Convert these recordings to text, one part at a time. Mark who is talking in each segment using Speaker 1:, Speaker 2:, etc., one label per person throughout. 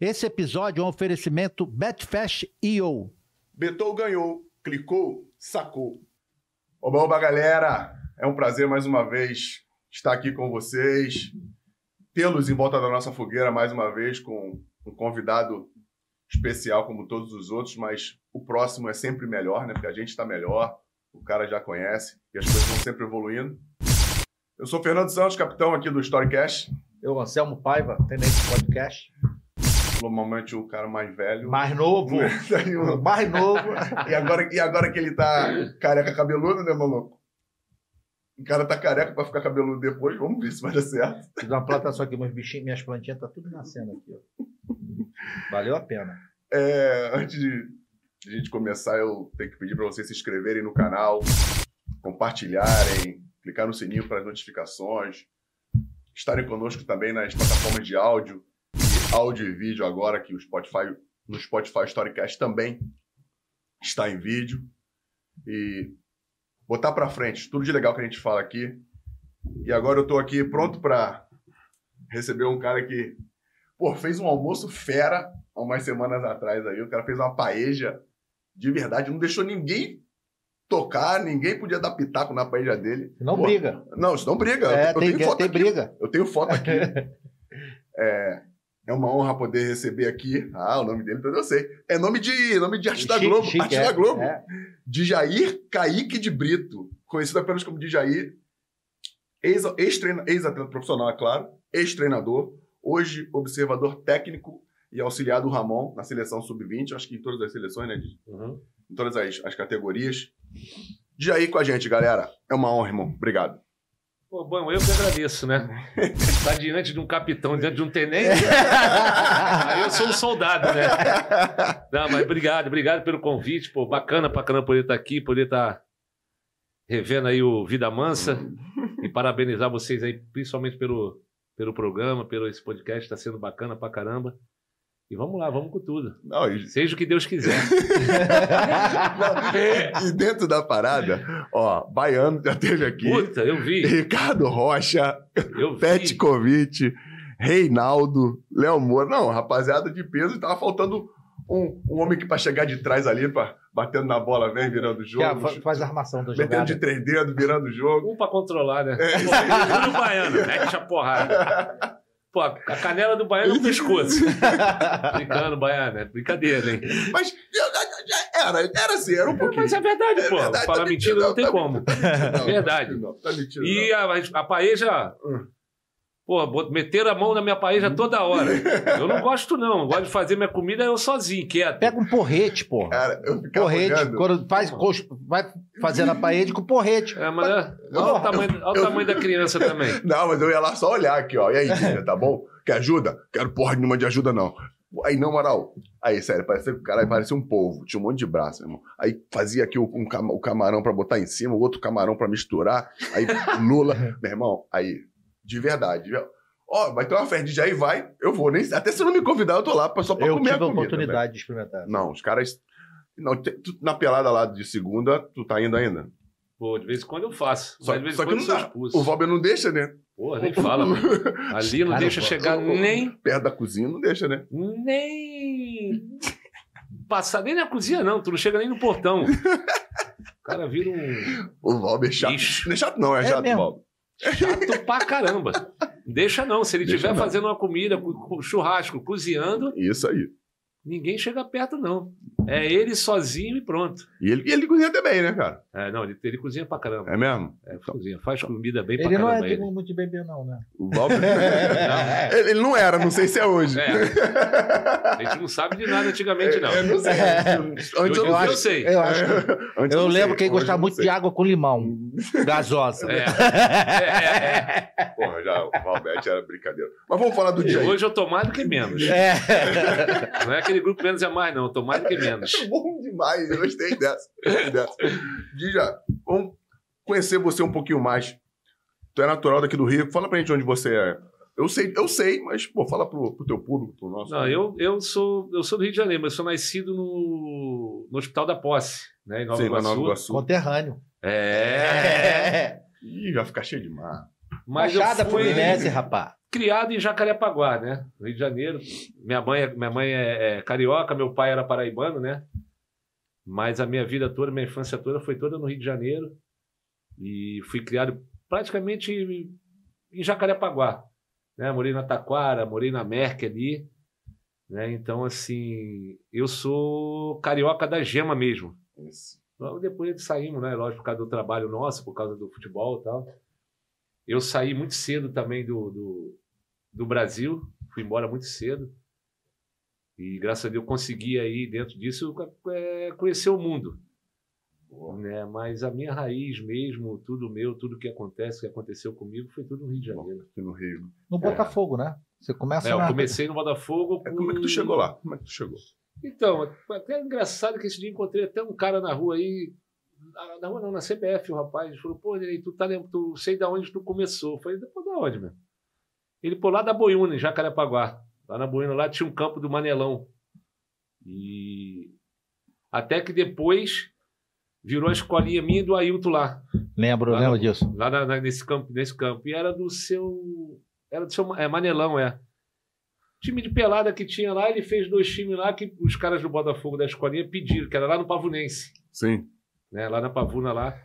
Speaker 1: Esse episódio é um oferecimento Betfast.io.
Speaker 2: Betou ganhou, clicou, sacou. Oba, oba, galera! É um prazer mais uma vez estar aqui com vocês, tê-los em volta da nossa fogueira mais uma vez com um convidado especial como todos os outros, mas o próximo é sempre melhor, né? Porque a gente está melhor, o cara já conhece e as coisas vão sempre evoluindo. Eu sou Fernando Santos, capitão aqui do Storycast,
Speaker 3: Eu, Anselmo Paiva, tenente do podcast.
Speaker 2: normalmente o cara mais velho. um-
Speaker 3: Mais novo. mais novo.
Speaker 2: E agora, e agora que ele tá careca cabeludo, né, maluco? O cara tá careca pra ficar cabeludo depois, vamos ver se vai dar certo.
Speaker 3: Fiz uma plantação aqui, meus bichinhos, minhas plantinhas tá tudo nascendo aqui, ó. Valeu a pena.
Speaker 2: É, antes de, de a gente começar, eu tenho que pedir pra vocês se inscreverem no canal, compartilharem, clicar no sininho para as notificações, estarem conosco também nas plataformas de áudio, e áudio e vídeo agora, que o Spotify, no Spotify Storycast também está em vídeo. E botar pra frente tudo de legal que a gente fala aqui. E agora eu tô aqui pronto pra receber um cara que, pô, fez um almoço fera há umas semanas atrás aí. O cara fez uma paeja de verdade, não deixou ninguém tocar, ninguém podia dar pitaco na paeja dele.
Speaker 3: Não
Speaker 2: Pô,
Speaker 3: briga.
Speaker 2: Não, isso não briga.
Speaker 3: É,
Speaker 2: eu, eu
Speaker 3: tem,
Speaker 2: tenho foto
Speaker 3: tem
Speaker 2: aqui.
Speaker 3: briga.
Speaker 2: Eu tenho foto aqui. É, é uma honra poder receber aqui. Ah, o nome dele então eu sei. É nome de, nome de artista
Speaker 3: Chique,
Speaker 2: Globo.
Speaker 3: chique,
Speaker 2: artista
Speaker 3: é,
Speaker 2: Globo.
Speaker 3: é.
Speaker 2: Djair Kaique de Brito, conhecido apenas como Djair, ex- ex-treina- ex-atleta profissional, é claro, ex-treinador, hoje observador técnico e auxiliar do Ramon na seleção sub-20, acho que em todas as seleções, né? de- Em todas as, as categorias. Djair com a gente, galera. É uma honra, irmão. Obrigado.
Speaker 4: Pô, bom, eu que agradeço, né? Tá diante de um capitão, diante de um tenente, aí eu sou um soldado, né? Não, mas obrigado, obrigado pelo convite, pô, bacana, bacana poder estar aqui, poder estar revendo aí o Vida Mansa e parabenizar vocês aí, principalmente pelo, pelo programa, pelo esse podcast, tá sendo bacana pra caramba. E vamos lá, vamos com tudo.
Speaker 2: Não, e-
Speaker 4: Seja o que Deus quiser.
Speaker 2: e dentro da parada, ó, Baiano já teve aqui.
Speaker 4: Puta, eu vi,
Speaker 2: Ricardo Rocha,
Speaker 4: eu vi.
Speaker 2: Petkovic, Reinaldo, Léo Moura. Não, rapaziada de peso, tava faltando um, um homem que pra chegar de trás ali, pra, batendo na bola, vem virando o
Speaker 3: Que a-
Speaker 2: jogo.
Speaker 3: fa- faz a armação da
Speaker 2: metendo
Speaker 3: jogada.
Speaker 2: de três dedos, virando o jogo.
Speaker 4: Um pra controlar, né?
Speaker 2: É, isso
Speaker 4: Pô, o baiano, mete a porrada. Pô, a canela do baiano é um pescoço. Brincando, baiano, é brincadeira, hein?
Speaker 2: Mas era, era assim, era um pouquinho.
Speaker 4: Mas é verdade, pô.
Speaker 2: verdade,
Speaker 4: Falar
Speaker 2: tá
Speaker 4: mentira
Speaker 2: mentindo,
Speaker 4: não tem
Speaker 2: tá
Speaker 4: como.
Speaker 2: Não,
Speaker 4: Verdade.
Speaker 2: Não, tá mentindo. não.
Speaker 4: E a, a paeja.
Speaker 2: Hum.
Speaker 4: Pô, bot- meteram a mão na minha paeja
Speaker 2: Uhum.
Speaker 4: toda hora. Eu não gosto, não. Eu gosto de fazer minha comida eu sozinho, quieto.
Speaker 2: É,
Speaker 1: Pega um porrete, porra.
Speaker 2: Cara, eu ficava
Speaker 1: Porrete,
Speaker 2: olhando.
Speaker 1: quando faz, cos- vai fazendo a parede com porrete.
Speaker 4: É, mas, olha o tamanho, olha o tamanho da criança também.
Speaker 2: Não, mas eu ia lá só olhar aqui, ó. E aí, Dívida, tá bom? Quer ajuda? Quero porra nenhuma de ajuda, não. Aí, não, moral. Aí, sério, parecia, caralho, parecia um povo. Tinha um monte de braço, meu irmão. Aí fazia aqui o, um cama- o camarão pra botar em cima, o outro camarão pra misturar. Aí, Lula. meu irmão, aí, de verdade, viu? Ó, vai ter uma festa aí, vai. Eu vou, nem Até se não me convidar, eu tô lá pra- só pra
Speaker 3: Eu tive
Speaker 2: comer a
Speaker 3: a
Speaker 2: comida.
Speaker 3: oportunidade de experimentar.
Speaker 2: velho. Não, os caras... Não, te- tu- na pelada lá de segunda, tu tá indo ainda?
Speaker 4: Pô, de vez em quando eu faço.
Speaker 2: Só-
Speaker 4: mas de vez em
Speaker 2: só que
Speaker 4: quando
Speaker 2: não
Speaker 4: eu sou
Speaker 2: dá.
Speaker 4: expulso.
Speaker 2: O Valber não deixa, né?
Speaker 4: Porra, nem fala, mano. Ali não
Speaker 3: Cara,
Speaker 4: deixa
Speaker 3: pô,
Speaker 4: chegar
Speaker 2: eu- eu-
Speaker 4: nem
Speaker 2: Perto da cozinha não deixa, né?
Speaker 4: nem passar nem na cozinha, não. Tu não chega nem no portão. O cara vira um
Speaker 2: O Valber é chato.
Speaker 4: Ixi.
Speaker 2: Não é chato, não, é,
Speaker 1: É
Speaker 2: chato,
Speaker 1: mesmo.
Speaker 2: Valber.
Speaker 4: chato pra caramba. Deixa não. Se ele
Speaker 2: Deixa
Speaker 4: estiver
Speaker 2: não.
Speaker 4: fazendo uma comida, cu- cu- churrasco, cozinhando,
Speaker 2: Isso aí.
Speaker 4: ninguém chega perto, não. É ele sozinho e pronto.
Speaker 2: E ele, e ele cozinha também, né, cara?
Speaker 4: É, não, ele, ele cozinha pra caramba.
Speaker 2: É mesmo?
Speaker 4: É, cozinha. Faz comida bem pra
Speaker 3: Ele não é
Speaker 4: caramba.
Speaker 3: de
Speaker 4: ele.
Speaker 3: muito de bebê, não, né?
Speaker 2: O Valber. ele, ele não era, não sei se é hoje.
Speaker 4: É. A gente não sabe de nada antigamente, não.
Speaker 2: Eu não sei.
Speaker 1: É.
Speaker 2: Antes
Speaker 4: Hoje
Speaker 2: eu
Speaker 4: eu,
Speaker 2: não
Speaker 4: eu
Speaker 2: sei.
Speaker 4: sei.
Speaker 1: Eu acho que-
Speaker 2: Antes
Speaker 1: Eu
Speaker 2: não sei,
Speaker 1: lembro que ele
Speaker 2: hoje eu
Speaker 1: gostava
Speaker 2: não
Speaker 1: muito
Speaker 2: sei.
Speaker 1: de água com limão, gasosa.
Speaker 4: É. É, é, é.
Speaker 2: Porra, já, o Valbert era brincadeira. Mas vamos falar do
Speaker 4: E
Speaker 2: dia. aí.
Speaker 4: Hoje eu tô mais do que menos.
Speaker 1: É.
Speaker 4: Não é aquele grupo menos é mais, não. Eu tô mais do que menos.
Speaker 2: É bom demais, eu gostei dessa. Gostei dessa. Dija, vamos conhecer você um pouquinho mais. Tu é natural daqui do Rio. Fala pra gente onde você é. Eu sei, eu sei, mas, pô, fala pro, pro teu público, pro nosso.
Speaker 4: Não, eu, eu, sou, eu sou do Rio de Janeiro, mas eu sou nascido no, no Hospital da Posse, né, em Nova
Speaker 2: Sim, lá
Speaker 4: Iguaçu.
Speaker 2: no Nova Iguaçu.
Speaker 3: Conterrâneo.
Speaker 4: É,
Speaker 1: É.
Speaker 2: Ih, vai ficar cheio de mar.
Speaker 4: mas eu
Speaker 3: Baixada
Speaker 4: fui,
Speaker 3: Fluminense, rapá.
Speaker 4: criado em Jacarepaguá, né? No Rio de Janeiro. Minha mãe, é- minha mãe é, é carioca, meu pai era paraibano, né? Mas a minha vida toda, minha infância toda foi toda no Rio de Janeiro. E fui criado praticamente em Jacarepaguá. Né? Morei na Taquara, morei na Merck ali. Né? Então, assim, eu sou carioca da gema mesmo.
Speaker 2: Isso.
Speaker 4: Logo depois saímos, né? Lógico, por causa do trabalho nosso, por causa do futebol e tal. Eu saí muito cedo também do, do, do Brasil, fui embora muito cedo. E graças a Deus consegui aí, dentro disso, eh, conhecer o mundo.
Speaker 2: Boa.
Speaker 4: Né? Mas a minha raiz mesmo, tudo meu, tudo que acontece, que aconteceu comigo, foi tudo no Rio de Janeiro.
Speaker 2: Aqui no Rio.
Speaker 3: No Botafogo, né? Você começa
Speaker 4: É, eu
Speaker 3: na...
Speaker 4: comecei no Botafogo.
Speaker 2: É, como é que tu chegou lá? Como é que tu chegou?
Speaker 4: Então, até é engraçado que esse dia encontrei até um cara na rua aí, na, na rua não, na CBF, o rapaz, ele falou, pô, Ney, tu tá lem- tu sei da onde tu começou. Eu falei, pô, da onde, meu? Ele, pô, lá da Boiúna, em Jacarepaguá. Lá na Boiúna, lá tinha um campo do Manelão. E até que depois virou a escolinha minha e do Ailton lá
Speaker 3: Lembro,
Speaker 4: Ah,
Speaker 3: lembro
Speaker 4: não.
Speaker 3: disso.
Speaker 4: lá na- na- nesse campo nesse campo e era do seu era do seu é, Manelão é time de pelada que tinha lá ele fez dois times lá que os caras do Botafogo da escolinha pediram que era lá no Pavunense
Speaker 2: Sim.
Speaker 4: né, lá na Pavuna lá,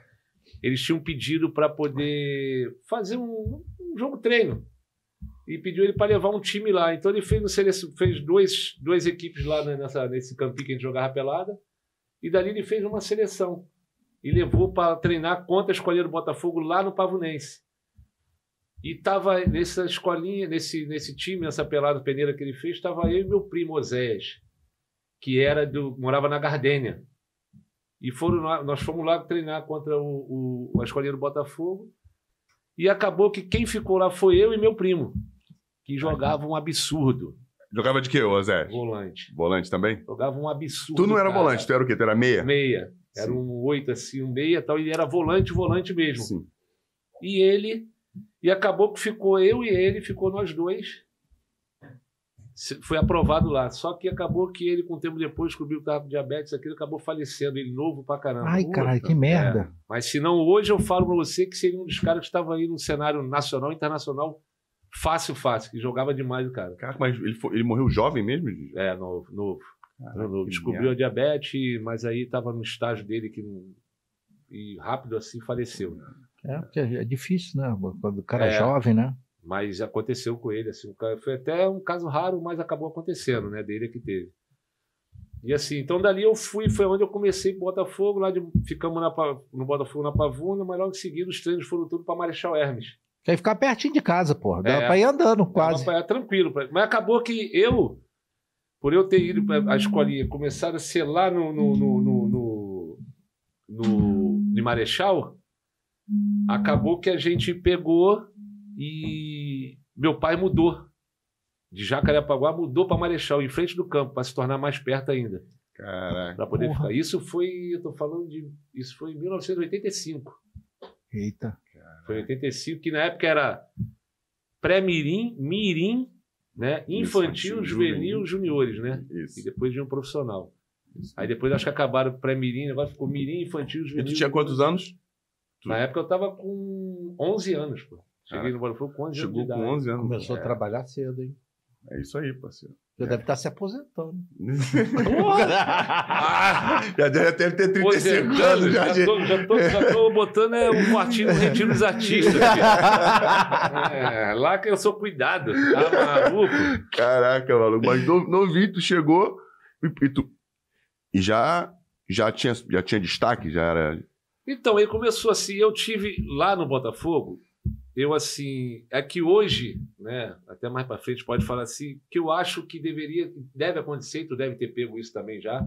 Speaker 4: eles tinham pedido para poder fazer um, um jogo treino. E pediu ele para levar um time lá. Então ele fez, no selec- fez dois, duas equipes lá né, nessa, nesse campinho que a gente jogava pelada. E dali ele fez uma seleção. E levou para treinar contra a escolinha do Botafogo lá no Pavunense. E tava nessa escolinha, nesse, nesse time, nessa pelada peneira que ele fez, estava eu e meu primo Osés, que era do, morava na Gardênia. E foram lá- nós fomos lá treinar contra o, o, a escolinha do Botafogo. E acabou que quem ficou lá foi eu e meu primo, que jogava um absurdo
Speaker 2: Jogava de quê, ô Zé?
Speaker 4: volante.
Speaker 2: Volante também?
Speaker 4: Jogava um absurdo.
Speaker 2: Tu não era
Speaker 4: cara.
Speaker 2: volante, tu era o quê? Tu era meia?
Speaker 4: Meia. Era
Speaker 2: Sim.
Speaker 4: um oito, assim, um meia e tal. E era volante, volante mesmo.
Speaker 2: Sim.
Speaker 4: E ele. E acabou que ficou eu e ele, ficou nós dois. Se- Foi aprovado lá. Só que acabou que ele, com um tempo depois, descobriu que estava com diabetes, aquilo acabou falecendo. Ele novo pra caramba.
Speaker 3: Ai, caralho, que merda.
Speaker 4: Mas se não, hoje eu falo pra você que seria um dos caras que estava aí num cenário nacional, internacional, fácil, fácil, que jogava demais o cara.
Speaker 2: Caraca, mas ele, foi- ele morreu jovem mesmo? Didi?
Speaker 4: É, novo, novo.
Speaker 2: Caraca,
Speaker 4: novo.
Speaker 2: que
Speaker 4: Descobriu a diabetes, mas aí estava no estágio dele que não- e rápido assim faleceu.
Speaker 3: É, porque é difícil, né? Quando o cara é
Speaker 4: É.
Speaker 3: jovem, né?
Speaker 4: Mas aconteceu com ele, assim, um ca- foi até um caso raro, mas acabou acontecendo, né, dele é que teve. E assim, então dali eu fui, foi onde eu comecei pro Botafogo, lá de, ficamos na Pa- no Botafogo na Pavuna, mas logo em seguida os treinos foram tudo para Marechal Hermes.
Speaker 3: Quer ficar pertinho de casa, porra. Dá
Speaker 4: É.
Speaker 3: pra ir andando quase.
Speaker 4: Era tranquilo. pra- um Mas acabou que eu, por eu ter ido para a escolinha, começaram a ser lá no, no, no, no, no, no- em Marechal, acabou que a gente pegou e meu pai mudou. De Jacarepaguá mudou para Marechal, em frente do campo, para se tornar mais perto ainda.
Speaker 2: Caraca.
Speaker 4: Para poder
Speaker 3: Porra.
Speaker 4: ficar. Isso foi, eu tô falando de. Isso foi em 1985.
Speaker 3: Eita.
Speaker 4: Foi em 85, que na época era pré-mirim, mirim, né? Infantil,
Speaker 2: Infantil,
Speaker 4: juvenil, juniores, né? E
Speaker 2: Isso.
Speaker 4: depois de um profissional. Aí depois acho que acabaram o pré-mirim, agora ficou mirim, infantil,
Speaker 2: E
Speaker 4: juvenil.
Speaker 2: tu tinha quantos anos?
Speaker 4: Na época eu tava com 11 anos, pô. Cheguei
Speaker 2: Caraca.
Speaker 4: no Botafogo com 11
Speaker 2: Chegou
Speaker 4: anos de
Speaker 2: com
Speaker 4: idade.
Speaker 2: 11 anos.
Speaker 3: Começou
Speaker 4: É.
Speaker 3: a trabalhar cedo, hein?
Speaker 2: É isso aí, parceiro.
Speaker 3: Já
Speaker 2: É.
Speaker 3: deve estar se aposentando.
Speaker 2: já deve ter 35
Speaker 4: Pois é,
Speaker 2: anos. Já,
Speaker 4: já,
Speaker 2: de-
Speaker 4: tô, já, tô, já tô botando é, um quartinho no retiro dos artistas. filho. É, lá que eu sou cuidado, tá maluco?
Speaker 2: Caraca, maluco. Mas no- novinho, tu chegou e, e tu... E já, já, tinha, já tinha destaque? Já era...
Speaker 4: Então, ele começou assim, eu tive lá no Botafogo, eu assim, é que hoje, né, até mais pra frente pode falar assim, que eu acho que deveria, deve acontecer, tu deve ter pego isso também já.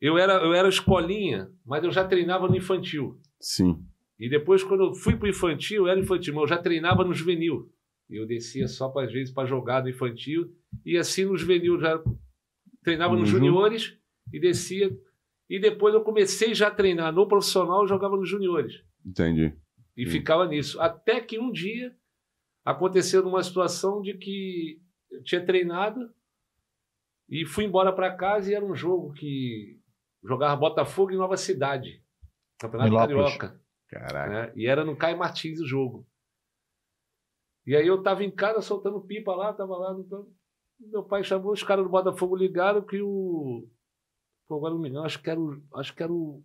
Speaker 4: Eu era, eu era escolinha, mas eu já treinava no infantil.
Speaker 2: Sim.
Speaker 4: E depois quando eu fui pro infantil, eu era infantil, mas eu já treinava no juvenil. E eu descia só para às vezes para jogar no infantil e assim no juvenil eu já treinava nos
Speaker 2: Uhum.
Speaker 4: juniores e descia e depois eu comecei já a treinar no profissional, eu jogava nos juniores.
Speaker 2: Entendi.
Speaker 4: E
Speaker 2: Hum.
Speaker 4: ficava nisso. Até que um dia aconteceu uma situação de que eu tinha treinado e fui embora para casa e era um jogo que jogava Botafogo e Nova Cidade, Campeonato
Speaker 3: Milópolis.
Speaker 4: Carioca.
Speaker 2: Caraca.
Speaker 4: né? E era no Caio Martins o jogo. E aí eu tava em casa soltando pipa lá, tava lá. Então, meu pai chamou os caras do Botafogo ligaram que o. Pô, agora não me engano, acho que era o. Acho que era o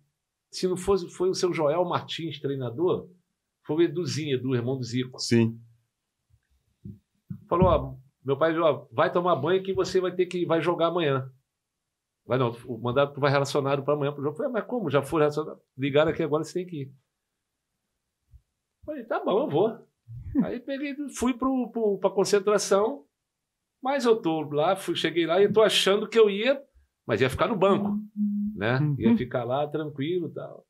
Speaker 4: se não fosse foi o seu Joel Martins, treinador, foi o Eduzinho, Edu, irmão do Zico.
Speaker 2: Sim.
Speaker 4: Falou, ó, meu pai, ó, vai tomar banho que você vai ter que vai jogar amanhã. Vai não, o mandato vai relacionado para amanhã pro jogo. Eu Falei, "Ah, mas como? Já foi relacionado? Ligaram aqui agora, você tem que ir. Falei, tá bom, eu vou. Aí peguei, fui pro, pro, pra concentração, mas eu tô lá, fui, cheguei lá e tô achando que eu ia, mas ia ficar no banco né? Ia ficar lá tranquilo e tal.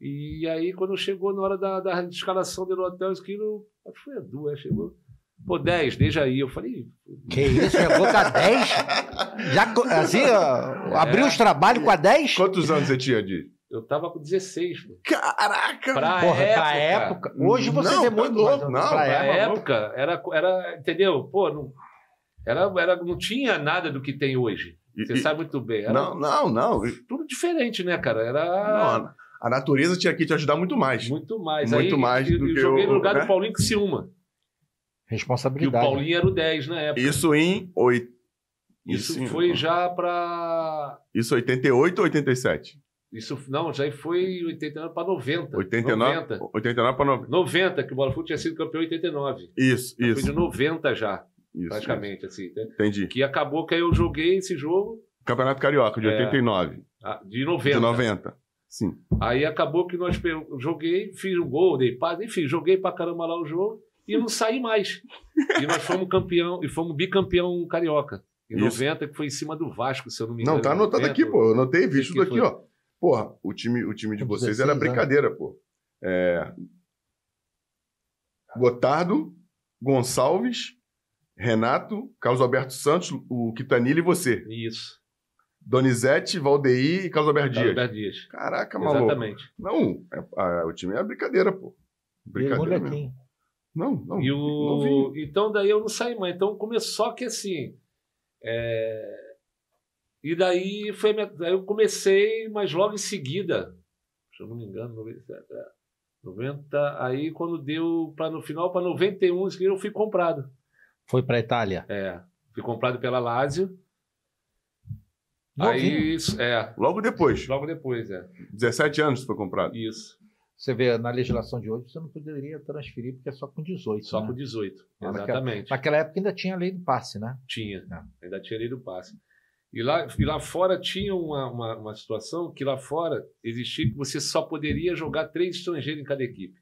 Speaker 4: E aí, quando chegou na hora da, da escalação do hotel, aquilo, acho que foi Edu, é, chegou. Pô, 10, desde aí. Eu falei,
Speaker 1: Que isso, chegou com a 10? Já, co- assim, ó,
Speaker 2: É.
Speaker 1: abriu os trabalhos com a 10?
Speaker 2: Quantos anos você tinha de?
Speaker 4: eu tava com 16. Pô.
Speaker 2: Caraca!
Speaker 4: Pra
Speaker 1: Porra,
Speaker 4: época,
Speaker 1: pra época. Hoje você
Speaker 2: Não,
Speaker 1: tem
Speaker 2: tá
Speaker 1: muito
Speaker 2: louco,
Speaker 1: mais- né?
Speaker 2: não,
Speaker 1: pra
Speaker 2: tá
Speaker 4: pra
Speaker 1: época.
Speaker 4: época, era, era, entendeu? Pô, não, era, era, não tinha nada do que tem hoje.
Speaker 2: E-
Speaker 4: Você
Speaker 2: e-
Speaker 4: sabe muito bem. Era
Speaker 2: Não, não, não.
Speaker 4: tudo diferente, né, cara? Era
Speaker 2: Não, a- A natureza tinha que te ajudar muito mais.
Speaker 4: muito mais.
Speaker 2: Muito
Speaker 4: aí,
Speaker 2: mais
Speaker 4: eu,
Speaker 2: do
Speaker 4: eu
Speaker 2: que
Speaker 4: joguei
Speaker 2: o-
Speaker 4: no lugar
Speaker 2: né?
Speaker 4: do Paulinho Criciúma. E o
Speaker 1: Responsabilidade.
Speaker 4: Paulinho era o 10 na época.
Speaker 2: Isso em oit...
Speaker 4: Isso
Speaker 2: em-
Speaker 4: foi já pra.
Speaker 2: Isso 88 ou 87?
Speaker 4: Isso não, já foi 89 para 90.
Speaker 2: 89,
Speaker 4: 90.
Speaker 2: 89 para 90.
Speaker 4: 90, que o Botafogo tinha sido campeão em 89.
Speaker 2: Isso,
Speaker 4: Eu fui de
Speaker 2: isso.
Speaker 4: 90 já,
Speaker 2: isso,
Speaker 4: Tá praticamente, assim. né?
Speaker 2: isso. Entendi.
Speaker 4: Que acabou que aí eu joguei esse jogo
Speaker 2: Campeonato Carioca de
Speaker 4: É.
Speaker 2: 89,
Speaker 4: ah, de 90.
Speaker 2: de 90. Sim.
Speaker 4: Aí acabou que nós pe- eu joguei, fiz um gol, dei passe, enfim, joguei pra caramba lá o jogo e não saí mais. E nós fomos campeão, e fomos bicampeão carioca. Em
Speaker 2: Isso.
Speaker 4: 90, que foi em cima do Vasco, se eu não me engano.
Speaker 2: Não, tá
Speaker 4: em
Speaker 2: anotado
Speaker 4: 90.
Speaker 2: aqui, pô. Eu anotei, vi
Speaker 4: que
Speaker 2: isso tudo aqui,
Speaker 4: foi?
Speaker 2: ó. Porra, o time, o time de
Speaker 1: Com
Speaker 2: vocês
Speaker 1: 16
Speaker 2: era
Speaker 1: É anos.
Speaker 2: brincadeira, pô. É... Gotardo, Gonçalves, Renato, Carlos Alberto Santos, o Quitanilha e você.
Speaker 4: Isso.
Speaker 2: Donizete, Valdeir e Carlos Alberto Dias.
Speaker 4: Alberto Dias.
Speaker 2: Caraca, maluco.
Speaker 4: Exatamente.
Speaker 2: Não, é- a- o time é brincadeira, pô.
Speaker 1: E o
Speaker 2: Brincadeira mesmo.
Speaker 1: molequinho.
Speaker 2: Não, não.
Speaker 4: E
Speaker 2: novinho.
Speaker 4: o... Então daí eu não saí mais. Então começou só que assim. é, E daí foi minha- daí eu comecei, mas logo em seguida, se eu não me engano, 90, é, 90 aí quando deu para no final para 91, isso que eu fui comprado.
Speaker 1: Foi pra Itália.
Speaker 4: É, fui comprado pela Lazio.
Speaker 1: Novinho.
Speaker 4: Aí, isso- é,
Speaker 2: Logo depois,
Speaker 4: logo depois, é.
Speaker 2: 17 anos foi comprado.
Speaker 4: Isso,
Speaker 1: Você vê, na legislação de hoje, você não poderia transferir, porque é só com 18.
Speaker 4: só
Speaker 1: né?
Speaker 4: com 18.
Speaker 1: Ah, naquela-
Speaker 4: Exatamente.
Speaker 1: Naquela época ainda tinha a lei do passe, né?
Speaker 4: Tinha.
Speaker 1: Ah.
Speaker 4: Ainda tinha lei do passe. E lá, e lá fora tinha uma, uma, uma situação que lá fora existia que você só poderia jogar três estrangeiros em cada equipe.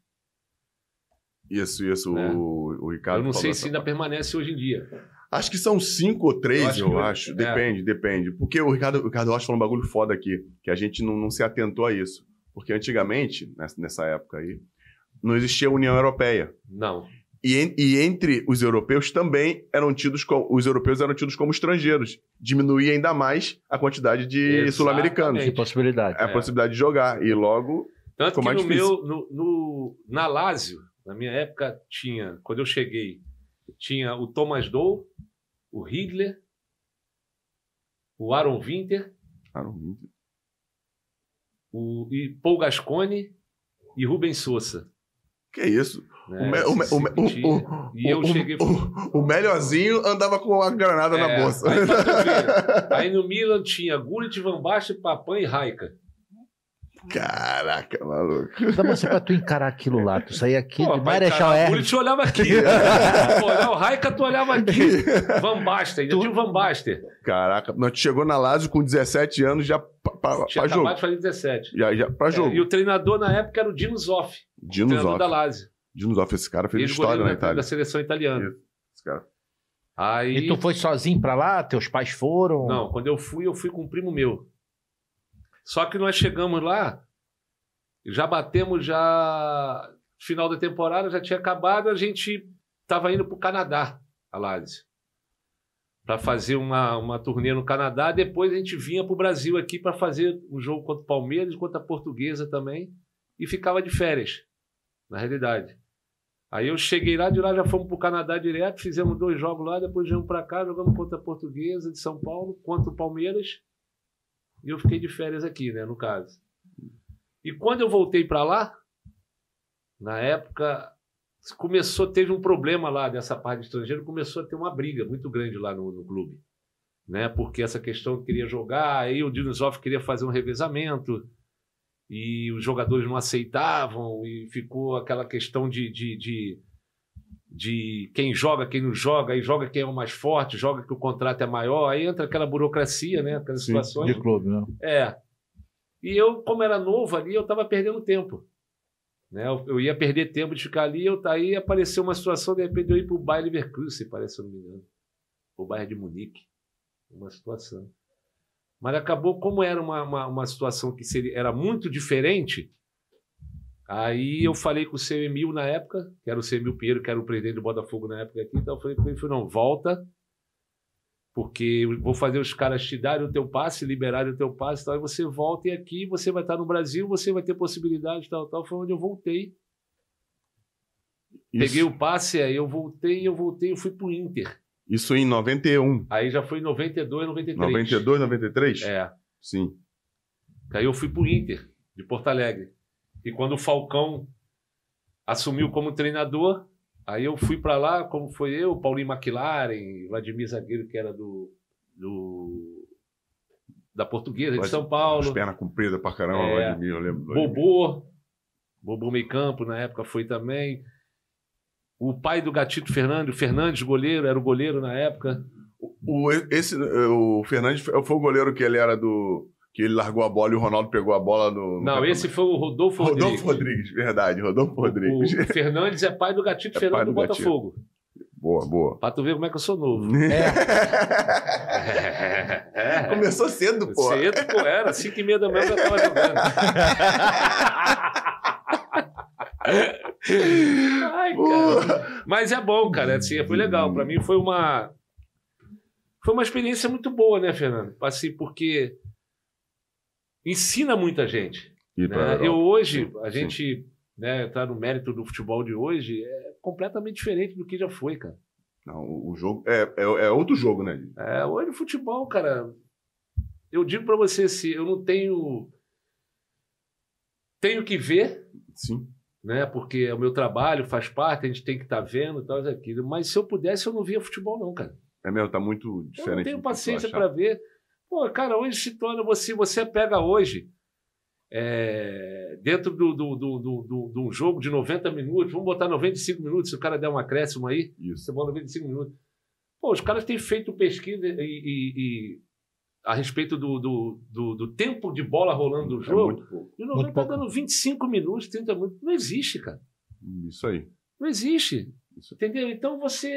Speaker 2: Isso, isso,
Speaker 4: É.
Speaker 2: o, o Ricardo.
Speaker 4: eu não sei
Speaker 2: falou
Speaker 4: se
Speaker 2: essa
Speaker 4: ainda permanece hoje em dia.
Speaker 2: Acho que são cinco ou três, eu
Speaker 4: Eu
Speaker 2: acho.
Speaker 4: acho que- é.
Speaker 2: Depende, depende. Porque o Ricardo, o Ricardo Rocha falou um bagulho foda aqui, que a gente não, não se atentou a isso. Porque antigamente, nessa, nessa época aí, não existia União Europeia.
Speaker 4: Não.
Speaker 2: E, en- e entre os europeus também eram tidos como. Os europeus eram tidos como estrangeiros. Diminuía ainda mais a quantidade de
Speaker 4: Exatamente.
Speaker 2: sul-americanos.
Speaker 1: De possibilidade.
Speaker 2: A
Speaker 4: É.
Speaker 2: possibilidade de jogar. E logo.
Speaker 4: Tanto
Speaker 2: Ficou
Speaker 4: que
Speaker 2: mais
Speaker 4: no
Speaker 2: difícil.
Speaker 4: meu, no, no, na Lazio, na minha época, tinha, quando eu cheguei, tinha o Thomas Dow, o Hitler, o Aaron Winter,
Speaker 2: Ah, não-
Speaker 4: o e Paul Gascone e Rubens Sousa.
Speaker 2: Que isso?
Speaker 4: né?
Speaker 2: O, me- o me- o me- o- o-
Speaker 4: E eu
Speaker 2: o-
Speaker 4: cheguei-
Speaker 2: o- o melhorzinho andava com a granada na
Speaker 4: É,
Speaker 2: bolsa.
Speaker 4: Aí, pra tu ver. Aí no Milan tinha Gullit, Van Basten, Papan e Raika.
Speaker 2: Caraca, maluco.
Speaker 1: Dá você Então, é pra tu encarar aquilo lá, tu sair aqui
Speaker 4: Pô,
Speaker 1: de
Speaker 4: vai
Speaker 1: Marechal
Speaker 4: encarar, O
Speaker 1: Hermes.
Speaker 4: Gullit olhava aqui. Pô, não, o Raika tu olhava aqui. Van Basten, ainda tinha o Van Basten.
Speaker 2: Caraca, nós chegou na Lazio com 17 anos já pra, pra,
Speaker 4: Tinha
Speaker 2: pra
Speaker 4: acabado
Speaker 2: jogo.
Speaker 4: de fazer 17.
Speaker 2: Já, já pra
Speaker 4: É, e
Speaker 2: jogo.
Speaker 4: o treinador na época era o Dino Zoff,
Speaker 2: Dino
Speaker 4: treinador da
Speaker 2: Zoff.
Speaker 4: Lazio.
Speaker 2: Dino Zoff, esse cara fez
Speaker 4: Ele
Speaker 2: história
Speaker 4: goleiro
Speaker 2: na
Speaker 4: da, da
Speaker 2: Itália.
Speaker 4: seleção italiana.
Speaker 2: Esse cara.
Speaker 4: Aí,
Speaker 1: E tu foi sozinho pra lá? Teus pais foram?
Speaker 4: Não, quando eu fui, eu fui com um primo meu. Só que nós chegamos lá, já batemos já final da temporada, já tinha acabado, a gente estava indo para o Canadá, a Lazio, para fazer uma, uma turnê no Canadá. Depois a gente vinha para o Brasil aqui para fazer um jogo contra o Palmeiras, contra a Portuguesa também, e ficava de férias, na realidade. Aí eu cheguei lá, de lá já fomos para o Canadá direto, fizemos dois jogos lá, depois viemos para cá, jogamos contra a Portuguesa de São Paulo, contra o Palmeiras, e eu fiquei de férias aqui, né, no caso. E quando eu voltei para lá, na época, começou, teve um problema lá dessa parte de estrangeiro, começou a ter uma briga muito grande lá no, no clube. Né? Porque essa questão queria jogar, aí o Dinizoff queria fazer um revezamento e os jogadores não aceitavam e ficou aquela questão de, de, de, de quem joga, quem não joga, aí joga quem é o mais forte, joga que o contrato é maior, aí entra aquela burocracia, né? Aquelas
Speaker 5: Sim,
Speaker 4: situações.
Speaker 5: de clube, né?
Speaker 4: É. E eu, como era novo ali, eu estava perdendo tempo. Né? Eu, eu ia perder tempo de ficar ali, eu tá aí apareceu uma situação, de repente eu ir para o Bayer Leverkusen, parece, se eu não me engano. O Bayern de Munique. Uma situação. Mas acabou, como era uma, uma, uma situação que seria, era muito diferente, aí eu falei com o seu Emil na época, que era o seu Emil Pinheiro, que era o presidente do Botafogo na época aqui, então eu falei com ele, falei, não, volta, porque eu vou fazer os caras te darem o teu passe, liberarem o teu passe, e tal, e você volta e aqui você vai estar no Brasil, você vai ter possibilidade, tal, tal. Foi onde eu voltei.
Speaker 2: Isso,
Speaker 4: Peguei o passe, aí eu voltei, eu voltei, eu fui pro Inter.
Speaker 2: isso em 91.
Speaker 4: Aí já foi em 92, 93.
Speaker 2: 92, 93?
Speaker 4: É.
Speaker 2: Sim.
Speaker 4: Aí eu fui pro Inter, de Porto Alegre. E quando o Falcão assumiu como treinador, aí eu fui para lá, como foi eu, Paulinho McLaren, Vladimir Zagueiro, que era do. do da Portuguesa, de
Speaker 2: Mas-
Speaker 4: São
Speaker 2: As
Speaker 4: Paulo.
Speaker 2: pernas compridas pra caramba,
Speaker 4: É.
Speaker 2: Vladimir, eu lembro. do Vladimir.
Speaker 4: Bobô, Bobô meio campo, na época foi também. O pai do Gatito Fernandes, o Fernandes goleiro, era o goleiro na época.
Speaker 2: O, esse, o Fernandes foi foi o goleiro que ele era do. que ele largou a bola e o Ronaldo pegou a bola no. no-
Speaker 4: Não, esse foi o Rodolfo Rodrigues.
Speaker 2: Rodolfo Rodrigues, verdade, Rodolfo Rodrigues.
Speaker 4: O Fernandes é pai do Gatito
Speaker 2: É pai
Speaker 4: Fernandes do,
Speaker 2: do Gatito.
Speaker 4: Botafogo.
Speaker 2: Boa, boa.
Speaker 4: Pra tu ver como é que eu sou novo. É.
Speaker 2: Começou cedo, pô.
Speaker 4: Cedo, pô, era. 5 e meia da manhã eu já tava jogando. Ai, cara. Mas é bom, cara. Assim, foi legal. Pra mim foi uma. Foi uma experiência muito boa, né, Fernando? Assim, porque ensina muita gente.
Speaker 2: E
Speaker 4: né?
Speaker 2: pra Europa.
Speaker 4: Eu hoje, a
Speaker 2: Sim.
Speaker 4: gente né, tá no mérito do futebol de hoje, é completamente diferente do que já foi, cara.
Speaker 2: Não, o o jogo. É, é, é outro jogo, né? gente?
Speaker 4: É, hoje o futebol, cara. Eu digo pra você assim, eu não tenho. Tenho que ver,
Speaker 2: Sim.
Speaker 4: né? Porque é o meu trabalho faz parte, a gente tem que estar vendo e tal, isso, aquilo. Mas se eu pudesse, eu não via futebol, não, cara.
Speaker 2: É mesmo, tá muito
Speaker 4: Eu
Speaker 2: diferente.
Speaker 4: não
Speaker 2: do
Speaker 4: tenho
Speaker 2: que tu
Speaker 4: paciência
Speaker 2: achava.
Speaker 4: para ver. Pô, cara, hoje se torna você, você pega hoje, é, dentro do, do, do, do, do- de um jogo de 90 minutos, vamos botar 95 minutos, se o cara der um acréscimo aí,
Speaker 2: Isso.
Speaker 4: você bota 95 minutos. Pô, os caras têm feito pesquisa e, e- e- a respeito do, do, do, do tempo de bola rolando do
Speaker 2: É
Speaker 4: jogo.
Speaker 2: muito pouco.
Speaker 4: e o 90 tá
Speaker 5: pouco.
Speaker 4: dando 25 minutos, 30 minutos. Não existe, cara.
Speaker 2: Hum, Isso aí.
Speaker 4: Não existe.
Speaker 2: Isso.
Speaker 4: Entendeu? Então você.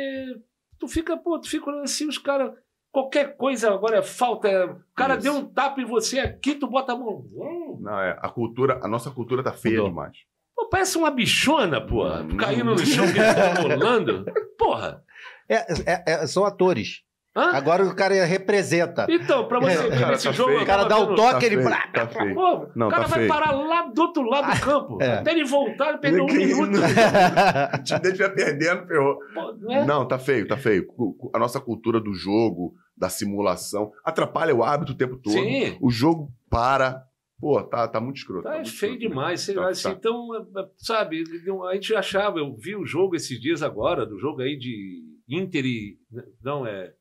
Speaker 4: Tu fica, pô, tu fica olhando assim, os caras. Qualquer coisa agora é falta. é- O cara
Speaker 2: Isso.
Speaker 4: deu um tapa em você aqui, tu bota a mão. Hum.
Speaker 2: Não, é. A cultura, a nossa cultura tá feia
Speaker 5: Mudou.
Speaker 2: demais.
Speaker 4: Pô, parece uma bichona, porra.
Speaker 2: Hum.
Speaker 4: Caindo no chão, gritando, rolando. Porra.
Speaker 1: É, é, é, são atores.
Speaker 4: Hã?
Speaker 1: Agora o cara representa.
Speaker 4: Então, pra você
Speaker 1: É,
Speaker 4: ver
Speaker 2: cara,
Speaker 4: esse
Speaker 2: tá
Speaker 4: jogo.
Speaker 2: feio.
Speaker 4: eu
Speaker 1: O cara
Speaker 4: tava
Speaker 1: dá o
Speaker 4: vendo-
Speaker 1: toque, ele.
Speaker 2: feio, tá feio.
Speaker 4: Pô,
Speaker 2: Não,
Speaker 4: o cara
Speaker 2: tá
Speaker 4: vai
Speaker 2: feio.
Speaker 4: parar lá do outro lado do campo.
Speaker 1: É.
Speaker 4: Até ele voltar, ele perdeu um
Speaker 2: Ninguém-
Speaker 4: minuto.
Speaker 2: O time dele vai perdendo, ferrou.
Speaker 4: Pô, né?
Speaker 2: Não, tá feio, tá feio. Cu- cu- A nossa cultura do jogo, da simulação, atrapalha o hábito o tempo todo.
Speaker 4: Sim.
Speaker 2: O jogo para. Pô, tá, tá muito escroto.
Speaker 4: Tá, é
Speaker 2: muito
Speaker 4: feio
Speaker 2: escroto.
Speaker 4: demais, sei
Speaker 2: Tá,
Speaker 4: lá.
Speaker 2: tá.
Speaker 4: assim, Então, é, é, sabe, a gente achava, eu vi o jogo esses dias agora, do jogo aí de Inter e. Não, é.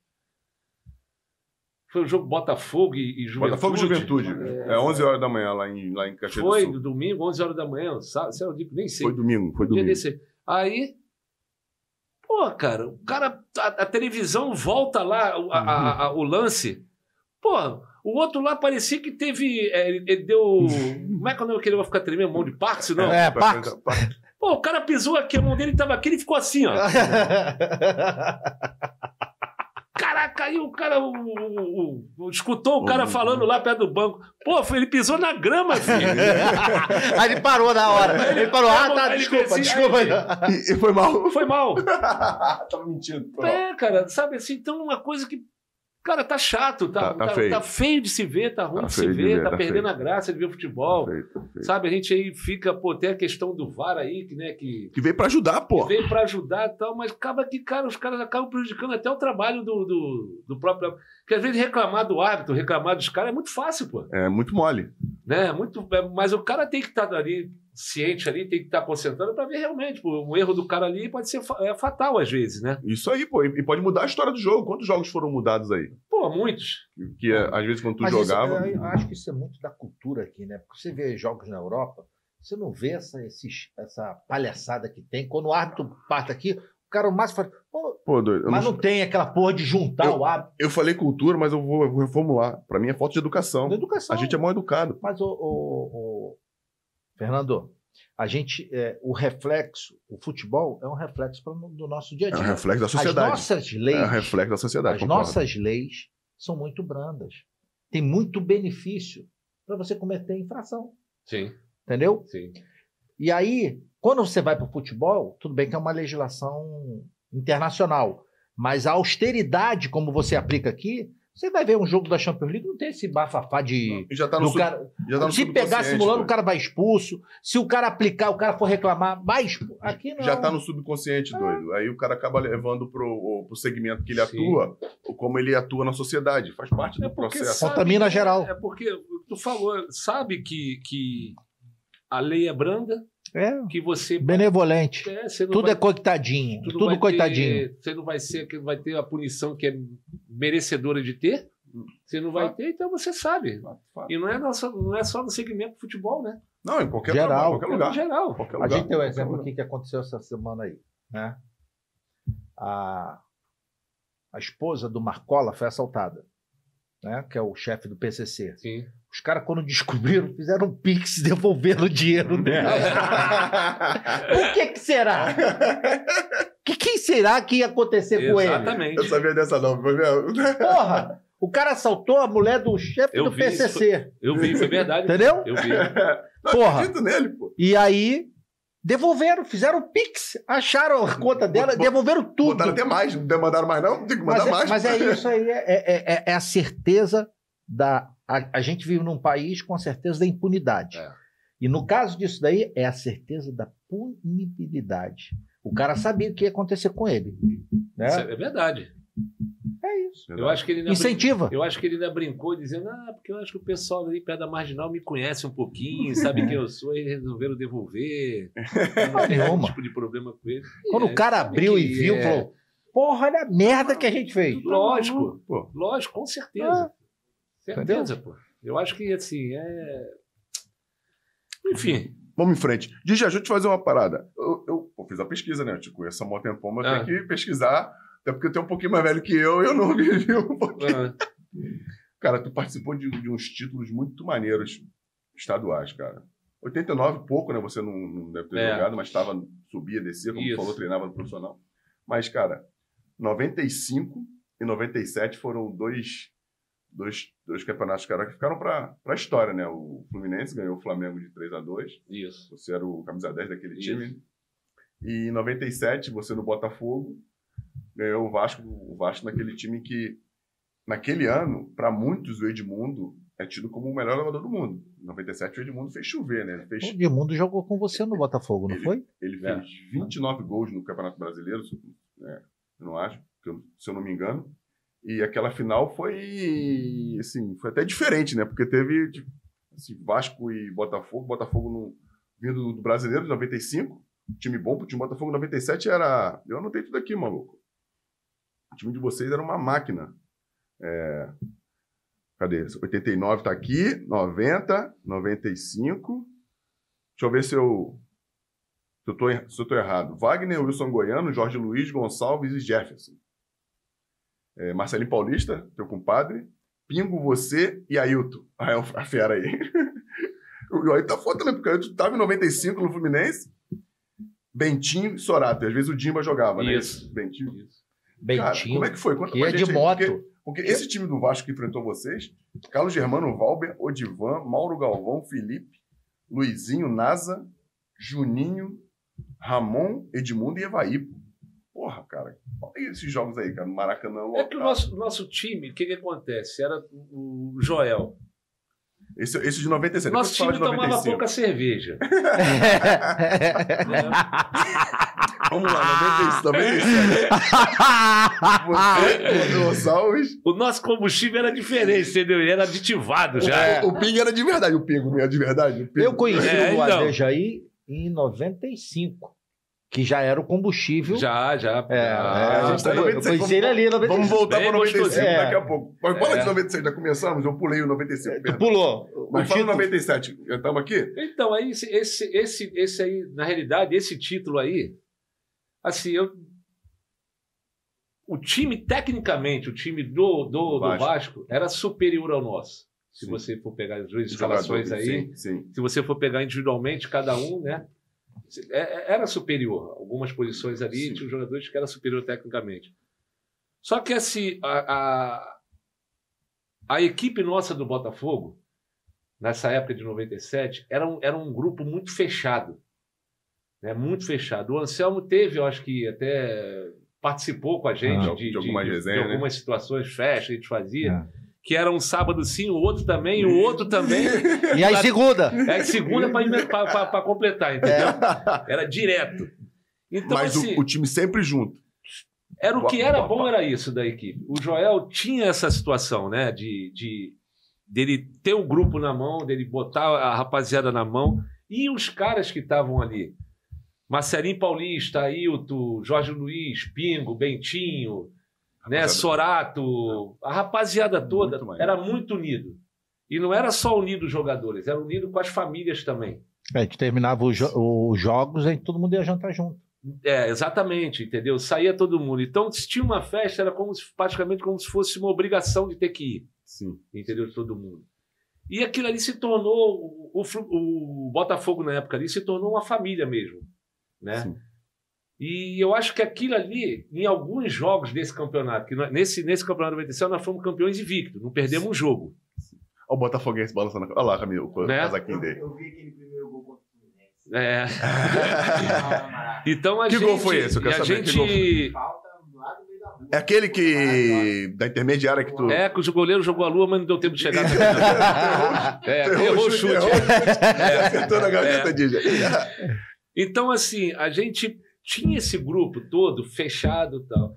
Speaker 4: Foi o jogo Botafogo e, e Juventude.
Speaker 2: Botafogo e Juventude. É 11 horas da manhã lá em, lá em Caxias
Speaker 4: Foi
Speaker 2: do Sul.
Speaker 4: no domingo, 11 horas da manhã, sabe? sei lá, eu digo, nem sei.
Speaker 2: Foi domingo, foi
Speaker 4: Um dia
Speaker 2: domingo.
Speaker 4: desse aí. Aí, pô, cara, o cara, a, a televisão volta lá o- a-
Speaker 2: Uhum.
Speaker 4: a- a- o lance. Pô, o outro lá parecia que teve. é, ele ele deu. Como é que é o nome que ele vai ficar tremendo? Mão de Parkinson, não?
Speaker 1: É,
Speaker 2: Pra-
Speaker 1: Parks.
Speaker 2: pra- pra-
Speaker 4: Pô, o cara pisou aqui, a mão dele tava aqui, ele ficou assim, ó. Caraca, aí o cara o- o- o- o- escutou o
Speaker 2: Uhum.
Speaker 4: cara falando lá perto do banco. Pô, foi- ele pisou na grama, filho.
Speaker 1: Aí ele parou na hora. Ele parou. Ah, tá,
Speaker 4: Ele
Speaker 1: desculpa,
Speaker 4: fez assim,
Speaker 1: desculpa.
Speaker 2: E, e foi mal.
Speaker 4: Foi mal.
Speaker 2: Tava mentindo. Foi mal.
Speaker 4: É, cara, sabe assim, então uma coisa que. Cara, tá chato, tá,
Speaker 2: Tá- tá feio.
Speaker 4: de se ver, tá ruim
Speaker 2: Tá
Speaker 4: de se
Speaker 2: feio de
Speaker 4: ver,
Speaker 2: ver,
Speaker 4: tá,
Speaker 2: tá
Speaker 4: perdendo
Speaker 2: feio.
Speaker 4: a graça de ver futebol.
Speaker 2: Feio, tá feio.
Speaker 4: Sabe, a gente aí fica, pô, tem a questão do VAR aí, que, né, que
Speaker 2: Que veio pra ajudar, pô.
Speaker 4: veio pra ajudar e tal, mas acaba que, cara, os caras acabam prejudicando até o trabalho do, do, do próprio. Porque às vezes reclamar do árbitro, reclamar dos caras é muito fácil, pô.
Speaker 2: É muito mole.
Speaker 4: Né? É Muito, é- mas o cara tem que estar ali ciente ali, tem que estar concentrado para ver realmente. Pô, um erro do cara ali pode ser fa- é fatal às vezes, né?
Speaker 2: Isso aí, pô. E e pode mudar a história do jogo. Quantos jogos foram mudados aí?
Speaker 4: Pô, muitos.
Speaker 2: Que, que, é, às vezes quando tu
Speaker 3: Mas isso-
Speaker 2: jogava.
Speaker 3: eu acho que isso é muito da cultura aqui, né? Porque você vê jogos na Europa, você não vê essa, esses- essa palhaçada que tem. Quando o árbitro parte aqui, o cara o máximo fala. "Pô,
Speaker 2: Pô, doido. Eu,
Speaker 3: mas
Speaker 2: não-
Speaker 3: não... tem aquela porra de juntar
Speaker 2: Eu-
Speaker 3: o árbitro
Speaker 2: eu falei cultura, mas eu vou, eu vou reformular. Pra mim é falta de educação.
Speaker 3: da educação.
Speaker 2: A gente é mal educado.
Speaker 3: Mas, o, o- o- Fernando, a gente. é, o reflexo, o futebol é um reflexo pra- do nosso dia a
Speaker 2: É um
Speaker 3: dia.
Speaker 2: reflexo da
Speaker 3: As
Speaker 2: sociedade.
Speaker 3: nossas leis.
Speaker 2: É um reflexo da sociedade.
Speaker 3: As
Speaker 2: concordo.
Speaker 3: nossas leis são muito brandas. Tem muito benefício para você cometer infração.
Speaker 4: Sim,
Speaker 3: Entendeu?
Speaker 4: sim.
Speaker 3: E aí, quando você vai para o futebol, tudo bem que é uma legislação internacional, mas a austeridade, como você aplica aqui, você vai ver um jogo da Champions League, não tem esse bafafá de.
Speaker 2: E Já tá no,
Speaker 3: do
Speaker 2: sub-
Speaker 3: cara-
Speaker 2: já tá no
Speaker 3: se pegar
Speaker 2: subconsciente,
Speaker 3: simulando,
Speaker 2: doido.
Speaker 3: o cara vai expulso. Se o cara aplicar, o cara for reclamar, vai expulso. Aqui não.
Speaker 2: Já tá no subconsciente, doido. Aí o cara acaba levando pro, pro segmento que ele
Speaker 4: Sim.
Speaker 2: atua, ou como ele atua na sociedade. Faz parte do
Speaker 4: É porque
Speaker 2: processo.
Speaker 4: sabe-
Speaker 3: Contamina geral.
Speaker 4: É porque tu falou, sabe que, que a lei é branda,
Speaker 3: É,
Speaker 4: que você.
Speaker 3: benevolente.
Speaker 4: É, você não
Speaker 3: Tudo
Speaker 4: vai-
Speaker 3: é coitadinho.
Speaker 4: tu não
Speaker 3: Tudo,
Speaker 4: vai ter-
Speaker 3: coitadinho.
Speaker 4: você não vai ser que vai ter a punição que é merecedora de ter. Você não
Speaker 3: Ah.
Speaker 4: vai ter, então você sabe. E não é, nossa, não é só no segmento do futebol, né?
Speaker 2: Não, em qualquer,
Speaker 3: Geral.
Speaker 2: trabalho,
Speaker 4: É
Speaker 2: qualquer
Speaker 4: no
Speaker 2: um lugar.
Speaker 4: geral.
Speaker 2: Qualquer
Speaker 3: A
Speaker 2: lugar.
Speaker 3: gente tem um
Speaker 2: Qualquer
Speaker 3: exemplo
Speaker 2: lugar.
Speaker 3: aqui que aconteceu essa semana aí, né? A, a esposa do Marcola foi assaltada, né? Que é o chefe do PCC.
Speaker 4: Sim.
Speaker 3: Os caras, quando descobriram, fizeram um pix devolvendo o dinheiro dela.
Speaker 2: É.
Speaker 3: o que que será? Que quem será que ia acontecer com ele?
Speaker 2: Eu
Speaker 4: Exatamente.
Speaker 2: sabia dessa não, foi mesmo?
Speaker 3: Porra! O cara assaltou a mulher do chefe
Speaker 4: Eu
Speaker 3: do
Speaker 4: vi
Speaker 3: PCC,
Speaker 4: Eu vi, foi verdade.
Speaker 3: entendeu?
Speaker 4: Eu vi.
Speaker 2: Não
Speaker 3: Porra.
Speaker 2: acredito nele, pô.
Speaker 3: E aí devolveram, fizeram o pix, acharam a conta dela,
Speaker 2: Bo-
Speaker 3: devolveram tudo.
Speaker 2: Botaram até mais, não demandaram mais não, tem que
Speaker 3: Mas
Speaker 2: mandar
Speaker 3: é,
Speaker 2: mais.
Speaker 3: mas é isso aí, é, é- é- é a certeza da. A, a gente vive num país com a certeza da impunidade.
Speaker 4: É.
Speaker 3: E no caso disso daí, é a certeza da punibilidade. O
Speaker 4: Uhum.
Speaker 3: cara sabia o que ia acontecer com ele. né?
Speaker 4: Isso é verdade.
Speaker 3: É isso.
Speaker 4: Eu acho que ele ainda
Speaker 3: Incentiva.
Speaker 4: Eu acho que ele ainda brincou dizendo, ah, porque eu acho que o pessoal ali perto da marginal me conhece um pouquinho, sabe quem eu sou, e resolveram devolver. Não tem nenhum
Speaker 3: Nenhuma.
Speaker 4: tipo de problema com ele.
Speaker 3: Quando
Speaker 4: É,
Speaker 3: o cara
Speaker 4: sabe
Speaker 3: abriu
Speaker 4: que
Speaker 3: e viu,
Speaker 4: é.
Speaker 3: falou: Porra, olha a merda que a gente fez.
Speaker 4: Lógico,
Speaker 2: Pô,
Speaker 4: lógico, com
Speaker 2: Ah.
Speaker 4: certeza. certeza,
Speaker 3: entendeu?
Speaker 4: pô. Eu acho que assim, é. Enfim.
Speaker 2: vamos em frente. Digi, deixa eu te fazer uma parada. Eu, eu- pô, fiz a pesquisa, né? Eu te conheço há um tempão, mas
Speaker 4: Ah.
Speaker 2: tem que pesquisar. Até porque tu é um pouquinho mais velho que eu, eu não vivi um pouquinho.
Speaker 4: ah,
Speaker 2: Cara, tu participou de, de uns títulos muito maneiros estaduais, cara. 89 pouco, né? Você não, não deve ter
Speaker 4: É.
Speaker 2: jogado, mas estava, subia, descia, como tu
Speaker 4: Isso.
Speaker 2: falou, treinava no profissional. Mas, cara, 95 e 97 foram dois, dois, dois campeonatos, cara, que ficaram pra, pra história, né? O Fluminense ganhou o Flamengo de 3 a 2
Speaker 4: isso.
Speaker 2: Você era o camisa 10 daquele
Speaker 4: Isso.
Speaker 2: time. E em 97, você no Botafogo, ganhou o Vasco, o Vasco naquele time que, naquele ano, para muitos, o Edmundo é tido como o melhor jogador do mundo. Em 97, o Edmundo fez chover, né? Ele
Speaker 3: O
Speaker 2: fez,
Speaker 3: Edmundo jogou com você no Botafogo, não
Speaker 2: Ele-
Speaker 3: foi?
Speaker 2: ele
Speaker 4: É.
Speaker 2: fez 29 gols no Campeonato Brasileiro, se- é, eu não acho, que eu- se eu não me engano. E aquela final foi, assim, foi até diferente, né? Porque teve assim, Vasco e Botafogo, Botafogo no, vindo do Brasileiro de 95, time bom pro time Botafogo 97 era. Eu anotei tudo aqui, maluco. O time de vocês era uma máquina. É, Cadê? 89 tá aqui, 90, 95. Deixa eu ver se eu. Se eu, tô, er- se eu tô errado. Wagner, Wilson Goiano, Jorge Luiz, Gonçalves e Jefferson. É, Marcelinho Paulista, teu compadre. Pingo, você e Ailton. Ah, é o- a fera aí. o Ailton tá foda, né? Porque o Ailton tava em 95 no Fluminense. Bentinho e Sorato. E Às vezes o Dimba jogava, né?
Speaker 4: Isso.
Speaker 2: Bentinho.
Speaker 4: isso.
Speaker 2: Cara,
Speaker 3: Bentinho.
Speaker 2: como é que foi? Conta
Speaker 3: que
Speaker 2: pra
Speaker 3: é
Speaker 2: gente
Speaker 3: de
Speaker 2: aí, Porque,
Speaker 3: moto.
Speaker 2: porque esse time do Vasco que enfrentou vocês, Carlos Germano, Valber, Odivan, Mauro Galvão, Felipe, Luizinho, Nasa, Juninho, Ramon, Edmundo e Evaí. Porra, cara. Olha esses jogos aí, cara. no Maracanã
Speaker 4: É que
Speaker 2: lotado.
Speaker 4: o nosso, nosso time, o que, que acontece? Era o o Joel.
Speaker 2: Esse, esse de 96. depois
Speaker 4: Nosso
Speaker 2: tu fala
Speaker 4: time
Speaker 2: de
Speaker 4: tomava
Speaker 2: 95.
Speaker 4: pouca cerveja.
Speaker 2: Vamos lá, 96, 97.
Speaker 4: Ah!
Speaker 2: Você, Gonçalves.
Speaker 4: O nosso combustível era diferente, entendeu? Ele era aditivado já.
Speaker 3: é.
Speaker 2: O, o Ping era de verdade. O Pingo não era de verdade. O Pingo.
Speaker 3: Eu conheci
Speaker 4: É,
Speaker 3: o
Speaker 4: então.
Speaker 3: Adejaí em 95, que já era o combustível.
Speaker 4: Já, já.
Speaker 3: É,
Speaker 4: Ah,
Speaker 2: a gente tá
Speaker 3: é, eu
Speaker 2: vendo-
Speaker 3: conheci ele ali em 95.
Speaker 2: Vamos voltar
Speaker 4: Bem
Speaker 2: para 95
Speaker 3: gostosinho.
Speaker 2: daqui a pouco. Mas fala
Speaker 4: É.
Speaker 2: de 96, já começamos? Eu pulei o 95.
Speaker 3: Tu
Speaker 2: perdão.
Speaker 3: pulou.
Speaker 2: Mas fala
Speaker 3: título.
Speaker 2: do 97. Já estamos aqui?
Speaker 4: Então, aí esse, esse, esse, esse aí, na realidade, esse título aí, assim, eu. O time, tecnicamente, o time do, do, do
Speaker 2: Vasco.
Speaker 4: Vasco. era superior ao nosso. Se
Speaker 2: Sim.
Speaker 4: você for pegar as duas escalações aí,
Speaker 2: Sim, sim.
Speaker 4: se você for pegar individualmente, cada um, né? é- é- Era superior. Algumas posições ali,
Speaker 2: Sim.
Speaker 4: tinha jogadores que era superior tecnicamente. Só que assim, a, a, a equipe nossa do Botafogo, nessa época de 97, era um, era um grupo muito fechado. Né? Muito fechado. O Anselmo teve, eu acho que até participou com a gente
Speaker 2: Ah,
Speaker 4: de,
Speaker 2: de
Speaker 4: de-
Speaker 2: algumas
Speaker 4: de
Speaker 2: resenhas, né? É.
Speaker 4: algumas situações, festas que a gente fazia.
Speaker 1: Ah.
Speaker 4: Que era um sábado sim, o outro também, o outro também.
Speaker 1: E aí, segunda?
Speaker 4: É de segunda para completar, entendeu? Era direto. Então,
Speaker 2: É. Mas
Speaker 4: assim,
Speaker 2: o, o time sempre junto.
Speaker 4: era o que era
Speaker 2: Boa, boa,
Speaker 4: bom
Speaker 2: boa.
Speaker 4: era isso da equipe. O Joel tinha essa situação, né? De, de dele ter o grupo na mão, dele botar a rapaziada na mão e os caras que estavam ali. Marcelinho Paulista, Ailton, Jorge Luiz, Pingo, Bentinho, né?
Speaker 2: Rapaziada.
Speaker 4: Sorato, a rapaziada toda
Speaker 2: Muito maneiro.
Speaker 4: era muito unido. E não era só unido os jogadores, era unido com as famílias também.
Speaker 3: A gente terminava os, jo- os jogos e todo mundo ia jantar junto.
Speaker 4: É, exatamente, entendeu? Saía todo mundo. Então, se tinha uma festa, era como se- praticamente como se fosse uma obrigação de ter que ir,
Speaker 2: Sim.
Speaker 4: entendeu? De Todo mundo. E aquilo ali se tornou, o- o, Flu- o Botafogo na época ali, se tornou uma família mesmo, né?
Speaker 2: Sim.
Speaker 4: E eu acho que aquilo ali, em alguns jogos desse campeonato, que nós- nesse, nesse campeonato 97, nós fomos campeões invicto, não perdemos um jogo.
Speaker 2: Olha o Botafoguense balançando. a ca- Olha lá, Camilo, o
Speaker 4: Né?
Speaker 2: casaquinho
Speaker 5: Eu,
Speaker 2: dele.
Speaker 5: eu vi aquele primeiro gol contra o Fluminense.
Speaker 4: É.
Speaker 5: Lá no Maracanã.
Speaker 4: Então a
Speaker 2: Que
Speaker 4: gente.
Speaker 2: gol foi esse? Eu quero
Speaker 4: e a
Speaker 2: saber que
Speaker 4: gente,
Speaker 2: gol foi.
Speaker 5: Falta lá no meio da rua.
Speaker 2: É aquele que. da intermediária que tu.
Speaker 4: É, que o goleiro jogou a lua, mas não deu tempo de chegar. também, não. É, errou o chute.
Speaker 2: Errou, o
Speaker 4: É.
Speaker 2: Acertou na gaveta, Dija.
Speaker 4: Então, assim, a gente tinha esse grupo todo fechado e tal.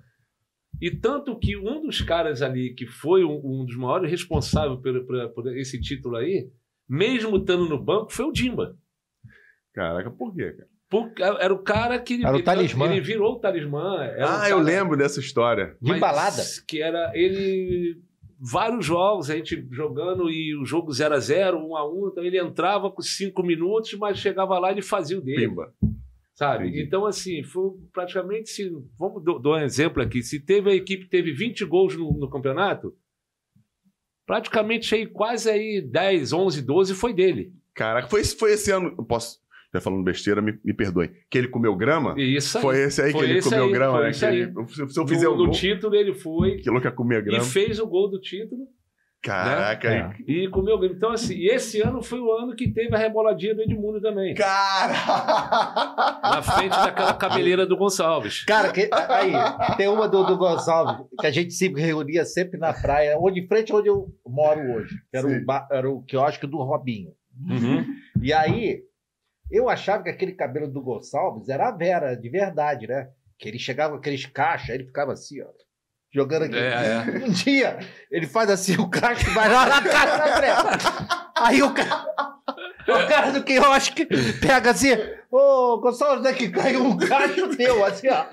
Speaker 4: E tanto que um dos caras ali, que foi um, um dos maiores responsáveis pelo- pra- por, esse título aí, mesmo estando no banco, foi o Dimba.
Speaker 2: Caraca, por quê, cara?
Speaker 4: Por- era o cara que ele,
Speaker 3: Era o
Speaker 4: ele-
Speaker 3: talismã.
Speaker 4: ele virou o talismã. era um
Speaker 2: Ah,
Speaker 4: cara-
Speaker 2: eu lembro dessa história.
Speaker 3: De
Speaker 4: mas
Speaker 3: balada.
Speaker 4: Que era ele. Vários jogos, a gente jogando e o jogo 0 a 0 1 a 1 então ele entrava com cinco minutos, mas chegava lá e ele fazia o dele.
Speaker 2: Pimba.
Speaker 4: Sabe?
Speaker 2: Entendi.
Speaker 4: Então, assim, foi praticamente. Se, vamos do- dar um exemplo aqui. Se teve a equipe que teve 20 gols no, no campeonato, praticamente aí, quase aí 10, 11, 12 foi dele.
Speaker 2: Caraca, foi, esse- foi esse ano. eu Posso. Já falando besteira, me, me perdoem. Que ele comeu grama?
Speaker 4: E isso aí.
Speaker 2: Foi esse aí
Speaker 4: Foi
Speaker 2: que ele
Speaker 4: esse
Speaker 2: comeu
Speaker 4: aí,
Speaker 2: grama,
Speaker 4: foi
Speaker 2: né?
Speaker 4: esse
Speaker 2: Que ele- se se eu fizer
Speaker 4: no,
Speaker 2: um
Speaker 4: no
Speaker 2: gol,
Speaker 4: título ele foi
Speaker 2: que louco é comer
Speaker 4: e
Speaker 2: grama.
Speaker 4: fez o gol do título
Speaker 2: Caraca,
Speaker 3: É.
Speaker 2: aí-
Speaker 4: e comeu o Grêmio. Então, assim, e esse ano foi o ano que teve a reboladinha do Edmundo também.
Speaker 2: Cara!
Speaker 4: Na frente daquela cabeleira do Gonçalves.
Speaker 3: Cara, que- aí, tem uma do, do Gonçalves, que a gente se reunia sempre na praia, ou de frente onde eu moro hoje. que Era
Speaker 2: Sim.
Speaker 3: o, ba- era o quiosque do Robinho.
Speaker 2: Uhum.
Speaker 3: E aí, eu achava que aquele cabelo do Gonçalves era a Vera, de verdade, né? Que ele chegava com aqueles cachos, aí ele ficava assim, ó. Jogando aqui.
Speaker 4: É,
Speaker 3: Um dia, ele faz assim, o cacho vai lá na cara da frente. Aí o cara. O cara do quiosque pega assim, ô Gonçalves, é que caiu um cacho teu, assim, ó.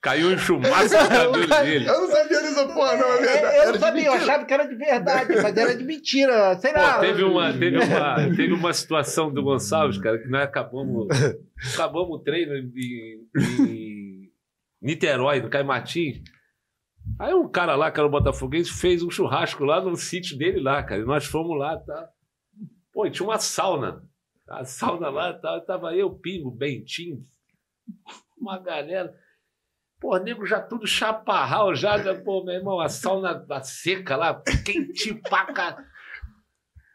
Speaker 4: Caiu um chumaço no cabelo dele.
Speaker 2: Eu não sabia dessa porra, não, é verdade.
Speaker 3: Eu
Speaker 2: Era
Speaker 3: não
Speaker 2: de
Speaker 3: sabia, eu
Speaker 2: mentira.
Speaker 3: achava que era de verdade, mas era de mentira, sei lá.
Speaker 4: Pô, teve uma, teve um uma, teve uma situação do Gonçalves, cara, que nós acabamos, acabamos o treino em, em Niterói, no Caio Martins. Aí um cara lá, que era o Botafoguense, fez um churrasco lá no sítio dele lá, cara. E nós fomos lá, tá? Pô, e tinha uma sauna. A sauna lá, tá, tava eu, Pingo, Bentinho, uma galera. Pô, nego já tudo chaparral, já, já, pô, meu irmão, a sauna a seca lá, quente pra caralho.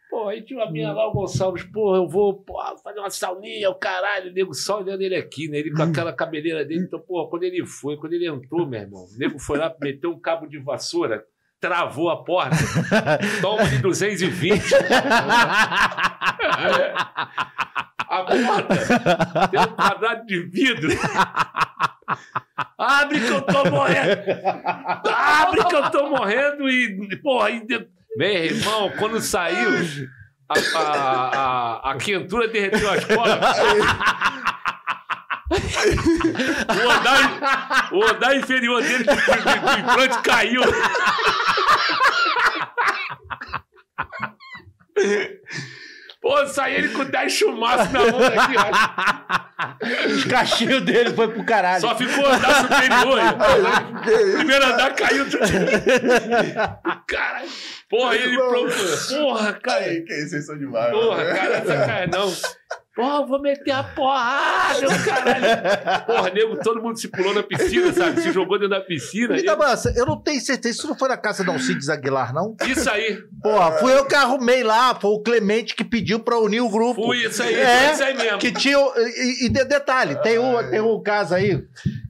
Speaker 4: Pô, aí tinha uma minha lá, o Gonçalves, porra, eu vou porra, fazer uma sauninha, o caralho, o nego só olhando ele aqui, né? Ele com aquela cabeleira dele. Então, porra, quando ele foi, quando ele entrou, meu irmão, o nego foi lá, meteu um cabo de vassoura, travou a porta. Toma de 220. A porta tem um quadrado de vidro. Abre que eu tô morrendo. Abre que eu tô morrendo e, porra, e de- meu irmão, quando saiu, a, a, a, a quentura derreteu as colas. O andar, o andar inferior dele do, do, do implante caiu. Pô, saiu ele com 10 chumaços na mão aqui, ó.
Speaker 3: Os cachinhos dele foi pro caralho.
Speaker 4: Só ficou andar superior. Primeiro andar caiu. Cara, porra, ele
Speaker 2: Irmão.
Speaker 4: procurou. Porra, cara.
Speaker 2: Aí, que isso, vocês são né? demais.
Speaker 4: Porra,
Speaker 2: mano.
Speaker 4: cara, é sacanagem. Porra, eu vou meter a porrada, o caralho. Porra, nego, todo mundo se pulou na piscina, sabe? Se jogou dentro da piscina.
Speaker 3: Me dá uma- Então, eu não tenho certeza. Isso não foi na casa da Alcides Aguilar, não?
Speaker 4: Isso aí,
Speaker 3: Porra, fui eu que arrumei lá. Foi o Clemente que pediu pra unir o grupo.
Speaker 4: fui isso aí,
Speaker 3: É?
Speaker 4: foi isso aí mesmo.
Speaker 3: Que tinha. o- E, e de- detalhe, tem um, tem um caso aí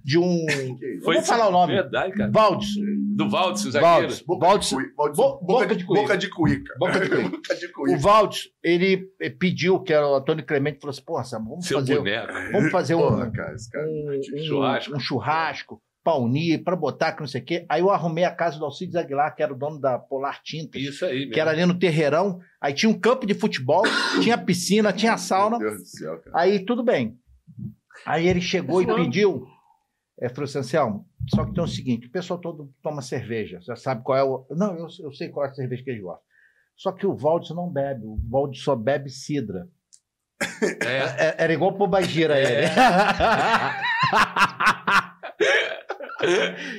Speaker 3: de um.
Speaker 2: Que
Speaker 3: vou
Speaker 4: Foi isso
Speaker 3: falar
Speaker 4: aí.
Speaker 3: o nome.
Speaker 4: Verdade, cara.
Speaker 3: Valdes.
Speaker 4: Do Valdes, o zagueiro.
Speaker 3: Valdes.
Speaker 2: Boca
Speaker 3: Valdes.
Speaker 2: de cui- Valdes-
Speaker 3: Bo-
Speaker 2: boca
Speaker 3: boca
Speaker 2: de
Speaker 3: de
Speaker 2: cuíca.
Speaker 3: cuíca.
Speaker 2: Boca de
Speaker 3: Boca de cuíca. Um-
Speaker 2: cuíca. Boca de
Speaker 3: O
Speaker 2: cuíca.
Speaker 3: Valdes, ele eh, pediu, que era o Antônio Clemente, falou assim: porra, Samu, vamos
Speaker 4: Seu
Speaker 3: fazer,
Speaker 4: boneco.
Speaker 3: vamos fazer um,
Speaker 2: Porra, cara, esse cara. é
Speaker 3: um,
Speaker 4: Churrasco.
Speaker 3: churrasco. um churrasco pra unir, pra botar, que não sei o quê. Aí eu arrumei a casa do Alcides Aguilar, que era o dono da Polar Tintas,
Speaker 4: Isso aí, mesmo.
Speaker 3: que era ali no Terreirão. Aí tinha um campo de futebol, tinha piscina, tinha sauna.
Speaker 2: Meu Deus do céu, cara.
Speaker 3: Aí tudo bem. Aí ele chegou e
Speaker 4: Zoando.
Speaker 3: pediu. É, falou assim, Anselmo, só que tem o seguinte: o pessoal todo toma cerveja. Você sabe qual é o. Não, eu, eu sei qual é a cerveja que eles gostam. Só que o Valdes não bebe, o Valdes só bebe cidra.
Speaker 4: É.
Speaker 3: É- era igual pro Bagira
Speaker 4: É.
Speaker 3: ele.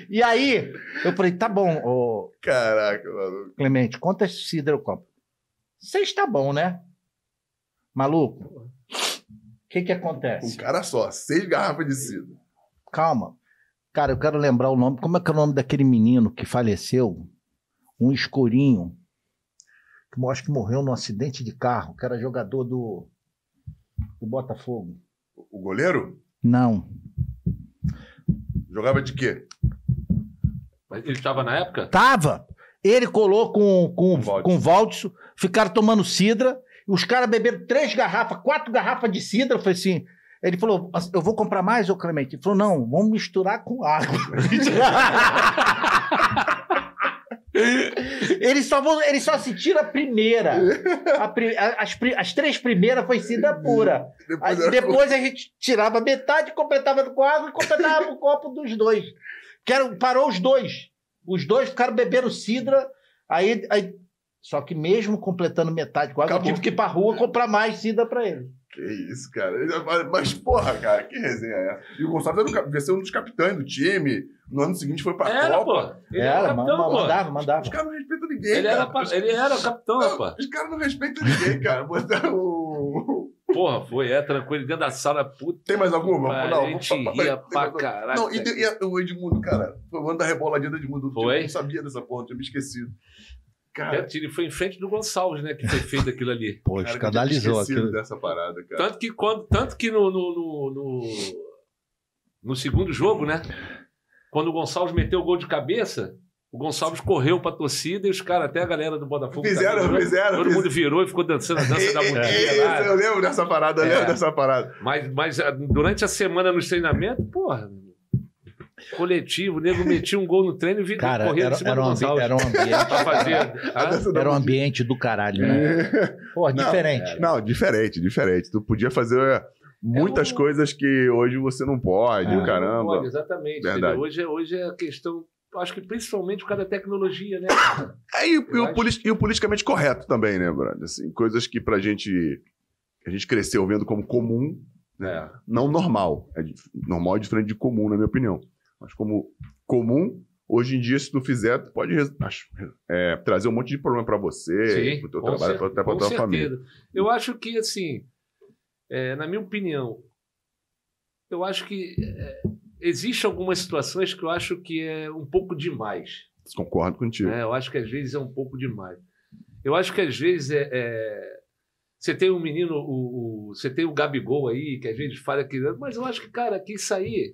Speaker 3: e aí, eu falei: tá bom, ô,
Speaker 2: Caraca, maluco.
Speaker 3: Clemente, quantas cidra eu compro? Seis tá bom, né? Maluco, o que que acontece?
Speaker 2: Um cara só, seis garrafas de cidra.
Speaker 3: Calma. Cara, eu quero lembrar o nome. Como é que é o nome daquele menino que faleceu? Um escurinho. Que eu acho que morreu num acidente de carro, que era jogador do, do Botafogo.
Speaker 2: O goleiro
Speaker 3: Não.
Speaker 2: jogava de quê?
Speaker 4: Mas Ele tava na época?
Speaker 3: Tava. Ele colou com, com,
Speaker 2: Valdes.
Speaker 3: com o Valdes, ficaram tomando cidra. e os caras beberam três garrafas, quatro garrafas de cidra. Eu falei assim. Ele falou: Eu vou comprar mais, ô Clemente? Ele falou: Não, vamos misturar com água. Eles só, vão, eles só se tira a primeira. A pri- a- as, pri- as três primeiras foi cidra pura. Aí
Speaker 2: Depois era
Speaker 3: depois a gente tirava metade, completava com água e completava o copo dos dois. Que era- parou os dois. Os dois ficaram bebendo cidra. Aí, aí- só que mesmo completando metade com água,
Speaker 2: Acabou.
Speaker 3: eu tive que ir pra rua comprar mais cidra pra ele.
Speaker 2: Que isso, cara. Mas- Mas, porra, cara, que resenha é essa? E o Gonçalves era um cap- devia ser um dos capitães do time. No ano seguinte foi pra
Speaker 4: Era,
Speaker 2: Copa.
Speaker 4: pô. Ele era,
Speaker 3: Era,
Speaker 4: capitão,
Speaker 3: ma-
Speaker 4: pô.
Speaker 3: mandava, mandava.
Speaker 2: Os caras não respeitam ninguém,
Speaker 4: Ele era,
Speaker 2: cara.
Speaker 4: pa- ele era o capitão, rapaz.
Speaker 2: Os caras não respeitam ninguém, cara. Botar o...
Speaker 4: Porra, foi, é, tranquilo. Dentro da sala, puta.
Speaker 2: Tem mais alguma?
Speaker 4: Pariu,
Speaker 2: Não,
Speaker 4: a
Speaker 2: vamos
Speaker 4: gente
Speaker 2: falar-
Speaker 4: ria
Speaker 2: tem
Speaker 4: pra
Speaker 2: mais-
Speaker 4: caralho.
Speaker 2: Não, e, de- e a- o Edmundo, cara. Foi o ano da reboladinha do Edmundo. Eu
Speaker 4: Foi?
Speaker 2: não sabia dessa porra, eu tinha me esquecido. Cara,
Speaker 4: É, Ele foi em frente do Gonçalves, né? Que foi feito aquilo ali.
Speaker 3: Pô,
Speaker 2: cara, eu tinha esquecido dessa parada, cara.
Speaker 4: Tanto que, quando, tanto que no, no, no, no- no segundo jogo, né? Quando o Gonçalves meteu o gol de cabeça, o Gonçalves correu pra torcida e os caras, até a galera do Botafogo.
Speaker 2: Fizeram,
Speaker 4: tá,
Speaker 2: fizeram.
Speaker 4: Todo
Speaker 2: fiz-
Speaker 4: mundo virou e ficou dançando a dança da
Speaker 2: E- e-
Speaker 4: boneca. lá.
Speaker 2: Isso, eu lembro dessa parada, eu
Speaker 4: É.
Speaker 2: lembro dessa parada.
Speaker 4: Mas, mas ah, durante a semana nos treinamentos, porra. Coletivo, o nego metia um gol no treino e vinha
Speaker 3: Cara,
Speaker 4: correndo
Speaker 3: era,
Speaker 4: em cima
Speaker 3: era
Speaker 4: do
Speaker 3: um ambi-
Speaker 4: Gonçalves.
Speaker 3: era um ambiente.
Speaker 4: pra fazer.
Speaker 2: A
Speaker 4: Ah,
Speaker 2: dança da
Speaker 3: Era um
Speaker 2: boneca.
Speaker 3: ambiente do caralho,
Speaker 4: É.
Speaker 3: né? Pô,
Speaker 2: Não,
Speaker 3: diferente.
Speaker 2: Não, diferente, diferente. Tu podia fazer muitas
Speaker 4: É um-
Speaker 2: coisas que hoje você não pode,
Speaker 3: É.
Speaker 2: o caramba.
Speaker 4: Olha, exatamente.
Speaker 2: Verdade.
Speaker 4: entendeu? Hoje, é- hoje é a questão, acho que principalmente por causa da tecnologia, né?
Speaker 2: É, e, o- e
Speaker 4: Eu
Speaker 2: o
Speaker 4: acho.
Speaker 2: polit- e o politicamente correto também, né, Brando? Assim, coisas que pra gente. A gente cresceu vendo como comum,
Speaker 4: É.
Speaker 2: não normal. É dif- normal é diferente de comum, na minha opinião. Mas como comum, hoje em dia, se tu fizer, tu pode res- acho, é, trazer um monte de problema pra você, pro teu
Speaker 4: com
Speaker 2: trabalho,
Speaker 4: cer-
Speaker 2: até pra
Speaker 4: com
Speaker 2: tua
Speaker 4: certeza.
Speaker 2: família.
Speaker 4: Eu acho que, assim, é, na minha opinião, eu acho que é, existe algumas situações que eu acho que é um pouco demais.
Speaker 2: Concordo contigo.
Speaker 4: né? Eu acho que às vezes é um pouco demais. Eu acho que às vezes é. é- Você tem um menino, o, o- você tem o Gabigol aí, que às vezes fala que. Mas eu acho que, cara, que isso aí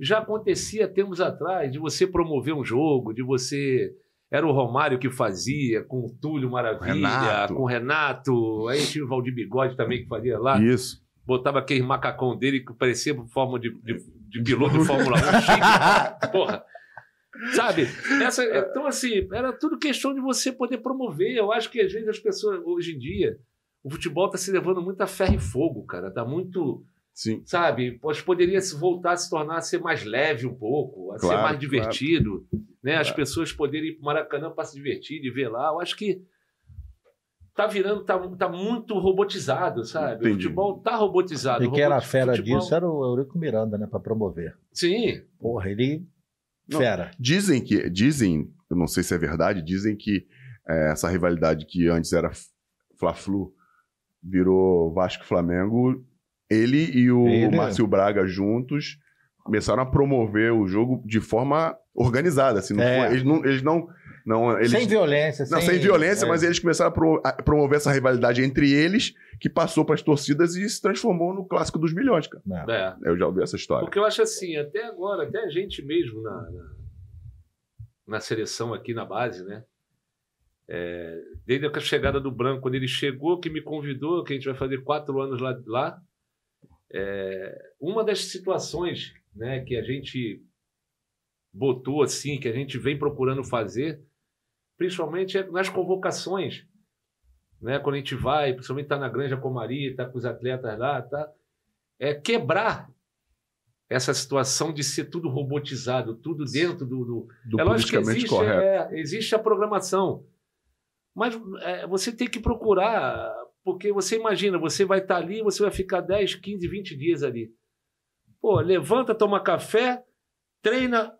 Speaker 4: já acontecia tempos atrás, de você promover um jogo, de você Era o Romário que fazia, com o Túlio Maravilha,
Speaker 2: Renato.
Speaker 4: com o Renato. Aí tinha o Valdir Bigode também que fazia lá.
Speaker 2: Isso.
Speaker 4: Botava aquele macacão dele que parecia forma de, de, de piloto de Fórmula 1. chique. Porra. Sabe? Essa-
Speaker 3: É.
Speaker 4: então, assim, era tudo questão de você poder promover. Eu acho que às vezes as pessoas, hoje em dia, o futebol está se levando muito a ferro e fogo, cara. Tá muito
Speaker 2: Sim.
Speaker 4: sabe? Pode, poderia se voltar a se tornar a ser mais leve um pouco, a
Speaker 2: Claro,
Speaker 4: ser mais divertido, né? As
Speaker 3: É.
Speaker 2: Claro.
Speaker 4: pessoas poderem ir para Maracanã para se divertir e ver lá. Eu acho que tá virando, tá, tá muito robotizado, sabe? O
Speaker 2: Entendi.
Speaker 4: futebol tá robotizado.
Speaker 3: E
Speaker 4: O
Speaker 3: quem era
Speaker 4: robot-
Speaker 3: fera
Speaker 4: futebol-
Speaker 3: disso é? era o Eurico Miranda, né? Pra promover.
Speaker 4: Sim,
Speaker 3: Porra, ele.
Speaker 2: Não.
Speaker 3: Fera.
Speaker 2: Dizem que, dizem, eu não sei se é verdade, dizem que é, essa rivalidade que antes era Fla-Flu virou Vasco-Flamengo. Ele e o
Speaker 3: Ele-
Speaker 2: Márcio Braga juntos começaram a promover o jogo de forma organizada. Assim, não
Speaker 3: É.
Speaker 2: foi- eles não, eles não, não eles,
Speaker 3: Sem É, violência,
Speaker 2: Não, sem
Speaker 4: é.
Speaker 2: violência, mas eles começaram a, pro- a promover essa rivalidade entre eles, que passou para as torcidas e se transformou no clássico dos milhões, cara.
Speaker 3: Não.
Speaker 4: é.
Speaker 2: Eu já ouvi essa história.
Speaker 4: Porque eu acho assim, até agora, até a gente mesmo na, na, na seleção aqui na base, né? É, desde a chegada do Branco, quando ele chegou, que me convidou, que a gente vai fazer quatro anos lá, lá é, uma das situações né, que a gente botou assim, que a gente vem procurando fazer, principalmente é nas convocações, né? Quando a gente vai, principalmente tá na Granja Comari, tá com os atletas lá, tá? É quebrar essa situação de ser tudo robotizado, tudo dentro do. do...
Speaker 2: Do
Speaker 4: é lógico que
Speaker 2: politicamente
Speaker 4: existe,
Speaker 2: correto.
Speaker 4: é, existe a programação. Mas é, você tem que procurar, porque você imagina, você vai estar ali, você vai ficar 10, 15, 20 dias ali. Pô, levanta, toma café, treina,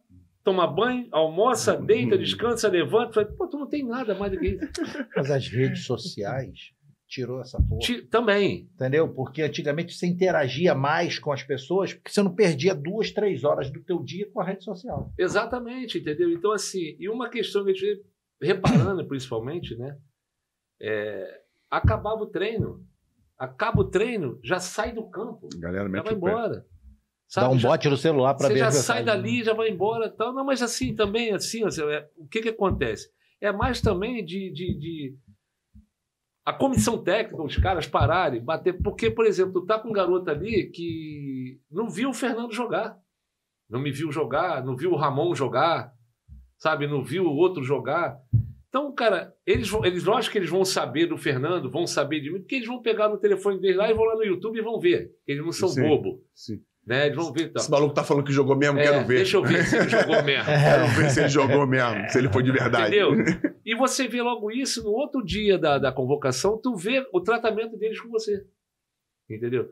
Speaker 4: toma banho, almoça,
Speaker 2: Hum.
Speaker 4: deita, descansa, levanta. Fala, Pô, tu não tem nada mais do que isso.
Speaker 3: Mas as redes sociais tirou essa porra.
Speaker 4: Ti- Também.
Speaker 3: Entendeu? Porque antigamente você interagia mais com as pessoas, porque você não perdia duas, três horas do teu dia com a rede social.
Speaker 4: Exatamente, entendeu? Então, assim, e uma questão que a gente vê reparando, principalmente, né? É, acabava o treino. Acaba o treino, já sai do campo.
Speaker 2: Galera,
Speaker 4: Já
Speaker 2: mete
Speaker 4: vai
Speaker 2: o pé.
Speaker 4: é. embora.
Speaker 3: Dá um
Speaker 4: Já-
Speaker 3: bote no celular pra
Speaker 4: Você
Speaker 3: ver né?
Speaker 4: já
Speaker 3: as
Speaker 4: sai
Speaker 3: mensagens.
Speaker 4: dali, já vai embora e tal. Não, mas assim, também, assim, assim, é, o que que acontece? É mais também de... de- de- a comissão técnica, os caras pararem, bater. Porque, por exemplo, tu tá com um garoto ali que não viu o Fernando jogar. Não me viu jogar, não viu o Ramon jogar, sabe? Não viu o outro jogar. Então, cara, eles, vão- eles lógico que eles vão saber do Fernando, vão saber de mim, porque eles vão pegar no telefone deles lá e vão lá no YouTube e vão ver. Eles não são
Speaker 2: Sim.
Speaker 4: bobo,
Speaker 2: Sim.
Speaker 4: né? Eles vão ver. e tal.
Speaker 2: Esse maluco tá falando que jogou mesmo,
Speaker 4: É,
Speaker 2: quero ver.
Speaker 4: Deixa eu ver se ele jogou
Speaker 3: É.
Speaker 4: mesmo.
Speaker 2: Quero ver se ele jogou mesmo, se ele foi de É verdade.
Speaker 4: Entendeu? E você vê logo isso no outro dia da, da convocação, tu vê o tratamento deles com você. Entendeu?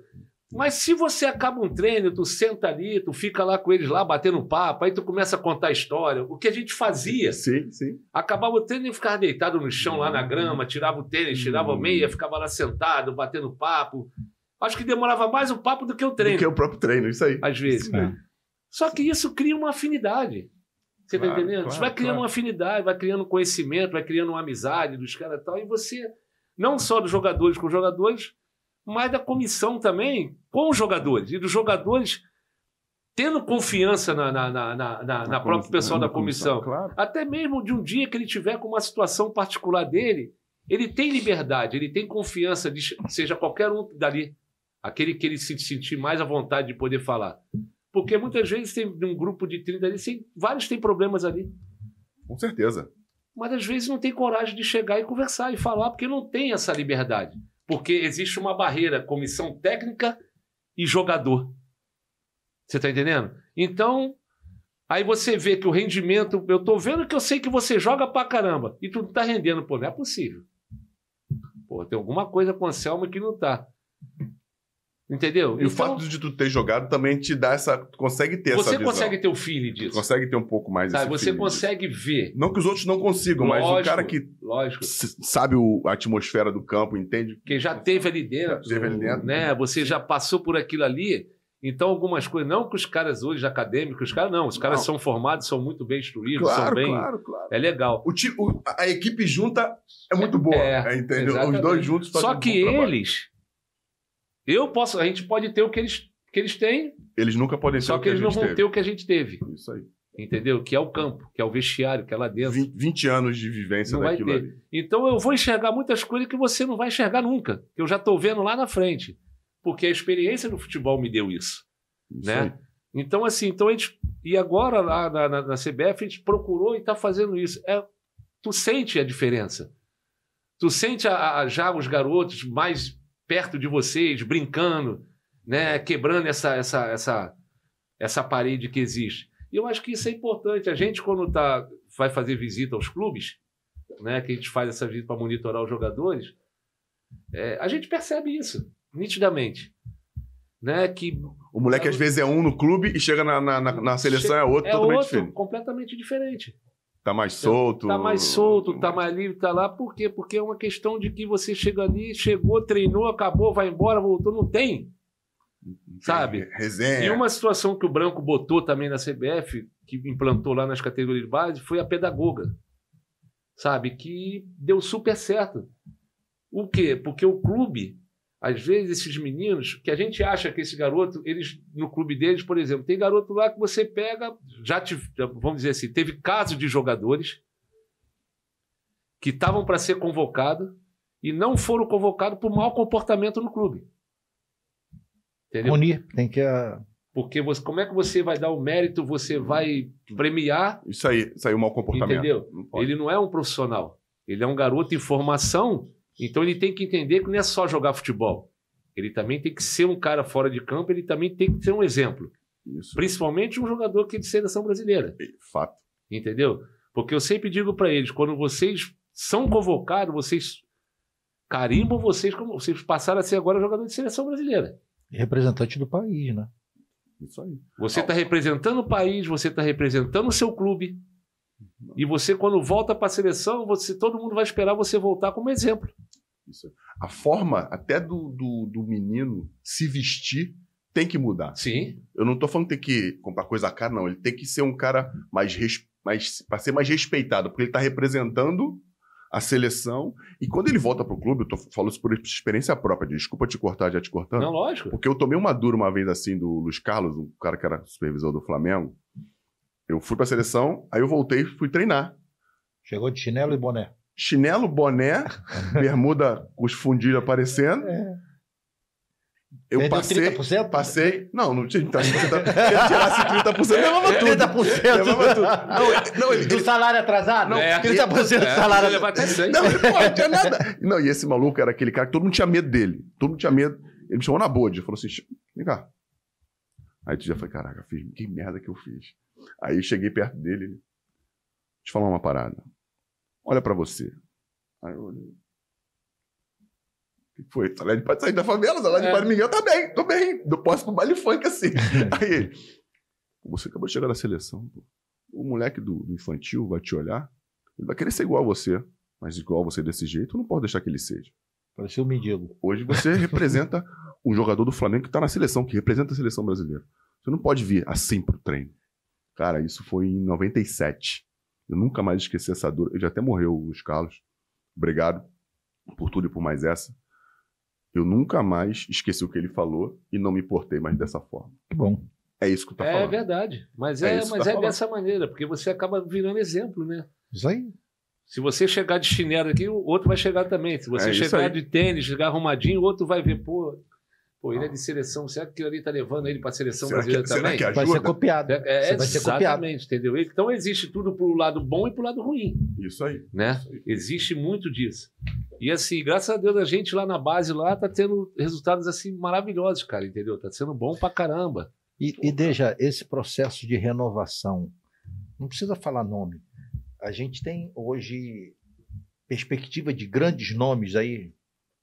Speaker 4: Mas se você acaba um treino, tu senta ali, tu fica lá com eles lá batendo papo, aí tu começa a contar a história. O que a gente fazia?
Speaker 2: Sim, sim.
Speaker 4: Acabava o treino e ficava deitado no chão
Speaker 2: Uhum.
Speaker 4: lá na grama, tirava o tênis, tirava a meia, ficava lá sentado, batendo papo. Acho que demorava mais o papo do que o treino
Speaker 2: Do que o É. próprio treino, isso aí.
Speaker 4: às vezes. né?
Speaker 2: Sim.
Speaker 4: Só que isso cria uma afinidade. Você está
Speaker 2: Claro,
Speaker 4: entendendo? Isso
Speaker 2: claro,
Speaker 4: vai criando
Speaker 2: claro.
Speaker 4: uma afinidade, vai criando um conhecimento, vai criando uma amizade dos caras e tal. E você, não só dos jogadores com os jogadores, mas da comissão também com os jogadores. E dos jogadores tendo confiança na, na, na, na, na- na própria pessoal da comissão.
Speaker 2: Claro.
Speaker 4: Até mesmo de um dia que ele tiver com uma situação particular dele, ele tem liberdade, ele tem confiança de seja qualquer um dali, aquele que ele se sentir mais à vontade de poder falar. Porque muitas vezes tem um grupo de 30 ali, tem- vários têm problemas ali,
Speaker 2: Com certeza.
Speaker 4: mas às vezes não tem coragem de chegar e conversar e falar, porque não tem essa liberdade. Porque existe uma barreira, comissão técnica e jogador. Você está entendendo? Então, aí você vê que o rendimento. Eu tô vendo que eu sei que você joga pra caramba. E tu não tá rendendo, pô, não é possível. Pô, tem alguma coisa com o Anselmo que não tá. Entendeu?
Speaker 2: E o fato de tu ter jogado também te dá essa. Tu consegue ter essa
Speaker 4: Então você
Speaker 2: visão.
Speaker 4: consegue ter o feeling
Speaker 2: Tu
Speaker 4: disso.
Speaker 2: consegue ter um pouco mais
Speaker 4: sabe?
Speaker 2: esse
Speaker 4: Você
Speaker 2: feeling
Speaker 4: consegue ver.
Speaker 2: disso. Não que os outros não consigam, mas o
Speaker 4: Lógico.
Speaker 2: cara que
Speaker 4: Lógico.
Speaker 2: s- sabe o- a atmosfera do campo, entende?
Speaker 4: Porque já teve ali dentro.
Speaker 2: Já teve ali dentro.
Speaker 4: Né? Você já passou por aquilo ali. Então, algumas coisas. Não que os caras hoje acadêmicos, os caras não. Os caras
Speaker 2: Não.
Speaker 4: são formados, são muito bem instruídos,
Speaker 2: Claro,
Speaker 4: são bem.
Speaker 2: claro, claro.
Speaker 4: É legal.
Speaker 2: O ti- o- a equipe junta é muito boa,
Speaker 4: É,
Speaker 2: entendeu? Os
Speaker 4: exatamente.
Speaker 2: dois juntos fazem
Speaker 4: Só
Speaker 2: um
Speaker 4: que
Speaker 2: bom trabalho.
Speaker 4: eles. Eu posso. A gente pode ter o que eles, que eles têm,
Speaker 2: Eles nunca podem ter
Speaker 4: só
Speaker 2: o
Speaker 4: que eles
Speaker 2: a
Speaker 4: não
Speaker 2: gente
Speaker 4: vão
Speaker 2: teve.
Speaker 4: ter o que a gente teve.
Speaker 2: Isso aí.
Speaker 4: entendeu? Que é o campo, que é o vestiário, que é lá dentro.
Speaker 2: 20, 20 anos de vivência
Speaker 4: Não vai
Speaker 2: daquilo
Speaker 4: ter.
Speaker 2: ali.
Speaker 4: Então eu vou enxergar muitas coisas que você não vai enxergar nunca, que eu já estou vendo lá na frente, porque a experiência do futebol me deu isso, né? Então assim, então a gente e agora lá na, na- na CBF a gente procurou e está fazendo isso. É, tu sente a diferença, tu sente a- a- já os garotos mais perto de vocês brincando, né? Quebrando essa essa essa essa parede que existe. E eu acho que isso é importante. A gente quando tá vai fazer visita aos clubes né, que a gente faz essa visita para monitorar os jogadores, é, a gente percebe isso nitidamente, né, que
Speaker 2: O moleque às vezes é um no clube e chega na, na, na- na seleção é outro
Speaker 4: é
Speaker 2: totalmente
Speaker 4: outro
Speaker 2: diferente.
Speaker 4: completamente diferente.
Speaker 2: Tá mais solto.
Speaker 4: Tá mais solto, tá mais livre, tá lá por quê? Porque é uma questão de que você chega ali, chegou, treinou, acabou, vai embora, voltou, não tem. sabe?
Speaker 2: Resenha.
Speaker 4: E uma situação que o Branco botou também na CBF, que implantou lá nas categorias de base, foi a pedagoga. Sabe? Que deu super certo. O quê? Porque o clube, às vezes, esses meninos, que a gente acha que esse garoto, eles, no clube deles, por exemplo, tem garoto lá que você pega, já tive, já, vamos dizer assim, teve casos de jogadores que estavam para ser convocados e não foram convocados por mau comportamento no clube. Entendeu?
Speaker 3: Munir, tem que. ah,
Speaker 4: Porque você, como é que você vai dar o mérito, você vai premiar,
Speaker 2: Isso aí, isso aí, o mau comportamento.
Speaker 4: entendeu?
Speaker 2: Não pode.
Speaker 4: Ele não é um profissional. Ele é um garoto em formação, então ele tem que entender que não é só jogar futebol. Ele também tem que ser um cara fora de campo, ele também tem que ser um exemplo.
Speaker 2: Isso.
Speaker 4: Principalmente um jogador que é de seleção brasileira,
Speaker 2: Fato.
Speaker 4: entendeu? Porque eu sempre digo para eles, quando vocês são convocados, vocês carimbam vocês como vocês passaram a ser agora jogador de seleção brasileira.
Speaker 3: Representante do país, né?
Speaker 2: Isso aí.
Speaker 4: Você está representando o país, você está representando o seu clube. E você, quando volta para a seleção, você, todo mundo vai esperar você voltar como exemplo.
Speaker 2: A forma até do, do, do menino se vestir tem que mudar.
Speaker 4: Sim.
Speaker 2: Eu não tô falando que tem que comprar coisa cara, não. Ele tem que ser um cara mais, res- mais para ser mais respeitado, porque ele tá representando a seleção. E quando ele volta pro clube, eu tô falando isso por experiência própria. Desculpa te cortar, já te cortando.
Speaker 4: Não, lógico.
Speaker 2: Porque eu tomei uma dura uma vez assim do Luiz Carlos, um cara que era supervisor do Flamengo. Eu fui pra seleção, aí eu voltei e fui treinar.
Speaker 3: Chegou de chinelo e boné.
Speaker 2: Chinelo, boné, bermuda com os fundilhos aparecendo. Eu
Speaker 3: Perdeu
Speaker 2: passei,
Speaker 3: 30%?
Speaker 2: passei. Não, não tinha. Então, se eu tirasse 30%, levava tudo.
Speaker 3: 30%
Speaker 2: Levava tudo.
Speaker 3: do,
Speaker 2: Não, ele- não, ele,
Speaker 3: do
Speaker 2: ele-
Speaker 3: salário atrasado?
Speaker 4: É,
Speaker 3: 30% do
Speaker 4: é,
Speaker 3: salário
Speaker 4: Ele vai até cem.
Speaker 2: não, ele, pô, não tinha nada. Não, e esse maluco era aquele cara que todo mundo tinha medo dele. Todo mundo tinha medo. Ele me chamou na boa, ele falou assim: vem cá. Aí tu já foi, caraca, fiz, que merda que eu fiz. Aí eu cheguei perto dele, ele, te falar uma parada. Olha pra você. Aí eu olhei. O que foi? Tá lá de sair da favela, tá lá de
Speaker 4: É.
Speaker 2: é. Miguel, tá bem, tô bem. Eu posso ir pro baile funk assim. Aí ele, "Pô, você acabou de chegar na seleção, pô. O moleque do, do infantil vai te olhar, ele vai querer ser igual a você, mas igual a você desse jeito, eu não posso deixar que ele seja.
Speaker 3: Parecia um mendigo.
Speaker 2: Hoje você representa um jogador do Flamengo que tá na seleção, que representa a seleção brasileira. Você não pode vir assim pro treino. Cara, isso foi em 97. Eu nunca mais esqueci essa dor. Ele já até morreu, o Luiz Carlos. Obrigado por tudo e por mais essa. Eu nunca mais esqueci o que ele falou e não me importei mais dessa forma.
Speaker 3: Que bom.
Speaker 2: É isso que tu tá
Speaker 4: é
Speaker 2: falando.
Speaker 4: verdade. Mas
Speaker 2: É
Speaker 4: é,
Speaker 2: isso que
Speaker 4: mas
Speaker 2: tá
Speaker 4: é
Speaker 2: falando.
Speaker 4: dessa maneira, porque você acaba virando exemplo, né?
Speaker 3: Isso aí.
Speaker 4: Se você chegar de chinelo aqui, o outro vai chegar também. Se você
Speaker 2: É isso
Speaker 4: chegar
Speaker 2: aí.
Speaker 4: de tênis, chegar arrumadinho, o outro vai ver, pô, pô ele é de seleção. Será que ele tá levando ele para a seleção
Speaker 2: Será que,
Speaker 4: brasileira
Speaker 2: será
Speaker 4: também?
Speaker 2: que
Speaker 3: Vai ser
Speaker 2: ajuda?
Speaker 3: copiado.
Speaker 4: É, é,
Speaker 3: Você vai ser copiado.
Speaker 4: exatamente, entendeu? Então existe tudo pro lado bom e pro lado ruim,
Speaker 2: Isso aí.
Speaker 4: né? Existe muito disso. E assim, graças a Deus a gente lá na base lá tá tendo resultados assim maravilhosos, cara, entendeu? Tá sendo bom pra caramba.
Speaker 3: E, e deixa esse processo de renovação. Não precisa falar nome. A gente tem hoje perspectiva de grandes nomes aí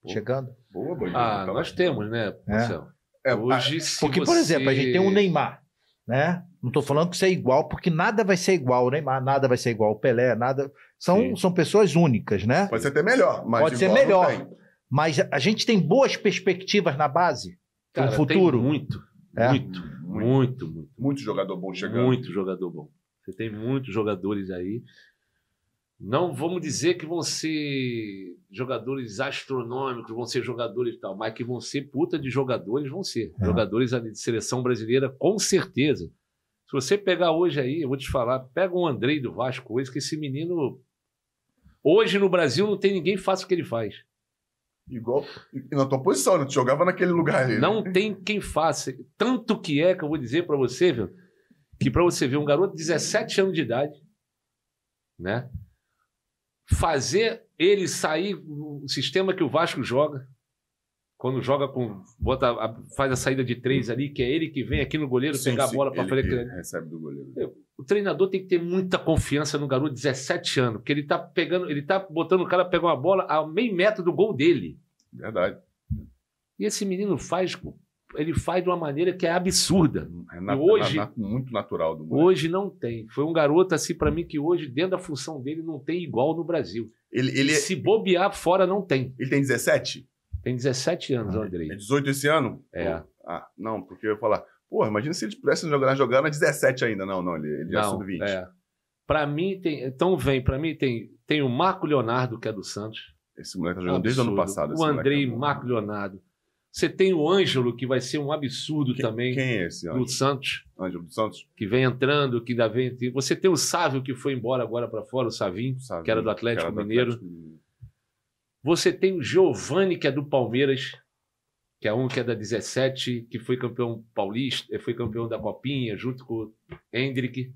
Speaker 2: Pô.
Speaker 3: chegando.
Speaker 2: Boa, Tá boa.
Speaker 4: Ah, nós temos, né, Marcelo?
Speaker 2: É,
Speaker 4: Hoje se
Speaker 3: ah, Porque, por
Speaker 4: você-
Speaker 3: exemplo, a gente tem um o Neymar, né? Não estou falando que isso é igual, porque nada vai ser igual o Neymar, nada vai ser igual o Pelé, nada.
Speaker 4: Sim.
Speaker 3: São, são pessoas únicas,
Speaker 4: Ah,
Speaker 3: né?
Speaker 2: Pode ser até melhor. Mas
Speaker 3: Pode ser
Speaker 2: igual não
Speaker 3: melhor.
Speaker 2: tem.
Speaker 3: Mas a- a gente tem boas perspectivas na base.
Speaker 4: cara,
Speaker 3: no
Speaker 4: tem
Speaker 3: um futuro.
Speaker 4: muito,
Speaker 3: É.
Speaker 4: muito,
Speaker 2: Muito,
Speaker 4: muito, muito,
Speaker 2: muito jogador bom chegando.
Speaker 4: muito jogador bom. Você tem muitos jogadores aí. Não vamos dizer que vão ser jogadores astronômicos, vão ser jogadores e tal, mas que vão ser puta de jogadores, vão ser.
Speaker 3: É.
Speaker 4: Jogadores ali de seleção brasileira, com certeza. Se você pegar hoje aí, eu vou te falar, pega o Andrei do Vasco hoje, que esse menino. Hoje no Brasil não tem ninguém que faça o que ele faz.
Speaker 2: Igual. E na tua posição, né? Tu jogava naquele lugar ali. né?
Speaker 4: Não tem quem faça. Tanto que é que eu vou dizer pra você, viu? Que pra você ver um garoto de 17 anos de idade, né? Fazer ele sair o sistema que o Vasco joga, quando joga com bota a- faz a saída de três ali, que é ele que vem aqui no goleiro
Speaker 2: Sim,
Speaker 4: pegar
Speaker 2: sim,
Speaker 4: a bola pra
Speaker 2: ele
Speaker 4: fazer
Speaker 2: que
Speaker 4: aquele-
Speaker 2: Recebe do goleiro.
Speaker 4: o treinador tem que ter muita confiança no garoto de 17 anos, porque ele tá pegando, ele tá botando o cara a pegar uma bola a meio metro do gol dele.
Speaker 2: Verdade.
Speaker 4: E esse menino faz, ele faz de uma maneira que é absurda.
Speaker 2: É na-
Speaker 4: E hoje-
Speaker 2: na- na- muito natural do mundo.
Speaker 4: Hoje não tem. Foi um garoto assim pra mim que hoje dentro da função dele não tem igual no Brasil.
Speaker 2: Ele, ele, é-
Speaker 4: Se bobear fora não tem.
Speaker 2: ele tem 17?
Speaker 4: Tem 17 anos, Andrei.
Speaker 2: É 18 esse ano?
Speaker 4: É.
Speaker 2: Ah, não, porque eu ia falar. Porra, imagina se eles pudessem jogar, jogar na 17 ainda. Não, não, ele, ele já é
Speaker 4: Não,
Speaker 2: sub-20.
Speaker 4: é. Para mim tem, então vem, pra mim tem, tem o Marco Leonardo que é do Santos.
Speaker 2: Esse moleque tá jogando desde o ano
Speaker 4: Absurdo.
Speaker 2: passado. esse
Speaker 4: O
Speaker 2: moleque
Speaker 4: Andrei
Speaker 2: é bom.
Speaker 4: Marco Leonardo. Você tem o Ângelo, que vai ser um absurdo também,
Speaker 2: Quem é esse
Speaker 4: do
Speaker 2: Ângelo?
Speaker 4: Santos,
Speaker 2: Ângelo dos Santos?
Speaker 4: que vem entrando, que ainda vem. Você tem o Sávio, que foi embora agora pra fora, o Savinho.
Speaker 2: Sabe, né?
Speaker 4: Que era do Atlético Mineiro.
Speaker 2: Mineiro.
Speaker 4: Você tem o Giovani, que é do Palmeiras, que é um que é da 17, que foi campeão paulista, eh, foi campeão da Copinha, junto com o Hendrick.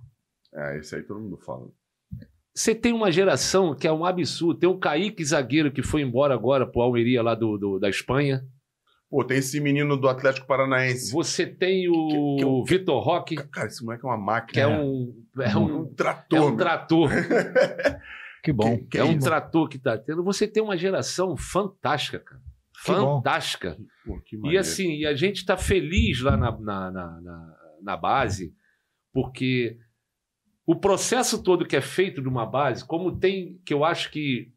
Speaker 2: É, esse aí todo mundo fala.
Speaker 4: Você tem uma geração que é um absurdo. Tem o Kaique zagueiro que foi embora agora pro Almeria lá do, do- da Espanha.
Speaker 2: Pô, tem esse menino do Atlético Paranaense.
Speaker 4: Você tem o
Speaker 2: Que- que eu-
Speaker 4: Vitor Roque,
Speaker 2: Cara, esse moleque é uma máquina.
Speaker 4: que é um, é um,
Speaker 2: trator.
Speaker 4: é um
Speaker 2: meu.
Speaker 4: trator.
Speaker 3: Que bom.
Speaker 2: Que- que
Speaker 4: é um
Speaker 2: isso?
Speaker 4: trator que tá tendo. Você tem uma geração fantástica, cara.
Speaker 3: Que bom.
Speaker 4: Fantástica.
Speaker 2: Pô, que
Speaker 4: E
Speaker 2: maneiro.
Speaker 4: assim, e a gente está feliz lá na, na, na, na- na base, porque o processo todo que é feito de uma base, como tem, que eu acho que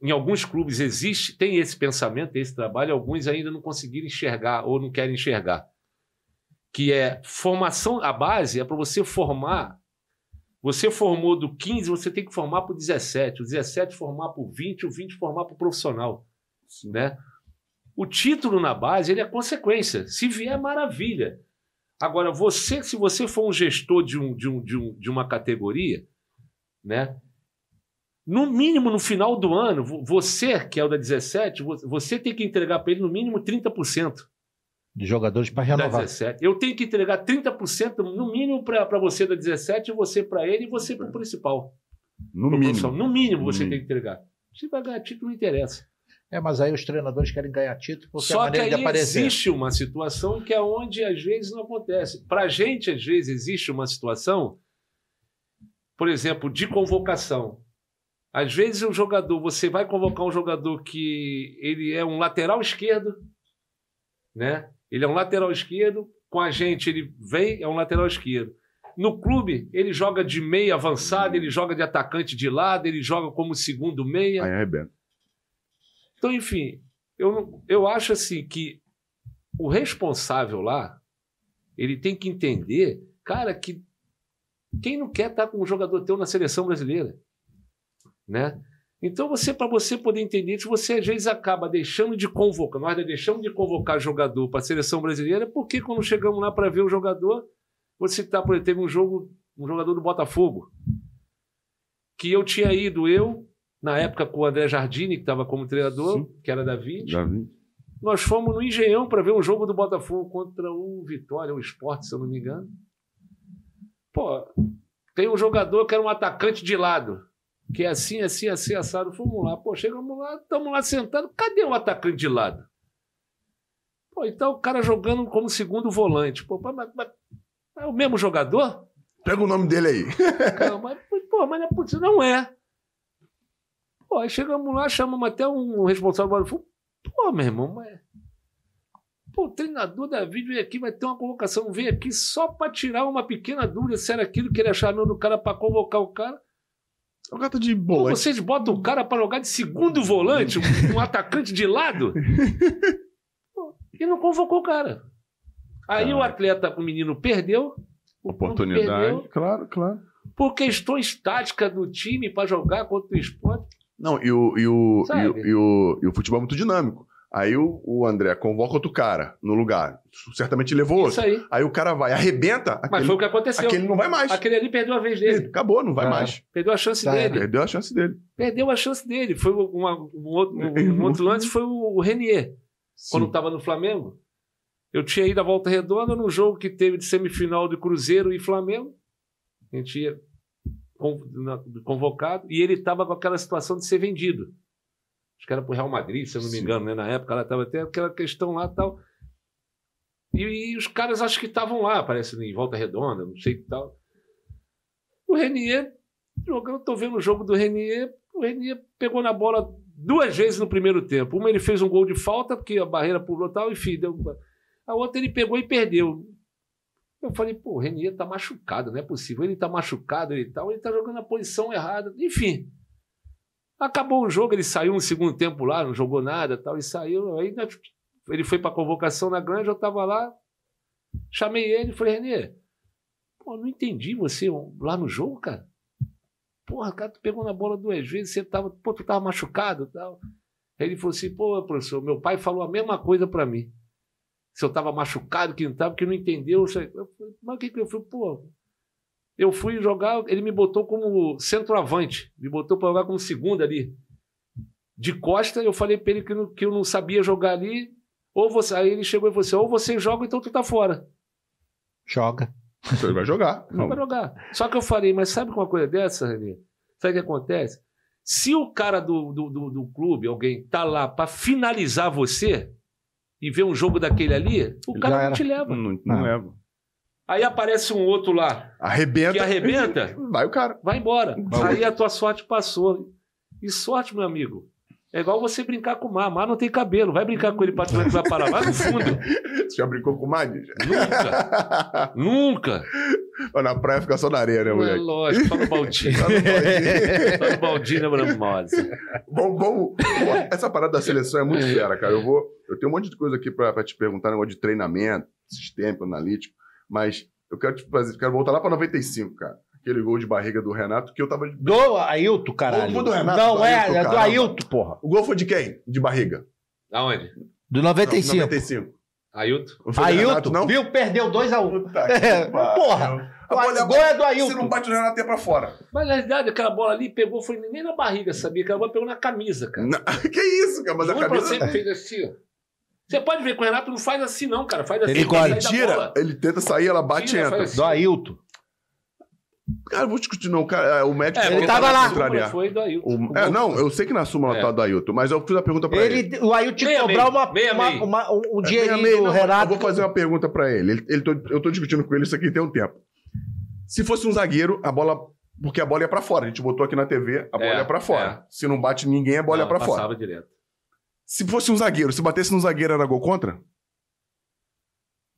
Speaker 4: em alguns clubes existe, tem esse pensamento, esse trabalho, alguns ainda não conseguiram enxergar ou não querem enxergar. Que é formação, a base é para você formar. Você formou do 15, você tem que formar para o 17, o 17 formar para o 20, o 20 formar para o profissional. Né? O título na base ele é consequência. Se vier, é maravilha. Agora, você, se você for um gestor de, um, de, um, de, um, de uma categoria, né? No mínimo, no final do ano, vo- você, que é o da 17, vo- você tem que entregar para ele no mínimo 30%
Speaker 3: De jogadores
Speaker 2: É
Speaker 3: para
Speaker 4: da
Speaker 3: renovar.
Speaker 4: 17. Eu tenho que entregar 30% no mínimo para você da 17, você para ele e você para o principal.
Speaker 2: É. No
Speaker 4: Pro
Speaker 2: mínimo.
Speaker 4: profissional. No mínimo você
Speaker 2: No
Speaker 4: tem que entregar. Se vai ganhar título, não interessa.
Speaker 3: É, mas aí os treinadores querem ganhar título porque é a
Speaker 4: Só que
Speaker 3: maneira
Speaker 4: aí
Speaker 3: de aparecer.
Speaker 4: existe uma situação que é onde às vezes não acontece. Para a gente, às vezes, existe uma situação, por exemplo, de convocação. Às vezes o jogador, você vai convocar um jogador que ele é um lateral esquerdo, né? Ele é um lateral esquerdo, com a gente ele vem, é um lateral esquerdo. No clube, ele joga de meia avançada, ele joga de atacante de lado, ele joga como segundo meia.
Speaker 2: Aí arrebenta.
Speaker 4: Então, enfim, eu, não- eu acho assim que o responsável lá, ele tem que entender, cara, que quem não quer estar com um jogador teu na seleção brasileira, né? Então você para você poder entender isso, você às vezes acaba deixando de convocar, nós deixamos de convocar jogador para a seleção brasileira, porque quando chegamos lá para ver o jogador, você tá, por exemplo, teve um jogo, um jogador do Botafogo, que eu tinha ido eu na época com o André Jardini, que estava como treinador, que era da 20,
Speaker 2: Já vi.
Speaker 4: nós fomos no Engenhão para ver um jogo do Botafogo contra o Vitória, o Esporte, se eu não me engano. Pô, tem um jogador que era um atacante de lado, que é assim, assim, assim, assado. Fomos lá, pô, chegamos lá, estamos lá sentados, cadê o atacante de lado? Pô, então o cara jogando como segundo volante. Pô, mas- mas- mas é o mesmo jogador?
Speaker 2: Pega o nome dele aí.
Speaker 4: Não, mas, pô, mas não é possível, não é. Pô, aí chegamos lá, chamamos até um responsável do Botafogo. Pô, meu irmão, mas... Pô, o treinador da vídeo veio aqui, vai ter uma convocação, veio aqui só pra tirar uma pequena dúvida se era aquilo que ele achava mesmo do cara pra convocar o cara.
Speaker 2: É o gato de
Speaker 4: Pô,
Speaker 2: boa.
Speaker 4: vocês botam o cara pra jogar de segundo volante, um- um atacante de lado? Pô, E não convocou o cara. Aí o
Speaker 2: Caraca.
Speaker 4: atleta, o menino perdeu. o clube
Speaker 2: Oportunidade.
Speaker 4: perdeu
Speaker 2: Claro, claro.
Speaker 4: por questões táticas do time para jogar contra o esporte.
Speaker 2: Não, e o, e, o, e,
Speaker 4: Sabe?
Speaker 2: o, e, o, e o futebol é muito dinâmico. Aí o, o André convoca outro cara no lugar. Certamente levou
Speaker 4: Isso
Speaker 2: outro.
Speaker 4: aí.
Speaker 2: Aí o cara vai, arrebenta,
Speaker 4: Mas
Speaker 2: aquele,
Speaker 4: foi o que aconteceu. Aquele,
Speaker 2: aquele não vai mais.
Speaker 4: ali perdeu a vez
Speaker 2: Ele
Speaker 4: dele.
Speaker 2: acabou, não vai
Speaker 3: Ah.
Speaker 2: mais.
Speaker 4: Perdeu a chance
Speaker 3: Tá.
Speaker 4: dele.
Speaker 2: Perdeu a chance dele.
Speaker 4: Perdeu a chance dele. Foi uma- um, outro, um outro lance foi o o Renier. Quando estava no Flamengo. Eu tinha ido à volta redonda num jogo que teve de semifinal de Cruzeiro e Flamengo. A gente ia con- na- convocado e ele estava com aquela situação de ser vendido. Acho que era pro Real Madrid, se eu não me
Speaker 2: Sim.
Speaker 4: engano, né? Na época ela estava até aquela questão lá e tal. E, e os caras acho que estavam lá, parece, em volta redonda, não sei que tal. O Renier, jogando, tô vendo o jogo do Renier, o Renier pegou na bola duas vezes no primeiro tempo. Uma ele fez um gol de falta, porque a barreira pulou e tal, enfim, deu. A outra ele pegou e perdeu. Eu falei, pô, o Renier tá machucado, não é possível. Ele tá machucado e tal, ele tá jogando a posição errada. Enfim. Acabou o jogo, ele saiu no segundo tempo lá, não jogou nada tal, e saiu. Aí nós- ele foi pra convocação na granja, eu tava lá, chamei ele e falei, Renier, pô, não entendi você lá no jogo, cara. Porra, cara, tu pegou na bola duas vezes, você tava, pô, tu tava machucado e tal. Aí ele falou assim, pô, professor, meu pai falou a mesma coisa pra mim se eu estava machucado, que não estava, que não entendeu. isso aí. Eu falei, mas o que que eu fui? Pô, eu fui jogar, ele me botou como centroavante, me botou para jogar como segunda ali. De costa, eu falei para ele que, não- que eu não sabia jogar ali. Ou você, aí ele chegou e falou assim: ou você joga, então tu tá fora.
Speaker 3: Joga.
Speaker 2: Então ele vai jogar.
Speaker 4: Não
Speaker 2: Não.
Speaker 4: vai jogar. Só que eu falei, mas sabe uma coisa dessa, Renê? Sabe o que acontece? Se o cara do, do, do, do clube, alguém, tá lá para finalizar você e ver um jogo daquele ali, o
Speaker 3: Já
Speaker 4: cara não
Speaker 3: era.
Speaker 4: te leva.
Speaker 2: Não, não
Speaker 3: Não.
Speaker 2: leva.
Speaker 4: Aí aparece um outro lá
Speaker 2: Arrebenta.
Speaker 4: que arrebenta,
Speaker 2: Vai o cara.
Speaker 4: vai embora.
Speaker 2: Vai.
Speaker 4: Aí a tua sorte passou. E sorte, meu amigo. É igual você brincar com o mar. Mar não tem cabelo. Vai brincar com ele pra tu ver que vai parar. Vai no fundo.
Speaker 2: Você já brincou com o Magnes?
Speaker 4: Nunca. Nunca.
Speaker 2: Na praia fica só na areia, né,
Speaker 4: é
Speaker 2: moleque?
Speaker 4: lógico. Só no baldinho. Só no baldinho, né, Bramosa?
Speaker 2: Bom, bom. Essa parada da seleção é muito fera, cara. Eu vou. Eu tenho um monte de coisa aqui pra, pra te perguntar, negócio de treinamento, sistêmico, analítico, mas eu quero te fazer, quero voltar lá pra 95, cara. Aquele gol de barriga do Renato que eu tava. de-
Speaker 3: Do Ailton, caralho.
Speaker 2: Gol do Renato,
Speaker 3: não,
Speaker 2: do
Speaker 3: é,
Speaker 2: Ailton,
Speaker 3: é do
Speaker 2: caramba.
Speaker 3: Ailton, porra.
Speaker 2: O gol foi de quem? De barriga.
Speaker 4: Aonde?
Speaker 3: Do
Speaker 2: Não,
Speaker 3: 95.
Speaker 2: 95.
Speaker 4: Ailton?
Speaker 2: Não foi do Renato,
Speaker 3: Ailton,
Speaker 2: não?
Speaker 3: viu? Perdeu 2x1.
Speaker 2: Puta
Speaker 3: É,
Speaker 2: que pariu.
Speaker 3: porra.
Speaker 2: A bola,
Speaker 3: O gol é do
Speaker 2: se não
Speaker 3: Ailton.
Speaker 2: bate o Renato é pra fora.
Speaker 4: Mas na realidade, aquela bola ali pegou, foi nem na barriga, sabia? Aquela bola pegou na camisa, cara.
Speaker 2: Não, que isso, cara? Mas a
Speaker 4: Juro pra
Speaker 2: camisa.
Speaker 4: você que fez assim, ó. Você pode ver que o Renato não faz assim, não, cara. Faz assim.
Speaker 3: Ele
Speaker 4: pra sair da
Speaker 2: Tira,
Speaker 4: bola.
Speaker 2: ele tenta sair, ela bate
Speaker 4: Tira,
Speaker 2: e entra.
Speaker 4: faz
Speaker 3: Do Ailton.
Speaker 2: Cara, eu vou discutir, não, cara. O médico
Speaker 4: É,
Speaker 3: Ele
Speaker 4: porque
Speaker 3: tava
Speaker 4: na
Speaker 3: lá.
Speaker 4: súmula
Speaker 2: contrariar.
Speaker 4: Foi do Ailton.
Speaker 2: O- é, não, eu sei que na súmula
Speaker 4: É.
Speaker 2: tá do Ailton, mas eu fiz a pergunta pra ele.
Speaker 3: Ele, o Ailton tinha que
Speaker 4: Meia
Speaker 3: cobrar
Speaker 4: meia,
Speaker 3: uma,
Speaker 4: meia
Speaker 3: uma-
Speaker 4: meia.
Speaker 3: uma- um um
Speaker 2: É,
Speaker 3: dinheirinho
Speaker 2: meia-meia,
Speaker 3: do
Speaker 2: não,
Speaker 3: Renato.
Speaker 2: Eu vou fazer uma pergunta pra ele. Ele- ele- tô- eu tô discutindo com ele isso aqui tem um tempo. Se fosse um zagueiro, a bola. Porque a bola ia pra fora. A gente botou aqui na TV, a bola
Speaker 4: É,
Speaker 2: ia pra fora. Se não bate ninguém, a bola ia
Speaker 4: Não,
Speaker 2: pra fora.
Speaker 4: Passava direto.
Speaker 2: Se fosse um zagueiro, se batesse num zagueiro, era gol contra?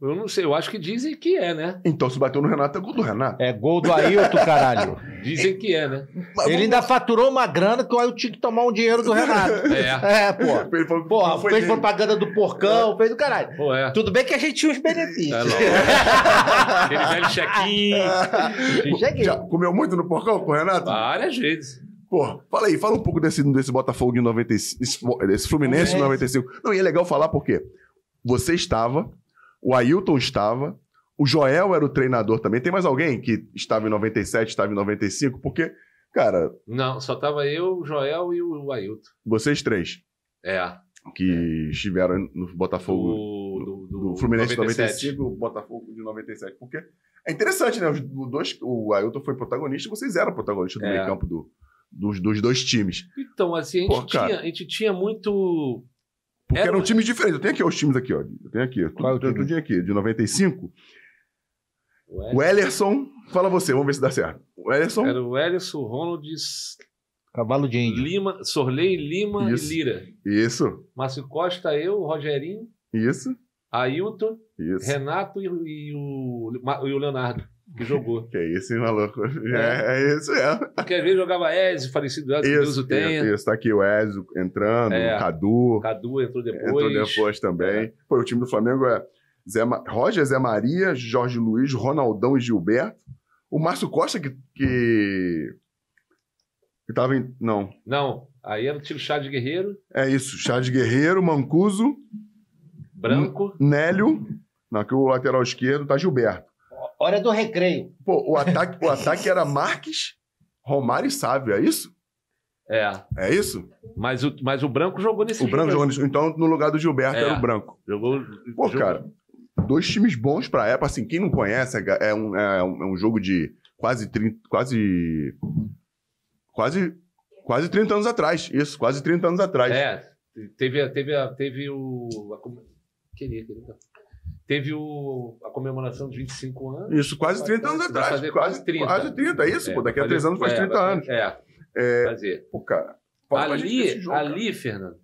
Speaker 4: Eu não sei, eu acho que dizem que é, né?
Speaker 2: Então, se bateu no Renato, é gol do Renato.
Speaker 3: É gol do Ailton, caralho.
Speaker 4: Dizem que é, né?
Speaker 2: Mas
Speaker 3: Ele ainda faturou uma grana que o Ailton tinha que tomar um dinheiro do Renato.
Speaker 4: É.
Speaker 3: É, pô.
Speaker 2: vamos- Ele falou que
Speaker 3: Porra,
Speaker 2: não foi
Speaker 3: fez
Speaker 2: dele.
Speaker 3: propaganda do porcão, fez do caralho.
Speaker 4: Ou é.
Speaker 3: Tudo bem que a gente tinha os
Speaker 4: É
Speaker 3: benefícios.
Speaker 4: lá. Aquele velho chequinho.
Speaker 3: Cheguei.
Speaker 2: Já comeu muito no porcão com o Renato?
Speaker 4: Várias vezes.
Speaker 2: Porra, fala aí, fala um pouco desse, desse Botafogo em 95, esse Fo- desse Fluminense em 95. Não, e é legal falar porque você estava, o Ailton estava, o Joel era o treinador também. Tem mais alguém que estava em 97, estava em 95? Porque, cara,
Speaker 4: Não, só tava eu, o Joel e o Ailton.
Speaker 2: vocês três
Speaker 4: É.
Speaker 2: que estiveram no Botafogo
Speaker 4: Do, do,
Speaker 2: do,
Speaker 4: do
Speaker 2: Fluminense em 95, o Botafogo de 97. Porque é interessante, né? Os dois, o Ailton foi protagonista e vocês eram protagonistas do
Speaker 4: É.
Speaker 2: meio campo do- dos, dos dois times.
Speaker 4: Então, assim, a gente,
Speaker 2: Pô, cara.
Speaker 4: tinha, a gente tinha muito.
Speaker 2: Porque
Speaker 4: Era
Speaker 2: eram
Speaker 4: um-
Speaker 2: times diferentes. Eu tenho aqui ó, os times aqui, ó. Eu tenho aqui.
Speaker 3: Qual é o
Speaker 2: tudo,
Speaker 3: time?
Speaker 2: tudinho aqui, de 95.
Speaker 4: Ué,
Speaker 2: O Ellerson, fala você, vamos ver se dá certo. O Ellerson,
Speaker 4: É. Era o Ellison, Ronald, S-
Speaker 3: Cavalo de índio.
Speaker 4: Lima, Sorley, Lima
Speaker 2: Isso.
Speaker 4: e Lira.
Speaker 2: isso,
Speaker 4: Márcio Costa, eu, Rogerinho,
Speaker 2: isso,
Speaker 4: Ailton,
Speaker 2: isso.
Speaker 4: Renato e, o- e o, e o Leonardo, que jogou.
Speaker 2: Que é isso, hein, maluco? É, é isso, é.
Speaker 4: Porque às vezes jogava Ezio, falecido Ezio, que Deus
Speaker 2: Isso,
Speaker 4: o tenha.
Speaker 2: isso. Tá aqui o Ezio entrando,
Speaker 4: É.
Speaker 2: o Cadu,
Speaker 4: Cadu entrou depois.
Speaker 2: entrou depois também. Pô, o time do Flamengo é Zé Ma- Roger, Zé Maria, Jorge Luiz, Ronaldão e Gilberto. O Márcio Costa, que... que... Que tava em. Não.
Speaker 4: Não, aí era o tiro chá de guerreiro,
Speaker 2: É isso. Chá de Guerreiro, Mancuso,
Speaker 4: branco.
Speaker 2: Nélio. Não, que o lateral esquerdo tá Gilberto.
Speaker 3: Hora do recreio.
Speaker 2: Pô, o ataque, o ataque era Marques, Romário e Sávio, é isso?
Speaker 4: É,
Speaker 2: É isso?
Speaker 4: mas o, mas o branco jogou nesse
Speaker 2: O Branco
Speaker 4: jogo.
Speaker 2: jogou nisso. Então, no lugar do Gilberto
Speaker 4: É.
Speaker 2: era o Branco.
Speaker 4: jogou.
Speaker 2: Pô,
Speaker 4: jogou-
Speaker 2: cara, dois times bons pra época. Assim, quem não conhece, é um, é um, é um jogo de quase 30. Quase. Quase. Quase 30 anos atrás. Isso, quase 30 anos atrás.
Speaker 4: É, teve, a- teve, a- teve o. A, com- queria, queria. não. Teve o, a comemoração dos 25 anos.
Speaker 2: Isso, quase 30 anos
Speaker 4: Vai
Speaker 2: atrás.
Speaker 4: fazer
Speaker 2: quase
Speaker 4: quase 30.
Speaker 2: Quase 30, é isso,
Speaker 4: É,
Speaker 2: pô. Daqui a
Speaker 4: fazer-
Speaker 2: 3 anos faz
Speaker 4: é,
Speaker 2: 30
Speaker 4: vai-
Speaker 2: anos.
Speaker 4: É, fazer.
Speaker 2: Pô, cara. fala pra gente desse
Speaker 4: Ali,
Speaker 2: jogo, cara.
Speaker 4: ali, Fernando.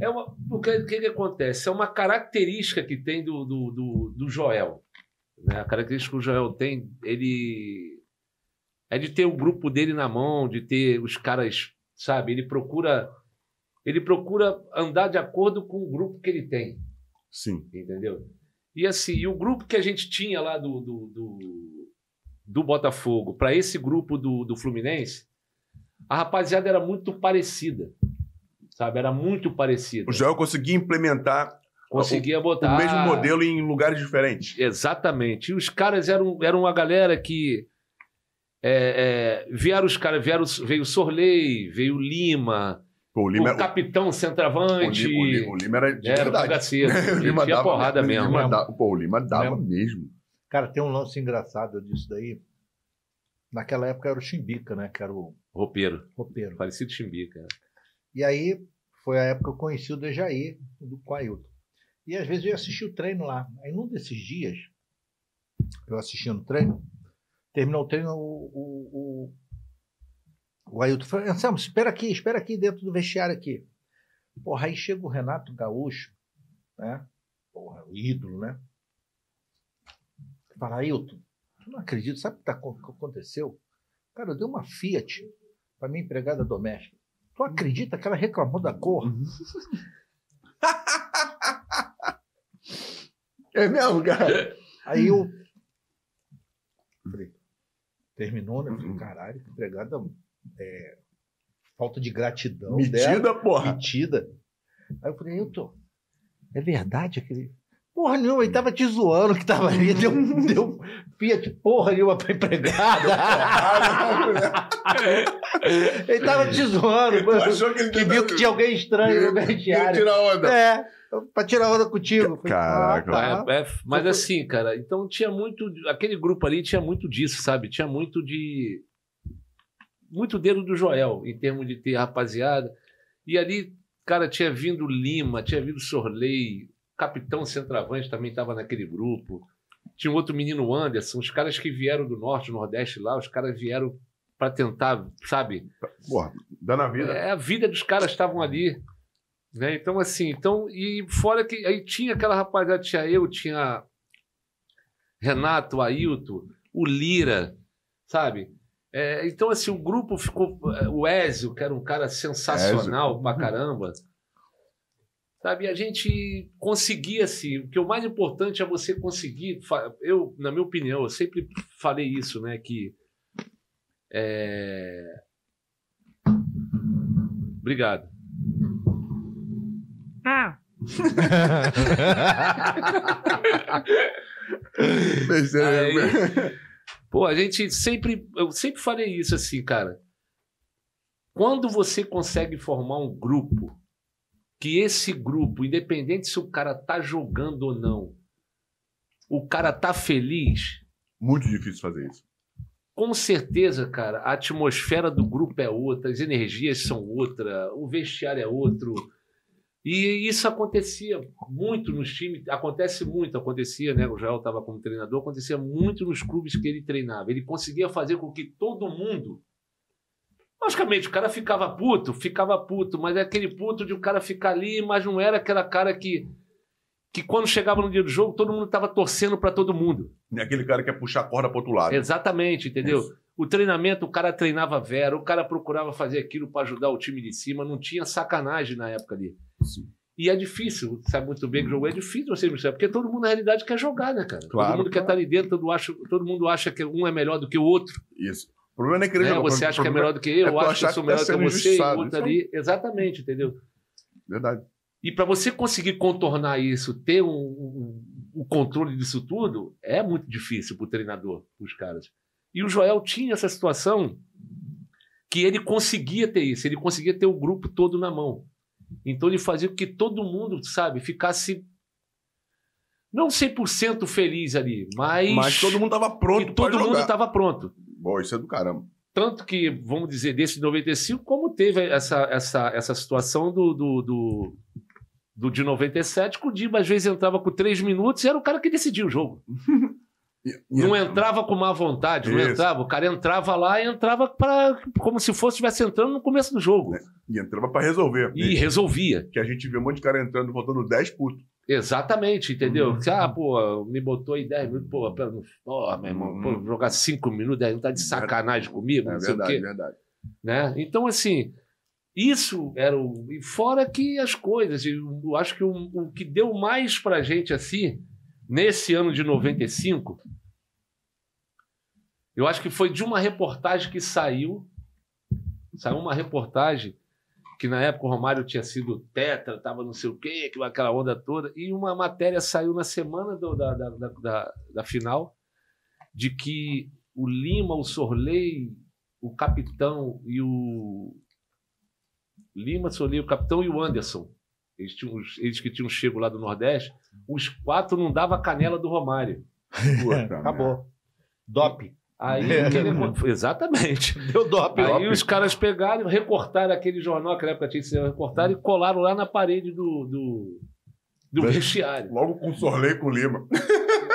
Speaker 4: É uma, o que, o que que acontece? É uma característica que tem do, do, do, do Joel. Né? A característica que o Joel tem, ele. É de ter o grupo dele na mão, de ter os caras, sabe? Ele procura. Ele procura andar de acordo com o grupo que ele tem.
Speaker 2: Sim.
Speaker 4: Entendeu? E assim, e o grupo que a gente tinha lá do, do, do, do Botafogo para esse grupo do, do Fluminense, a rapaziada era muito parecida. Sabe? Era muito parecida.
Speaker 2: O Joel conseguia implementar
Speaker 4: Conseguia botar.
Speaker 2: o mesmo modelo em lugares diferentes.
Speaker 4: Exatamente. E os caras eram, eram uma galera que. É, é, vieram os caras, vieram, veio o Sorley, veio o Lima,
Speaker 2: Pô, o Lima,
Speaker 4: o
Speaker 2: era-
Speaker 4: capitão
Speaker 2: o,
Speaker 4: centroavante.
Speaker 2: Lima, o, Lima, o Lima era de
Speaker 4: tá É, era o
Speaker 2: verdade.
Speaker 4: bagaceiro. Ele tinha porrada
Speaker 2: o
Speaker 4: mesmo.
Speaker 2: Lima dava- pô, o Lima dava mesmo.
Speaker 3: Cara, tem um lance engraçado disso daí. Naquela época era o Chimbica, né? Que era o
Speaker 4: Roupeiro,
Speaker 3: roupeiro.
Speaker 4: parecido Chimbica.
Speaker 3: E aí foi a época que eu conheci o Dejaí do com o Ailton. E às vezes eu assistia o treino lá. Aí num desses dias, eu assistindo o treino, terminou o treino, o, o, o, o Ailton falou, Anselmo, espera aqui, espera aqui dentro do vestiário aqui. Porra, aí chega o Renato Gaúcho, né? Porra, o ídolo, né? Fala, Ailton, tu não acredito, sabe o que, tá, acon- que aconteceu? Cara, eu dei uma Fiat pra minha empregada doméstica. Tu acredita que ela reclamou da cor?
Speaker 2: É mesmo, cara?
Speaker 3: Aí eu. Falei, terminou, né? Falei, caralho, que empregada. é, falta de gratidão dela.
Speaker 2: Medida, porra.
Speaker 3: Metida. Aí eu falei, eu tô. É verdade aquele. Porra nenhuma, ele tava te zoando que tava ali, deu, um, deu Fiat porra nenhuma pra empregada. ele tava te zoando,
Speaker 2: Tu
Speaker 3: mano,
Speaker 2: achou que ele
Speaker 3: que viu que tinha alguém estranho no vestiário.
Speaker 2: tirar onda.
Speaker 3: É, pra tirar onda contigo. Eu falei,
Speaker 2: Caraca.
Speaker 3: ah, tá.
Speaker 4: É, é, mas assim, cara, então tinha muito. Aquele grupo ali tinha muito disso, sabe? Tinha muito de. Muito dedo do Joel, em termos de ter rapaziada. E ali, cara, tinha vindo Lima, tinha vindo Sorley, Capitão Centravante também estava naquele grupo. Tinha um outro menino, Anderson, os caras que vieram do norte, nordeste lá, os caras vieram para tentar, sabe?
Speaker 2: Porra, dá na vida.
Speaker 4: É, a vida dos caras estavam ali. Né? Então, assim, então, e fora que aí tinha aquela rapaziada, tinha eu, tinha Renato, Ailton, o Lira, sabe? É, então, assim, o grupo ficou. é, O Ezio, que era um cara sensacional pra caramba. Sabe, e a gente conseguia, assim, o que o mais importante é você conseguir. fa- Eu, na minha opinião, eu sempre falei isso, né? Que. é, Obrigado.
Speaker 2: Mas, é,
Speaker 4: Aí, pô, a gente sempre. Eu sempre falei isso assim, cara. Quando você consegue formar um grupo, que esse grupo, independente se o cara tá jogando ou não, o cara tá feliz,
Speaker 2: Muito difícil fazer isso.
Speaker 4: com certeza, cara, a atmosfera do grupo é outra, as energias são outra, o vestiário é outro. E isso acontecia muito nos times, acontece muito, acontecia, né? O Joel estava como treinador, acontecia muito nos clubes que ele treinava. Ele conseguia fazer com que todo mundo. Logicamente, o cara ficava puto, ficava puto, mas é aquele puto de o cara ficar ali, mas não era aquela cara que. Que quando chegava no dia do jogo, todo mundo estava torcendo para todo mundo.
Speaker 2: É aquele cara que quer puxar a corda pro outro lado.
Speaker 4: Exatamente, entendeu?
Speaker 2: É
Speaker 4: O treinamento, o cara treinava Vera, o cara procurava fazer aquilo para ajudar o time de cima, não tinha sacanagem na época ali. E é difícil, sabe muito bem que jogo é difícil você mostrar, porque todo mundo na realidade quer jogar, né, cara?
Speaker 2: Uhum. Claro,
Speaker 4: todo mundo quer
Speaker 2: claro.
Speaker 4: estar ali dentro, todo, acha, todo mundo acha que um é melhor do que o outro.
Speaker 2: Isso. problema não é querer
Speaker 4: né?
Speaker 2: jogar.
Speaker 4: Você
Speaker 2: O
Speaker 4: acha que é
Speaker 2: problema-
Speaker 4: melhor do que eu,
Speaker 2: é
Speaker 4: eu
Speaker 2: tu
Speaker 4: acho que
Speaker 2: achar
Speaker 4: eu sou
Speaker 2: que tá
Speaker 4: melhor do que
Speaker 2: sendo
Speaker 4: você, e
Speaker 2: injustiçado.
Speaker 4: luta
Speaker 2: Isso é um-
Speaker 4: ali. Exatamente, entendeu?
Speaker 2: Verdade.
Speaker 4: E para você conseguir contornar isso, ter um- um- o controle disso tudo, é muito difícil para o treinador, os caras. E o Joel tinha essa situação que ele conseguia ter isso, ele conseguia ter o grupo todo na mão. Então ele fazia com que todo mundo, sabe, ficasse não 100% feliz ali, mas,
Speaker 2: Mas todo mundo tava
Speaker 4: que
Speaker 2: pronto pra
Speaker 4: todo mundo tá-
Speaker 2: jogar.
Speaker 4: estava pronto.
Speaker 2: Bom, isso é do caramba.
Speaker 4: Tanto que, vamos dizer, desse de 95, como teve essa, essa, essa situação do, do, do, do de 97, que o Diba às vezes entrava com três minutos e era o cara que decidia o jogo.
Speaker 2: E-
Speaker 4: Não
Speaker 2: e-
Speaker 4: entrava com má vontade, não
Speaker 2: Isso.
Speaker 4: entrava. O cara entrava lá e entrava pra, como se fosse estivesse entrando no começo do jogo.
Speaker 2: E entrava pra resolver.
Speaker 4: E resolvia.
Speaker 2: Que a gente vê um monte de cara entrando, faltando 10 putos.
Speaker 4: Exatamente, entendeu?
Speaker 2: Uhum.
Speaker 4: Que, Ah, pô, me botou aí 10 minutos, pô, pô, não- pô meu irmão, pô,
Speaker 2: Uhum.
Speaker 4: jogar 5 minutos, aí não tá de sacanagem comigo,
Speaker 2: É
Speaker 4: não sei o
Speaker 2: verdade,
Speaker 4: quê.
Speaker 2: verdade.
Speaker 4: né? Então, assim, isso era o. e Fora que as coisas, eu eu acho que o, o que deu mais pra gente assim, nesse ano de 95, eu acho que foi de uma reportagem que saiu. Saiu uma reportagem que na época o Romário tinha sido tetra, tava não sei o quê, aquilo- aquela onda toda, e uma matéria saiu na semana do- da, da, da, da- da final de que o Lima, o Sorley, o capitão e o Lima, Sorley, o capitão e o Anderson, eles, tinham, eles que tinham chego lá do Nordeste, os quatro não dava a canela do Romário. É,
Speaker 2: Puta,
Speaker 3: Acabou. Dop.
Speaker 4: Aí
Speaker 2: É.
Speaker 4: o que ele- Exatamente.
Speaker 3: Deu dop.
Speaker 4: Aí os caras pegaram, recortaram aquele jornal, aquela época tinha que ser recortado, e colaram lá na parede do, do, do
Speaker 2: Mas-
Speaker 4: vestiário.
Speaker 2: Logo com o Sorley e com o Lima.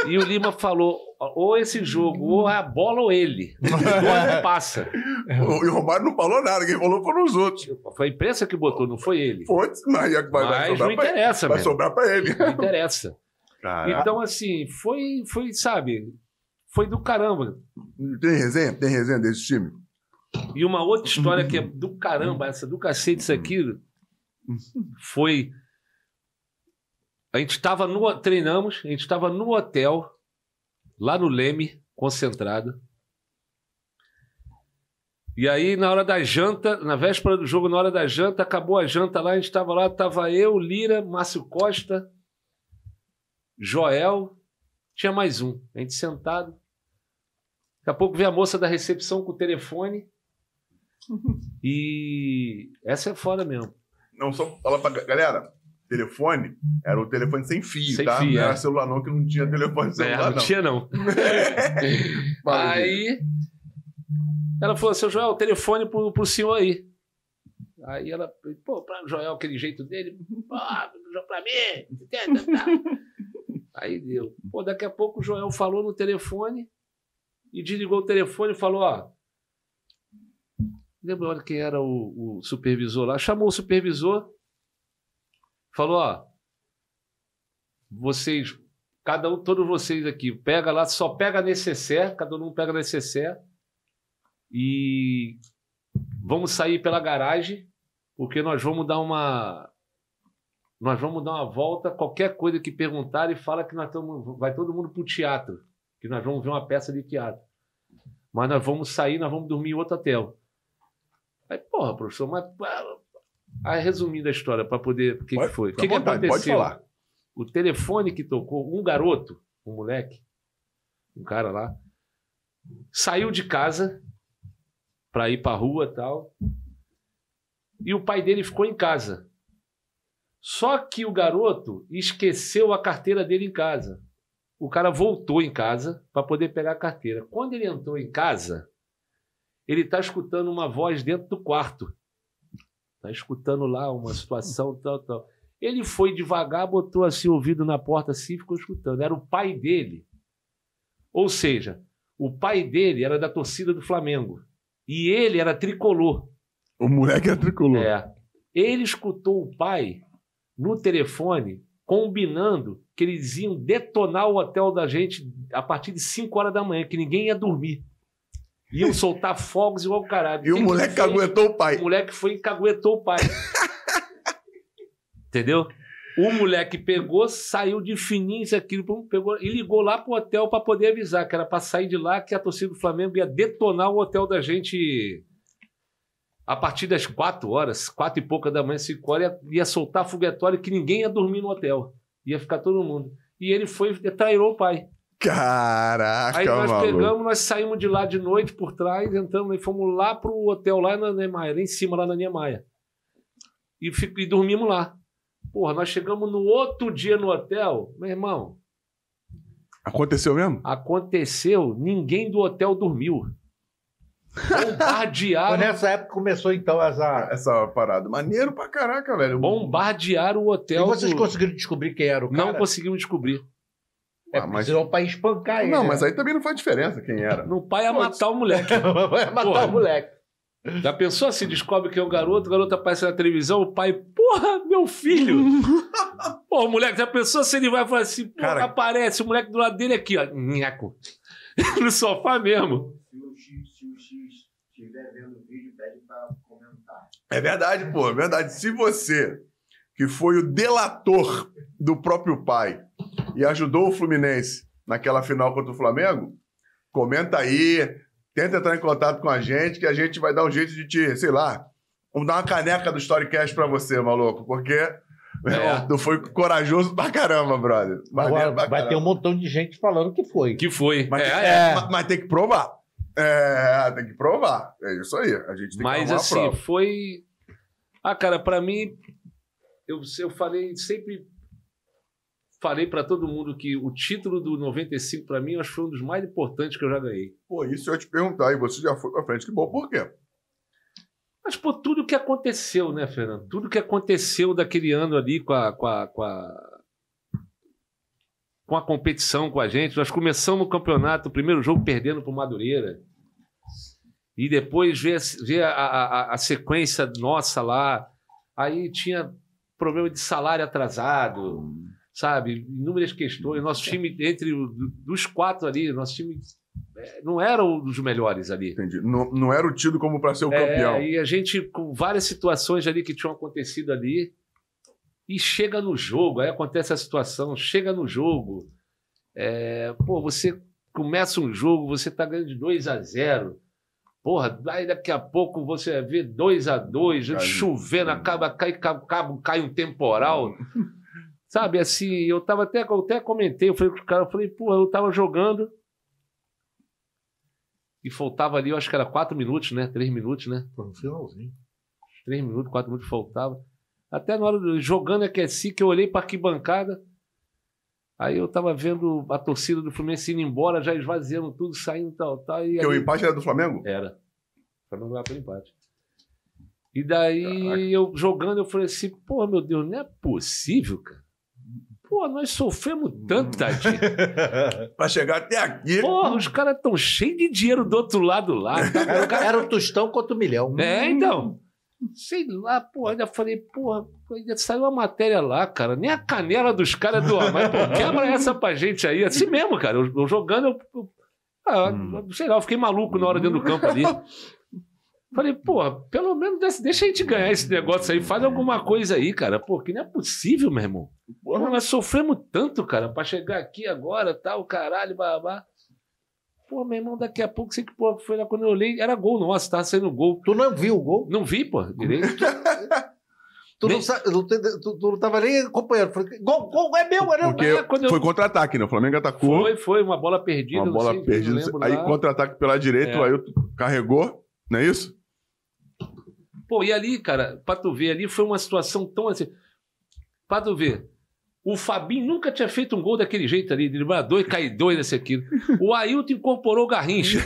Speaker 4: E o Lima falou: ou esse jogo, ou é a bola ou ele. Os dois
Speaker 2: É.
Speaker 4: não passa.
Speaker 2: O- E o Romário não falou nada, quem falou foram os outros.
Speaker 4: Foi a imprensa que botou, não foi ele.
Speaker 2: Foda-se, mas é vai, vai
Speaker 4: Mas não
Speaker 2: sobrar pra ele.
Speaker 4: interessa,
Speaker 2: Vai
Speaker 4: velho.
Speaker 2: sobrar pra ele.
Speaker 4: Não interessa.
Speaker 2: Caraca.
Speaker 4: Então, assim, foi, foi, sabe, foi do caramba.
Speaker 2: Então, Tem resenha? Tem resenha desse time?
Speaker 4: E uma outra história que é do caramba, essa do cacete, isso aqui, foi. A gente estava no. Treinamos, a gente estava no hotel, lá no Leme, concentrado. E aí, na hora da janta, na véspera do jogo, na hora da janta, acabou a janta lá, a gente estava lá, tava eu, Lira, Márcio Costa, Joel, tinha mais um. A gente sentado. Daqui a pouco vem a moça da recepção com o telefone. E essa é fora mesmo.
Speaker 2: Não, só falar pra ga- galera. Telefone era o telefone sem fio,
Speaker 4: Sem
Speaker 2: tá?
Speaker 4: fio,
Speaker 2: não era
Speaker 4: é.
Speaker 2: celular não, que não tinha telefone
Speaker 4: É,
Speaker 2: celular,
Speaker 4: não tinha, não.
Speaker 2: não.
Speaker 4: aí ela falou, seu Joel, telefone pro, pro senhor aí. Aí ela, pô, pra Joel, aquele jeito dele, pô, pra mim. tá, tá, tá. Aí deu. Pô, daqui a pouco o Joel falou no telefone e desligou o telefone e falou, ó. Lembra a hora quem era o, o supervisor lá? Chamou o supervisor, falou, ó. Vocês cada um, todos vocês aqui, pega lá, só pega necessaire, cada um pega necessaire e vamos sair pela garagem, porque nós vamos dar uma nós vamos dar uma volta, qualquer coisa que perguntarem, fala que nós estamos, vai todo mundo pro teatro, que nós vamos ver uma peça de teatro. Mas nós vamos sair, nós vamos dormir em outro hotel. Aí, porra, professor, mas ah, aí, resumindo a história para poder, o que, que
Speaker 2: Pode-
Speaker 4: foi? O
Speaker 2: fica
Speaker 4: que, que
Speaker 2: à vontade,
Speaker 4: aconteceu?
Speaker 2: pode falar.
Speaker 4: o telefone que tocou, um garoto, um moleque, um cara lá, saiu de casa para ir para rua e tal, e o pai dele ficou em casa. Só que o garoto esqueceu a carteira dele em casa. O cara voltou em casa para poder pegar a carteira. Quando ele entrou em casa, ele tá escutando uma voz dentro do quarto. Tá escutando lá uma situação tal, tal. Ele foi devagar, botou assim o ouvido na porta assim e ficou escutando. Era o pai dele. Ou seja, o pai dele era da torcida do Flamengo. E ele era tricolor.
Speaker 2: O moleque é tricolor.
Speaker 4: É. Ele escutou o pai no telefone combinando que eles iam detonar o hotel da gente a partir de 5 horas da manhã, que ninguém ia dormir. Iam soltar fogos igual o caralho.
Speaker 2: E o
Speaker 4: Que que
Speaker 2: moleque que
Speaker 4: fez?
Speaker 2: aguentou o pai.
Speaker 4: O moleque foi e caguetou o pai. Entendeu? O moleque pegou, saiu de fininho, isso aqui, pum, pegou, e ligou lá pro hotel para poder avisar, que era para sair de lá, que a torcida do Flamengo ia detonar o hotel da gente a partir das quatro horas, quatro e pouca da manhã, cinco horas, ia, ia soltar foguetório que ninguém ia dormir no hotel. Ia ficar todo mundo. E ele foi, trairou o pai.
Speaker 2: Caraca,
Speaker 4: Aí nós
Speaker 2: maluco.
Speaker 4: pegamos, nós saímos de lá de noite por trás, entramos e fomos lá pro hotel lá na Niemeyer, lá em cima, lá na Niemeyer. E, fi- e dormimos lá. Porra, nós chegamos no outro dia no hotel, meu irmão,
Speaker 2: Aconteceu mesmo?
Speaker 4: aconteceu, ninguém do hotel dormiu.
Speaker 3: Foi
Speaker 4: Bombardearam,
Speaker 3: nessa época que começou então essa.
Speaker 2: Ah, Essa parada. Maneiro pra caraca, velho.
Speaker 4: bombardearam o
Speaker 3: E
Speaker 4: hotel.
Speaker 3: vocês
Speaker 4: do-
Speaker 3: conseguiram descobrir quem era o cara?
Speaker 4: Não conseguimos descobrir.
Speaker 2: Ah, mas...
Speaker 3: Precisou pra espancar ele.
Speaker 2: Não,
Speaker 4: é.
Speaker 3: né?
Speaker 2: mas aí também não faz diferença quem era.
Speaker 4: Não, o pai ia matar o moleque.
Speaker 3: Vai matar
Speaker 4: Porra.
Speaker 3: o moleque.
Speaker 4: Já pensou assim? Descobre que é um garoto, o garoto aparece na televisão, o pai, porra, meu filho! Pô, o moleque, já pensou se ele vai falar assim, porra,
Speaker 2: Cara-
Speaker 4: aparece, o moleque do lado dele aqui, ó, nheco. no sofá mesmo.
Speaker 5: Se o X, se o X estiver vendo o vídeo, pede pra comentar.
Speaker 2: É verdade, pô, é verdade. Se você, que foi o delator do próprio pai e ajudou o Fluminense naquela final contra o Flamengo, comenta aí, tenta entrar em contato com a gente, que a gente vai dar um jeito de te, sei lá, vamos dar uma caneca do Storycast pra você, maluco, porque meu,
Speaker 4: É.
Speaker 2: tu foi corajoso pra caramba, brother.
Speaker 3: Agora
Speaker 2: Maneiro pra
Speaker 3: vai ter um
Speaker 2: caramba.
Speaker 3: montão de gente falando que foi.
Speaker 4: Que foi.
Speaker 2: Mas,
Speaker 4: é,
Speaker 2: tem-
Speaker 4: é.
Speaker 2: ma- mas tem que provar. É, tem que provar. É isso aí. A gente tem que
Speaker 4: Mas
Speaker 2: arrumar a
Speaker 4: assim,
Speaker 2: prova.
Speaker 4: foi. Ah, cara, pra mim, eu, eu falei, sempre falei pra todo mundo que o título do 95, pra mim, eu acho que foi um dos mais importantes que eu já ganhei.
Speaker 2: Pô, isso eu ia te perguntar, e você já foi pra frente, que bom, por quê?
Speaker 4: Mas por tudo que aconteceu, né, Fernando? Tudo que aconteceu daquele ano ali com a, com a, com a, com a competição com a gente. Nós começamos o campeonato, o primeiro jogo perdendo para Madureira. E depois ver, ver a, a, a- a sequência nossa lá. Aí tinha problema de salário atrasado, sabe? Inúmeras questões. Nosso time, entre o- dos quatro ali, nosso time eh, não era um dos melhores ali.
Speaker 2: Entendi. Não, não era o tido como pra ser o
Speaker 4: É,
Speaker 2: campeão.
Speaker 4: e a gente, com várias situações ali que tinham acontecido ali, e chega no jogo, aí acontece a situação, chega no jogo, é, pô, você começa um jogo, você tá ganhando de 2 a 0 Porra, aí daqui a pouco você vê 2 a 2
Speaker 2: Cai.
Speaker 4: chovendo, acaba, cai, cai, cai, cai um temporal. Sabe, assim, eu tava até, eu até comentei, eu falei com o cara, eu falei, pô, eu tava jogando e faltava ali, eu acho que era quatro minutos, né? Três minutos, né?
Speaker 3: Foi no finalzinho.
Speaker 4: três minutos, quatro minutos faltava. Até na hora do jogando aqueci, que eu olhei para arquibancada. Aí eu tava vendo a torcida do Fluminense indo embora, já esvaziando tudo, saindo tal, tal. E
Speaker 2: Porque o
Speaker 4: aí...
Speaker 2: empate era do Flamengo?
Speaker 4: Era. Pra não ganhar pelo empate. E daí
Speaker 2: Caraca.
Speaker 4: eu jogando, eu falei assim, pô, meu Deus, não é possível, cara. Pô, nós sofremos tanto, tadinho. É.
Speaker 2: Pra chegar até aqui.
Speaker 4: Porra, os caras tão cheios de dinheiro do outro lado lá.
Speaker 3: Era, o ca- era o tostão contra o milhão.
Speaker 4: É, então. Sei lá, porra, ainda falei, porra, ainda saiu uma matéria lá, cara. Nem a canela dos caras é do Amar, pô, quebra essa pra gente aí. Assim mesmo, cara. Eu, eu jogando, eu, eu- ah,
Speaker 2: Hum.
Speaker 4: sei lá, eu fiquei maluco na hora dentro do campo ali. Falei, porra, pelo menos des- deixa a gente ganhar esse negócio aí, faz alguma coisa aí, cara. Pô, que não é possível, meu irmão. Pô, nós sofremos tanto, cara, pra chegar aqui agora, tal, caralho, babá. Pô, meu irmão, daqui a pouco, sei que porra foi lá quando eu olhei, era gol nosso, tava saindo gol.
Speaker 3: Tu não viu o gol?
Speaker 4: Não vi, pô, direito.
Speaker 3: Tu,
Speaker 4: Nem-
Speaker 3: não, sa- tu, tu- tu não tava nem acompanhando. Falei, gol, gol é meu, era
Speaker 2: Porque
Speaker 4: é, quando eu-
Speaker 2: foi contra-ataque, né? O Flamengo atacou,
Speaker 4: Foi, foi, uma bola perdida.
Speaker 2: uma
Speaker 4: não
Speaker 2: bola
Speaker 4: sei, não
Speaker 2: perdida.
Speaker 4: lembro
Speaker 2: aí
Speaker 4: lá.
Speaker 2: contra-ataque pela direita,
Speaker 4: É.
Speaker 2: o Ailton carregou, não é isso?
Speaker 4: Pô, e ali, cara, pra tu ver, ali foi uma situação tão assim. Pra tu ver, o Fabinho nunca tinha feito um gol daquele jeito ali, driblador e caidor e nesse aquilo. O Ailton incorporou o Garrincha.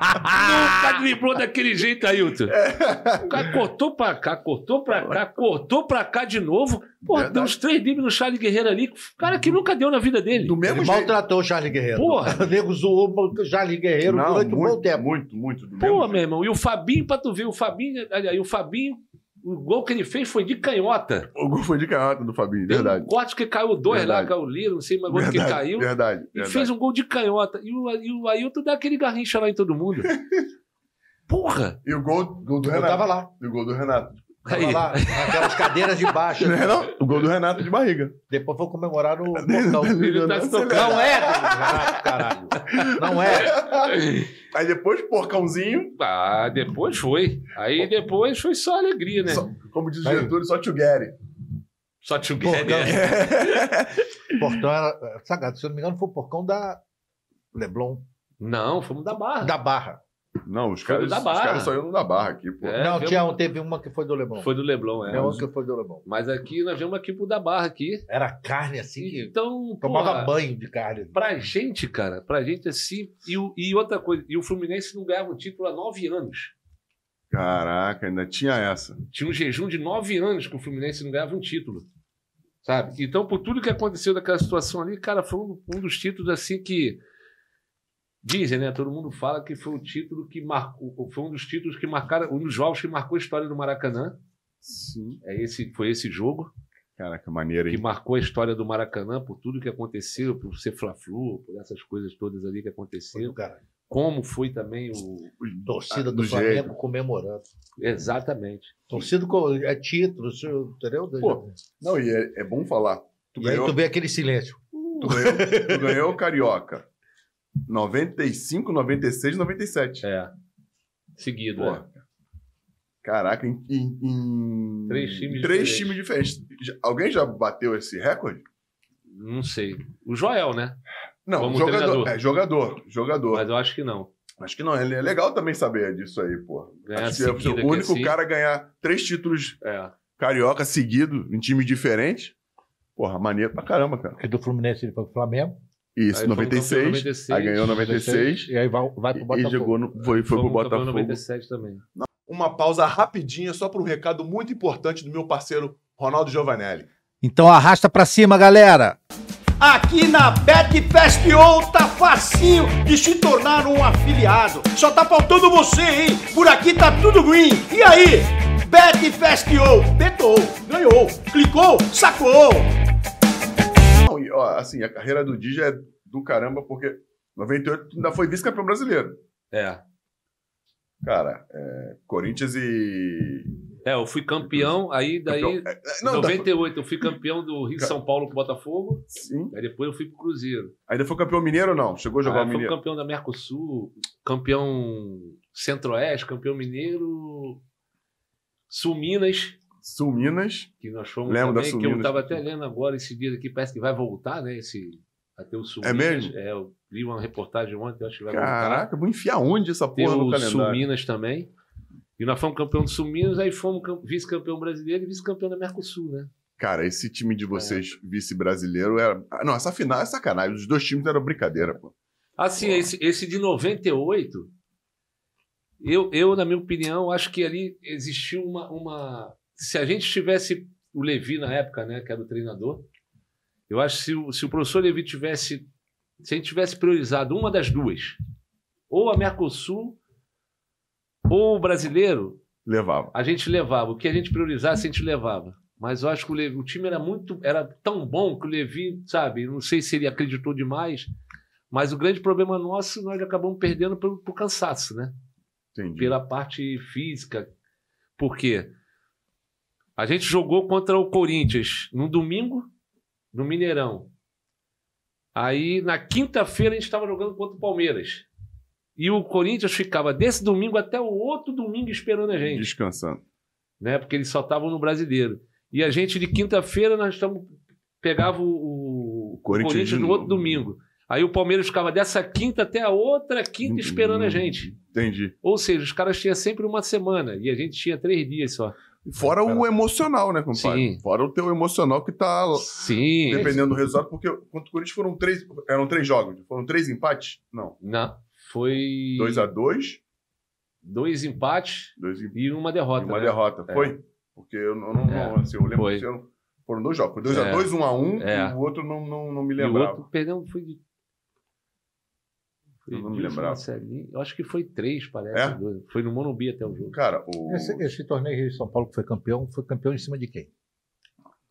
Speaker 2: Ah!
Speaker 4: nunca driblou daquele jeito, Ailton.
Speaker 2: É.
Speaker 4: O cara cortou pra cá, cortou pra cá, cortou pra cá de novo. Pô,
Speaker 2: Verdade.
Speaker 4: deu uns três dribles no Charlie Guerreiro ali, cara que nunca deu na vida dele.
Speaker 2: Do mesmo
Speaker 3: Ele
Speaker 2: jeito.
Speaker 3: maltratou o Charlie Guerreiro.
Speaker 4: Porra!
Speaker 3: O nego zoou o Charlie Guerreiro
Speaker 2: Não,
Speaker 3: durante um bom
Speaker 2: muito,
Speaker 3: tempo.
Speaker 2: muito, muito. Do mesmo
Speaker 4: Pô,
Speaker 2: jeito.
Speaker 4: meu irmão, e o Fabinho, pra tu ver, o Fabinho, aliás, o Fabinho, o gol que ele fez foi de canhota.
Speaker 2: O gol foi de canhota do Fabinho,
Speaker 4: Deu
Speaker 2: verdade.
Speaker 4: Um corte que caiu dois
Speaker 2: Verdade.
Speaker 4: lá, caiu o Lira, não sei mais onde que
Speaker 2: Verdade,
Speaker 4: caiu.
Speaker 2: verdade,
Speaker 4: E
Speaker 2: verdade.
Speaker 4: fez um gol de canhota. E o, e o Ailton dá aquele garrincha lá em todo mundo. Porra!
Speaker 2: E o gol, gol do
Speaker 3: Eu
Speaker 2: Renato.
Speaker 3: tava lá.
Speaker 2: E o gol do Renato.
Speaker 3: Tava
Speaker 4: Aí.
Speaker 3: lá, naquelas cadeiras de baixo.
Speaker 2: Não é não? O gol do Renato de barriga.
Speaker 3: Depois vou comemorar no portão.
Speaker 2: é,
Speaker 4: Ele tá se tocando.
Speaker 3: Não é, Renato, caralho. Não é.
Speaker 2: Aí depois, porcãozinho,
Speaker 4: Ah, depois foi. Aí depois foi só alegria, né?
Speaker 2: Só- como diz o
Speaker 3: Aí.
Speaker 2: Getúlio, só Tchugeri.
Speaker 4: Só é. Tchugeri.
Speaker 2: é.
Speaker 3: Portão era. Sagrado, se eu não me engano, foi o porcão da Leblon,
Speaker 4: Não, fomos da barra.
Speaker 3: da Barra.
Speaker 2: Não, os
Speaker 4: Foi do
Speaker 2: caras,
Speaker 4: da
Speaker 2: os
Speaker 4: Barra.
Speaker 2: caras saíram da barra aqui, pô.
Speaker 4: É,
Speaker 3: não,
Speaker 4: viu?
Speaker 3: tinha, um- teve uma que foi do Leblon.
Speaker 4: Foi do Leblon, é.
Speaker 3: Tem uma que foi do Leblon.
Speaker 4: Mas aqui nós viemos aqui pro da barra aqui.
Speaker 3: Era carne assim que
Speaker 4: Então,
Speaker 3: tomava
Speaker 4: porra,
Speaker 3: banho de carne.
Speaker 4: pra gente, cara, pra gente assim. E, o- e outra coisa, e o Fluminense não ganhava um título há nove anos.
Speaker 2: Caraca, ainda tinha essa.
Speaker 4: Tinha um jejum de nove anos que o Fluminense não ganhava um título. Sabe? Então, por tudo que aconteceu daquela situação ali, cara, foi um, um dos títulos assim que. Dizem, né? Todo mundo fala que foi o título que marcou. Foi um dos títulos que marcaram. Um dos jogos que marcou a história do Maracanã.
Speaker 2: Sim.
Speaker 4: É esse, foi esse jogo.
Speaker 2: Caraca, maneiro,
Speaker 4: que
Speaker 2: hein?
Speaker 4: marcou a história do Maracanã por tudo que aconteceu, por ser Fla-Flu, por essas coisas todas ali que
Speaker 3: Foi do
Speaker 4: aconteceram.
Speaker 3: caralho.
Speaker 4: Como foi também o
Speaker 3: Torcida
Speaker 2: Ah,
Speaker 3: do,
Speaker 2: do
Speaker 3: Flamengo
Speaker 2: jeito.
Speaker 3: comemorando.
Speaker 4: exatamente.
Speaker 3: Torcida com, é título, isso, entendeu?
Speaker 2: Pô, Não, e é, é bom falar. Tu
Speaker 3: e aí
Speaker 2: ganhou,
Speaker 3: tu vê aquele silêncio.
Speaker 2: tu ganhou, tu ganhou o Carioca. 95, 96, 97.
Speaker 4: É. Seguido,
Speaker 2: Pô.
Speaker 4: né?
Speaker 2: Caraca, em, em- em-
Speaker 4: Três times
Speaker 2: três
Speaker 4: diferentes.
Speaker 2: times diferentes. Já- Alguém já bateu esse recorde?
Speaker 4: Não sei. O Joel, né?
Speaker 2: Não,
Speaker 4: Como
Speaker 2: jogador.
Speaker 4: treinador.
Speaker 2: É, jogador. Jogador.
Speaker 4: Mas eu acho que não.
Speaker 2: Acho que não. É é legal também saber disso aí, pô.
Speaker 4: Ganhar
Speaker 2: Acho que é
Speaker 4: seguida
Speaker 2: o
Speaker 4: aqui
Speaker 2: único
Speaker 4: assim.
Speaker 2: cara a ganhar três títulos
Speaker 4: É.
Speaker 2: carioca seguido em times diferentes. Porra, maneiro pra caramba, cara.
Speaker 3: Porque do Fluminense ele foi pro Flamengo.
Speaker 2: Isso,
Speaker 4: Aí fomos campeão
Speaker 2: 96.
Speaker 4: em 96,
Speaker 2: Aí ganhou 96.
Speaker 3: E aí vai, vai pro
Speaker 2: E, e
Speaker 3: Botafogo.
Speaker 2: jogou no, foi, foi pro
Speaker 4: fomos campeão em
Speaker 2: Botafogo.
Speaker 4: 97 também.
Speaker 2: Uma pausa rapidinha só para um recado muito importante do meu parceiro Ronaldo Giovanelli.
Speaker 1: Então arrasta pra cima, galera.
Speaker 6: Aqui na BetFestPO tá facinho de se tornar um afiliado. Só tá faltando você, hein? Por aqui tá tudo green. E aí? BetFestPO, betou, ganhou, clicou, sacou.
Speaker 2: Não, e, ó, assim, a carreira do Digi é do caramba, porque 98 ainda foi vice-campeão brasileiro.
Speaker 4: É.
Speaker 2: Cara, é, Corinthians e.
Speaker 4: É, eu fui campeão, aí daí.
Speaker 2: Campeão- é,
Speaker 4: Em
Speaker 2: Não, ainda foi-
Speaker 4: 98, eu fui campeão do Rio de São Paulo com o Botafogo.
Speaker 2: sim.
Speaker 4: Aí depois eu fui pro Cruzeiro.
Speaker 2: Ainda foi campeão mineiro ou não? Chegou a jogar
Speaker 4: Ah,
Speaker 2: o
Speaker 4: foi
Speaker 2: mineiro.
Speaker 4: campeão da Mercosul, campeão Centro-Oeste, campeão mineiro, Sul Minas,
Speaker 2: Sul Minas.
Speaker 4: que nós fomos
Speaker 2: Lembro da né?
Speaker 4: também,
Speaker 2: Sul
Speaker 4: que eu
Speaker 2: Minas.
Speaker 4: estava até lendo agora esse dia aqui, parece que vai voltar, né? Esse, até o Sul
Speaker 2: É
Speaker 4: Minas.
Speaker 2: mesmo?
Speaker 4: É, eu li uma reportagem ontem, acho que vai voltar.
Speaker 2: Caraca, vou enfiar onde essa
Speaker 4: tá Tem
Speaker 2: porra no
Speaker 4: o Sul
Speaker 2: calendário?
Speaker 4: Minas também. E nós fomos campeão do Sul Minas, aí fomos cam- vice-campeão brasileiro e vice-campeão da Mercosul, né?
Speaker 2: Cara, esse time de vocês, vice-brasileiro, era. Ah, Não, essa final é sacanagem. Os dois times eram brincadeira, pô.
Speaker 4: Assim, esse, esse de 98, eu, eu, na minha opinião, acho que ali existiu uma, uma. Se a gente tivesse o Levi na época, né, que era o treinador, eu acho que se o, se o professor Levi tivesse. Se a gente tivesse priorizado uma das duas, ou a Mercosul ou o brasileiro,
Speaker 2: Levava.
Speaker 4: a gente levava. O que a gente priorizasse, a gente levava. Mas eu acho que o, Levi, o time era muito. Era tão bom que o Levi, sabe, não sei se ele acreditou demais, mas o grande problema nosso, nós acabamos perdendo por, por cansaço, né?
Speaker 2: Entendi.
Speaker 4: Pela parte física. Por quê? A gente jogou contra o Corinthians no domingo, no Mineirão. Aí, na quinta-feira, a gente estava jogando contra o Palmeiras. E o Corinthians ficava desse domingo até o outro domingo esperando a gente
Speaker 2: Descansando.
Speaker 4: né? Porque eles só estavam no brasileiro. E a gente, de quinta-feira, nós estamos. Pegava o, o
Speaker 2: Corinthians
Speaker 4: Corinthians,
Speaker 2: de
Speaker 4: no
Speaker 2: novo.
Speaker 4: outro domingo. Aí o Palmeiras ficava dessa quinta até a outra
Speaker 2: Uhum.
Speaker 4: quinta esperando a gente.
Speaker 2: Entendi.
Speaker 4: Ou seja, os caras tinham sempre uma semana e a gente tinha três dias só.
Speaker 2: Fora o emocional, né, compadre?
Speaker 4: Sim.
Speaker 2: Fora o teu emocional que tá
Speaker 4: Sim.
Speaker 2: Dependendo do resultado, porque contra o Corinthians foram três, eram três jogos. Foram três empates? Não.
Speaker 4: Não, foi
Speaker 2: 2x2,
Speaker 4: dois empates
Speaker 2: dois empates
Speaker 4: e uma
Speaker 2: e
Speaker 4: derrota.
Speaker 2: uma
Speaker 4: né?
Speaker 2: derrota.
Speaker 4: É.
Speaker 2: Foi? Porque eu não, não- não- assim, eu lembro
Speaker 4: Foi.
Speaker 2: que foram- foram dois jogos. Foi 2x2, 1x1
Speaker 4: É.
Speaker 2: e o outro não, não, não me
Speaker 4: E o
Speaker 2: lembrava.
Speaker 4: outro, perdão, foi de. Foi
Speaker 2: Eu não me
Speaker 4: de
Speaker 2: lembrava.
Speaker 4: Marcelinho. Eu acho que foi três, parece.
Speaker 2: É?
Speaker 4: dois. Foi no Monobi até o jogo.
Speaker 2: Cara, o...
Speaker 3: Esse, esse torneio Rio de São Paulo que foi campeão, foi campeão em cima de quem?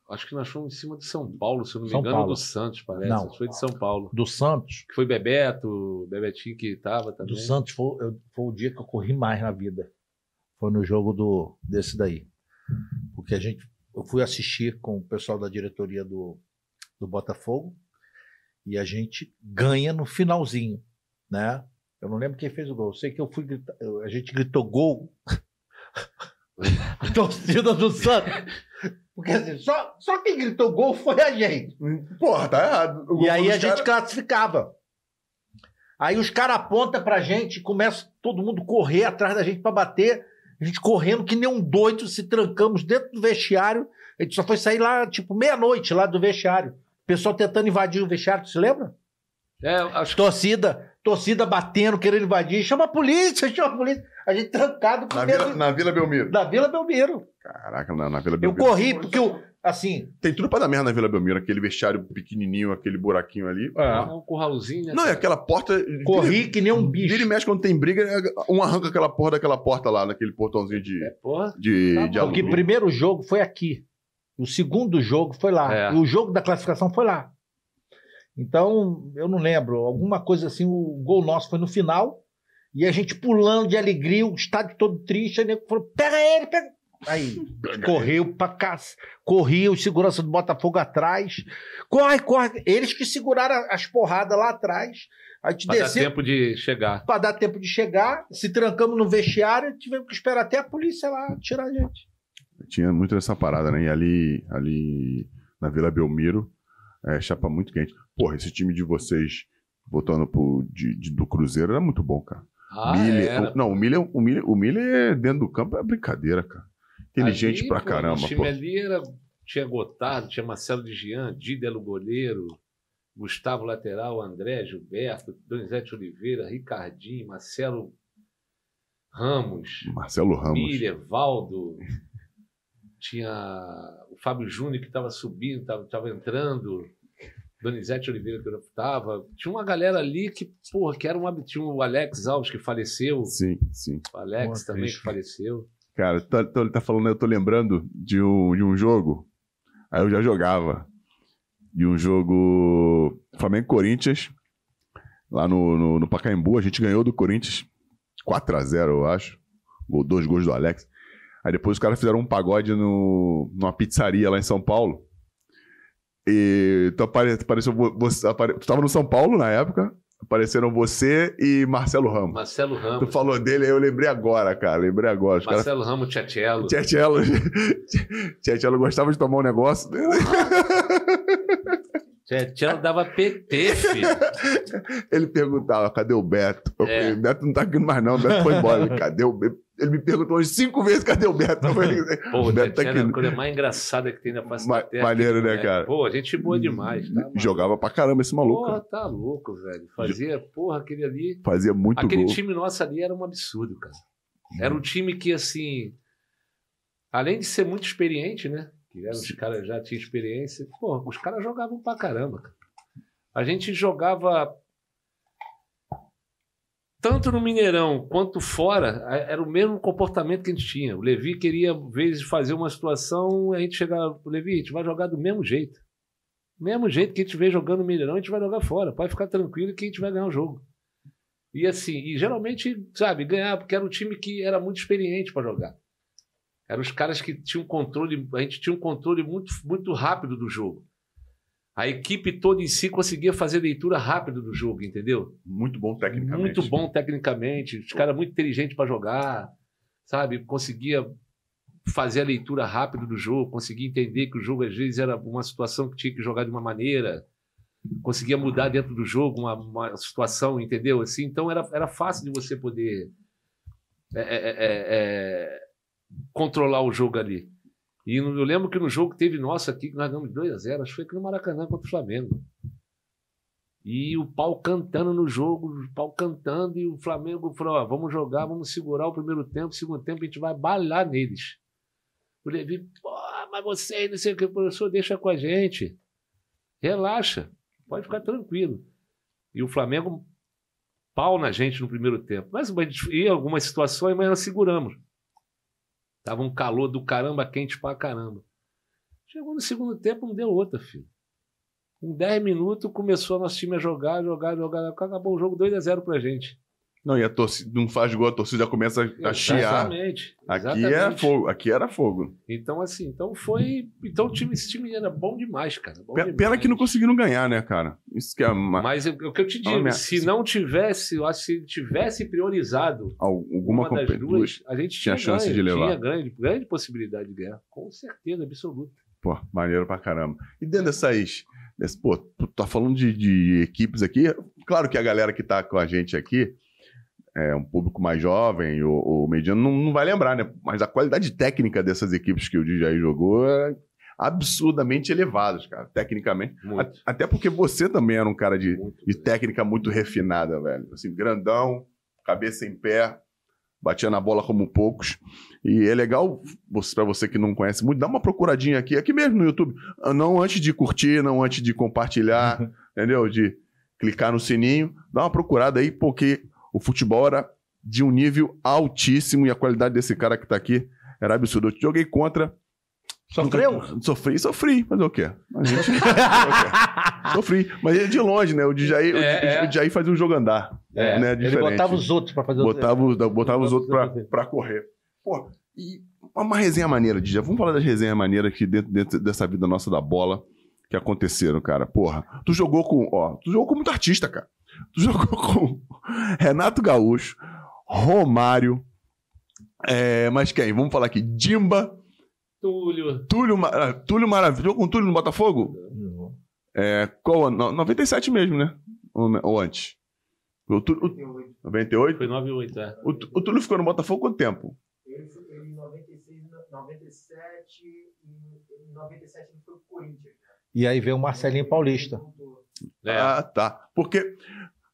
Speaker 4: Acho que nós fomos em cima de São Paulo, se eu não me
Speaker 3: São
Speaker 4: engano,
Speaker 3: Paulo.
Speaker 4: do Santos, parece.
Speaker 3: Não.
Speaker 4: Foi de São Paulo.
Speaker 3: Do Santos.
Speaker 4: Que foi Bebeto, Bebetinho que tava também.
Speaker 3: Do Santos foi, eu- foi o dia que eu corri mais na vida. Foi no jogo do, desse daí. que a gente. Eu fui assistir com o pessoal da diretoria do, do Botafogo e a gente ganha no finalzinho, né? Eu não lembro quem fez o gol. Eu sei que eu fui gritar, eu- a gente gritou gol. a torcida do Santos. Porque assim, só, só quem gritou gol foi a gente.
Speaker 2: Porra, tá errado. O
Speaker 3: E
Speaker 2: gol
Speaker 3: aí
Speaker 2: dos
Speaker 3: a gente
Speaker 2: caras-
Speaker 3: classificava. Aí os caras apontam pra gente, começa todo mundo correr atrás da gente pra bater. A gente correndo que nem um doido, se trancamos dentro do vestiário. A gente só foi sair lá, tipo, meia-noite lá do vestiário. O pessoal tentando invadir o vestiário, tu se lembra?
Speaker 4: É, acho que
Speaker 3: Torcida, torcida batendo, querendo invadir. Chama a polícia, chama a polícia. A gente trancado
Speaker 2: Na
Speaker 3: com
Speaker 2: Vila,
Speaker 3: dentro
Speaker 2: na Vila Belmiro.
Speaker 3: da Vila Belmiro.
Speaker 2: Caraca, na, na Vila
Speaker 3: Eu
Speaker 2: Belmiro.
Speaker 3: corri, porque eu, assim,
Speaker 2: Tem tudo pra dar merda na Vila Belmiro. Aquele vestiário pequenininho, aquele buraquinho ali.
Speaker 4: é um curralzinho, né?
Speaker 2: Não, é
Speaker 4: cara?
Speaker 2: aquela porta...
Speaker 3: corri que nem um
Speaker 2: Vira, vira e
Speaker 3: bicho.
Speaker 2: mexe quando tem briga, um arranca aquela porra daquela porta lá, naquele portãozinho de,
Speaker 4: É, Porra.
Speaker 2: de,
Speaker 4: Tá bom.
Speaker 2: de
Speaker 3: Porque o
Speaker 2: aluno.
Speaker 3: primeiro jogo foi aqui. O segundo jogo foi lá.
Speaker 4: É.
Speaker 3: E o jogo da classificação foi lá. Então, eu não lembro. Alguma coisa assim, o gol nosso foi no final. E a gente pulando de alegria, o estádio todo triste. Aí o nego falou: pega ele, pega. Aí, correu pra casa. Corria o segurança do Botafogo atrás. Corre, corre. Eles que seguraram as porradas lá atrás. Aí te
Speaker 4: Pra dar
Speaker 3: desceu
Speaker 4: tempo de chegar.
Speaker 3: para dar tempo de chegar. Se trancamos no vestiário e tivemos que esperar até a polícia lá tirar a gente.
Speaker 2: Tinha muito essa parada, né? E ali, ali na Vila Belmiro, é, chapa muito quente. Porra, esse time de vocês, voltando pro, de, de- do Cruzeiro, era muito bom, cara.
Speaker 4: Ah,
Speaker 2: Miller-
Speaker 4: era.
Speaker 2: o- não, o Miller, o, Miller, o Miller dentro do campo é brincadeira, cara. Inteligente
Speaker 4: Ali,
Speaker 2: pra
Speaker 4: pô,
Speaker 2: caramba,
Speaker 4: O time
Speaker 2: pô.
Speaker 4: ali era. Tinha Gotardo, tinha Marcelo de Jean, Dida era o goleiro, Gustavo lateral, André, Gilberto, Donizete Oliveira, Ricardinho, Marcelo Ramos,
Speaker 2: Marcelo Ramos.
Speaker 4: Milha, Valdo. Tinha o Fábio Júnior que estava subindo, estava entrando. Donizete Oliveira que estava. Tinha uma galera ali que, porra, que era um. ab- Tinha o Alex Alves que faleceu.
Speaker 2: Sim, sim.
Speaker 4: O Alex
Speaker 3: Pô,
Speaker 4: também
Speaker 3: triste.
Speaker 4: que faleceu.
Speaker 2: Cara, tá, tá, ele tá falando, eu tô lembrando de um, de um jogo. Aí eu já jogava. De um jogo Flamengo e Corinthians. Lá no, no, no Pacaembu, a gente ganhou do Corinthians 4x0, eu acho. Ou dois gols do Alex. Aí depois os caras fizeram um pagode no, numa pizzaria lá em São Paulo. E tu apare, apareceu. vo- Você, apare, tu tava no São Paulo na época. Apareceram você e Marcelo Ramos.
Speaker 4: Marcelo Ramos.
Speaker 2: Tu falou dele, aí eu lembrei agora, cara. Lembrei agora. Os caras
Speaker 4: Marcelo Ramos Tchatchelo.
Speaker 2: Tietchan, Tietchan gostava de tomar um negócio.
Speaker 4: Tchatchelo dava PT, filho.
Speaker 2: Ele perguntava, cadê o Beto? Eu
Speaker 4: É.
Speaker 2: falei, o Beto não tá aqui mais não, o Beto foi embora. Ele, cadê o Beto? Ele me perguntou umas cinco vezes, cadê o Beto? Eu falei,
Speaker 4: Pô,
Speaker 2: o
Speaker 4: o
Speaker 2: Beto tá
Speaker 4: Tchatchelo é a
Speaker 2: aqui.
Speaker 4: coisa mais engraçada que tem na face
Speaker 2: Ma-
Speaker 4: da terra.
Speaker 2: maneiro, né,
Speaker 4: É,
Speaker 2: cara?
Speaker 4: Pô, gente boa demais. Tá, mano?
Speaker 2: Jogava pra caramba esse maluco.
Speaker 4: Porra,
Speaker 2: cara.
Speaker 4: tá louco, velho. Fazia, porra, aquele ali.
Speaker 2: Fazia muito
Speaker 4: aquele
Speaker 2: gol.
Speaker 4: time nosso ali era um absurdo, cara. Era um time que, assim, além de ser muito experiente, né? Que eram os caras já tinham experiência, pô, os caras jogavam pra caramba, cara. A gente jogava tanto no Mineirão quanto fora, a- era o mesmo comportamento que a gente tinha. O Levi queria, às vezes, fazer uma situação, a gente chegava, Levi, a gente vai jogar do mesmo jeito. Do mesmo jeito que a gente vem jogando no Mineirão, a gente vai jogar fora. Pode ficar tranquilo que a gente vai ganhar o jogo. E assim, e geralmente, sabe, ganhar, porque era um time que era muito experiente para jogar. Eram os caras que tinham controle, a gente tinha um controle muito, muito rápido do jogo. A equipe toda em si conseguia fazer leitura rápida do jogo, entendeu?
Speaker 2: Muito bom tecnicamente.
Speaker 4: Muito bom tecnicamente, os caras muito inteligentes para jogar, sabe? Conseguia fazer a leitura rápida do jogo, conseguia entender que o jogo às vezes era uma situação que tinha que jogar de uma maneira, conseguia mudar dentro do jogo uma, uma situação, entendeu? Assim, então era, era fácil de você poder é, é, é, é, controlar o jogo ali. E no- eu lembro que no jogo que teve nosso aqui, que nós ganhamos 2 a 0 acho que foi aqui no Maracanã contra o Flamengo. E o pau cantando no jogo, o pau cantando, e o Flamengo falou: ó, vamos jogar, vamos segurar o primeiro tempo, o segundo tempo a gente vai balar neles. O Levi, pô, mas vocês, não sei o que, professor, deixa com a gente. Relaxa, pode ficar tranquilo. E o Flamengo, pau na gente no primeiro tempo. Mas a gente- em algumas situações, mas nós seguramos. Tava um calor do caramba, quente pra caramba. Chegou no segundo tempo, não deu outra, filho. Em 10 minutos começou nosso time a jogar, jogar, jogar. Acabou o jogo 2 a 0 pra gente.
Speaker 2: Não, e a torcida não faz gol, a torcida já começa a chiar.
Speaker 4: Exatamente.
Speaker 2: Aqui era
Speaker 4: exatamente.
Speaker 2: fogo, aqui era fogo.
Speaker 4: Então, assim, então foi. Então, o time, esse time era bom demais, cara. Bom
Speaker 2: Pe-
Speaker 4: demais.
Speaker 2: Pena que não conseguiram ganhar, né, cara? Isso que é uma-
Speaker 4: Mas é o que eu te
Speaker 2: Uma
Speaker 4: digo,
Speaker 2: merda.
Speaker 4: se não tivesse, eu acho que se ele tivesse priorizado
Speaker 2: al-
Speaker 4: uma,
Speaker 2: alguma
Speaker 4: das
Speaker 2: competição.
Speaker 4: duas, a gente tinha,
Speaker 2: tinha chance
Speaker 4: ganho,
Speaker 2: de levar.
Speaker 4: Tinha grande, grande possibilidade de ganhar. Com certeza, absoluta.
Speaker 2: Pô, maneiro pra caramba. E dentro dessas. Desse, pô, tu tá falando de, de equipes aqui. Claro que a galera que tá com a gente aqui, é um público mais jovem ou, ou mediano, não, não vai lembrar, né? Mas a qualidade técnica dessas equipes que o DJ jogou é absurdamente elevadas, cara, tecnicamente. A-
Speaker 4: Muito.
Speaker 2: até porque você também era um cara de,
Speaker 4: muito
Speaker 2: de técnica muito refinada, velho. Assim, grandão, cabeça em pé, batia na bola como poucos. E é legal, você, para você que não conhece muito, dá uma procuradinha aqui, aqui mesmo no YouTube. Não antes de curtir, não antes de compartilhar, entendeu? De clicar no sininho, dá uma procurada aí, porque o futebol era de um nível altíssimo e a qualidade desse cara que tá aqui era absurda. Eu joguei contra. um
Speaker 3: Sofreu?
Speaker 2: Nunca- Sofri, sofri. Fazer o quê? A gente... sofri. Mas é de longe, né? O Djaí, o-
Speaker 4: É, é.
Speaker 2: o Djaí fazia o jogo andar.
Speaker 4: É,
Speaker 2: né?
Speaker 3: Ele
Speaker 2: Diferente.
Speaker 3: botava os outros pra fazer
Speaker 2: Botava os, botava os outros pra,
Speaker 3: Botava os outros.
Speaker 2: pra correr. Pô, e uma resenha maneira, Dija. Vamos falar das resenhas maneiras que dentro, dentro dessa vida nossa da bola que aconteceram, cara. Porra, tu jogou com, ó, tu jogou com muito artista, cara. Tu jogou com Renato Gaúcho, Romário, é, mas quem? Vamos falar aqui, Dimba,
Speaker 4: Túlio.
Speaker 2: Túlio, Ma- ah, Túlio Maravilha. Jogou com Túlio no Botafogo? É, qual ano? No- 97 mesmo, né? Ou, ou antes? O Túlio,
Speaker 5: Tem oito.
Speaker 2: o 98?
Speaker 4: Foi 9 e 8, é.
Speaker 2: O, Tú- o Túlio ficou no Botafogo quanto tempo?
Speaker 5: Ele foi ele em 96, 97, em em 97 ele foi pro Corinthians. né?
Speaker 3: E aí veio o Marcelinho Paulista.
Speaker 4: É.
Speaker 2: Ah, tá. Porque,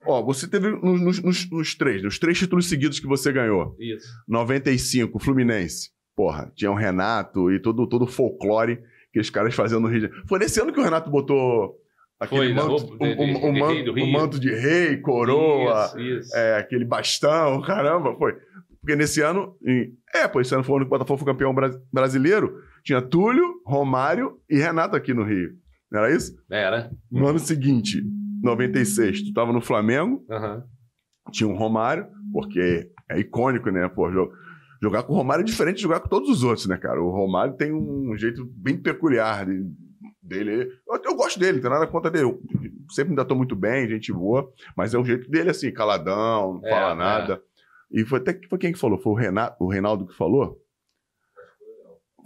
Speaker 2: ó, você teve nos, nos- nos- nos três, nos três títulos seguidos que você ganhou.
Speaker 4: Isso.
Speaker 2: 95, Fluminense. Porra, tinha o Renato e todo todo o folclore que os caras faziam no Rio de Janeiro. Foi nesse ano que o Renato botou aquele
Speaker 4: Foi, da
Speaker 2: manto,
Speaker 4: roupa
Speaker 2: o,
Speaker 4: de-
Speaker 2: o-
Speaker 4: de-
Speaker 2: o
Speaker 4: de
Speaker 2: man-
Speaker 4: rei do
Speaker 2: o
Speaker 4: Rio.
Speaker 2: manto de rei, coroa,
Speaker 4: Isso, isso.
Speaker 2: é, aquele bastão, caramba, foi. Porque nesse ano, em- é, pô, esse ano foi o ano que o Botafogo foi campeão bra- brasileiro. Tinha Túlio, Romário e Renato aqui no Rio. Não era isso?
Speaker 4: Era.
Speaker 2: No ano seguinte, 96, tu tava no Flamengo,
Speaker 4: Aham.
Speaker 2: tinha um Romário, porque é icônico, né? Pô, jo- jogar com o Romário é diferente de jogar com todos os outros, né, cara? O Romário tem um jeito bem peculiar de- dele. Eu, eu gosto dele, não tem nada contra dele. Eu sempre me datou muito bem, gente boa, mas é o jeito dele, assim, caladão, não
Speaker 4: É,
Speaker 2: fala
Speaker 4: é.
Speaker 2: nada. E foi até que foi quem que falou? Foi o Renato, o Reinaldo que falou?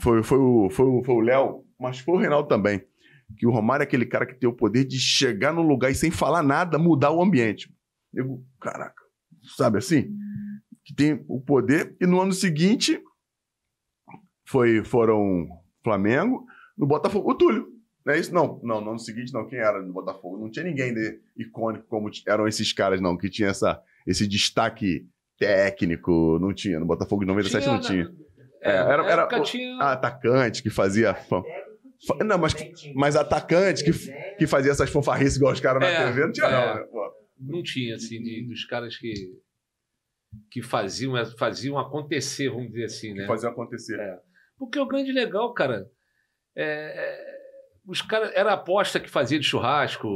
Speaker 2: Foi, foi, o, foi, o, foi o Léo, mas foi o Reinaldo também. Que o Romário é aquele cara que tem o poder de chegar num lugar e sem falar nada, mudar o ambiente. Eu, caraca, sabe assim? Que tem o poder. E no ano seguinte foi, foram Flamengo, no Botafogo, o Túlio. Não é isso? Não, não, no ano seguinte não. Quem era no Botafogo? Não tinha ninguém de icônico como t- eram esses caras, não, que tinha essa, esse destaque técnico. Não tinha. No Botafogo de 97 não tinha.
Speaker 4: É,
Speaker 2: É, era-
Speaker 4: era,
Speaker 2: era o-
Speaker 4: tinha...
Speaker 2: Ah, atacante que fazia. fan- fa- Não, mas, que- mas atacante que, f- que fazia essas fanfarrices igual os caras na
Speaker 4: É,
Speaker 2: TV, não tinha,
Speaker 4: é.
Speaker 2: não. Né? Pô,
Speaker 4: não tinha, assim, de- dos caras que, que faziam, faziam acontecer, vamos dizer assim, né?
Speaker 2: que fazia acontecer.
Speaker 4: É. Porque o grande legal, cara, é, é, os caras. Era a aposta que fazia de churrasco.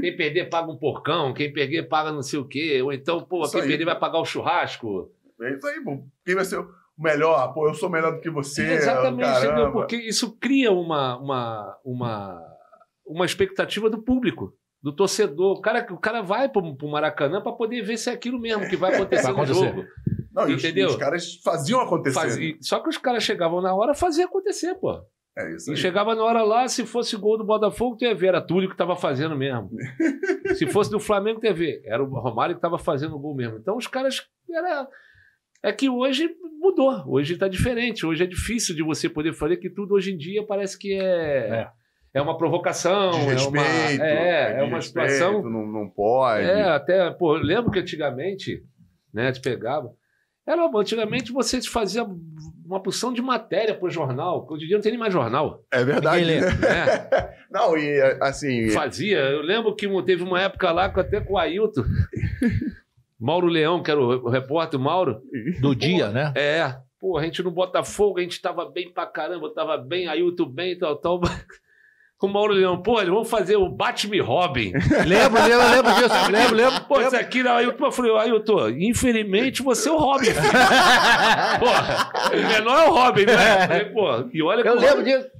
Speaker 4: Quem perder paga um porcão, quem perder paga não sei o quê. Ou então, pô,
Speaker 2: Isso
Speaker 4: quem
Speaker 2: aí.
Speaker 4: perder vai pagar o churrasco.
Speaker 2: É isso aí, pô. Quem vai ser o melhor? Ah, Pô, eu sou melhor do que você. é um
Speaker 4: Exatamente, entendeu?
Speaker 2: caramba.
Speaker 4: Porque isso cria uma, uma, uma, uma expectativa do público. Do torcedor, o cara, o cara vai pro, pro Maracanã para poder ver se é aquilo mesmo que vai acontecer,
Speaker 3: Vai
Speaker 4: no
Speaker 3: acontecer.
Speaker 4: jogo.
Speaker 2: Não, e os-
Speaker 4: Entendeu?
Speaker 2: Os, caras faziam acontecer.
Speaker 4: Faz-
Speaker 2: né?
Speaker 4: e- só que os caras chegavam na hora fazia acontecer, pô.
Speaker 2: É isso
Speaker 4: E
Speaker 2: aí.
Speaker 4: chegava na hora lá, se fosse gol do Botafogo, tu ia ver, era Túlio que tava fazendo mesmo. se fosse do Flamengo, tu ia ver, era o Romário que tava fazendo o gol mesmo. Então os caras, era... É que hoje mudou, hoje tá diferente, hoje é difícil de você poder fazer que tudo hoje em dia parece que é... É, uma provocação, é
Speaker 2: Desrespeito.
Speaker 4: uma, é, é uma
Speaker 2: desrespeito,
Speaker 4: situação
Speaker 2: Não, não pode.
Speaker 4: é, até, pô, eu lembro que antigamente, né, te pegava. Era, antigamente você fazia uma porção de matéria pro jornal, que hoje em dia não tem nem mais jornal.
Speaker 2: É verdade.
Speaker 3: Ninguém
Speaker 2: né?
Speaker 4: né?
Speaker 2: Não, e
Speaker 1: É.
Speaker 2: assim.
Speaker 4: Fazia. Eu lembro que teve uma época lá que até com o Ailton. Mauro Leão, que era o repórter, o Mauro.
Speaker 3: Do dia, né?
Speaker 4: É, pô, a gente no Botafogo, a gente tava bem pra caramba, tava bem, Ailton bem, tal, tal. mas com o Mauro Leão, pô, eles vão fazer o Batman Robin.
Speaker 1: Lembro, lembro, lembro disso. Lembro, lembro.
Speaker 4: Pô, isso aqui, não. aí eu pô, eu falei, aí eu tô, infelizmente você é o Robin. filho. pô, o menor é o Robin, né? Eu Falei, pô, e olha que
Speaker 1: Eu
Speaker 4: o
Speaker 1: lembro disso.
Speaker 4: Robin-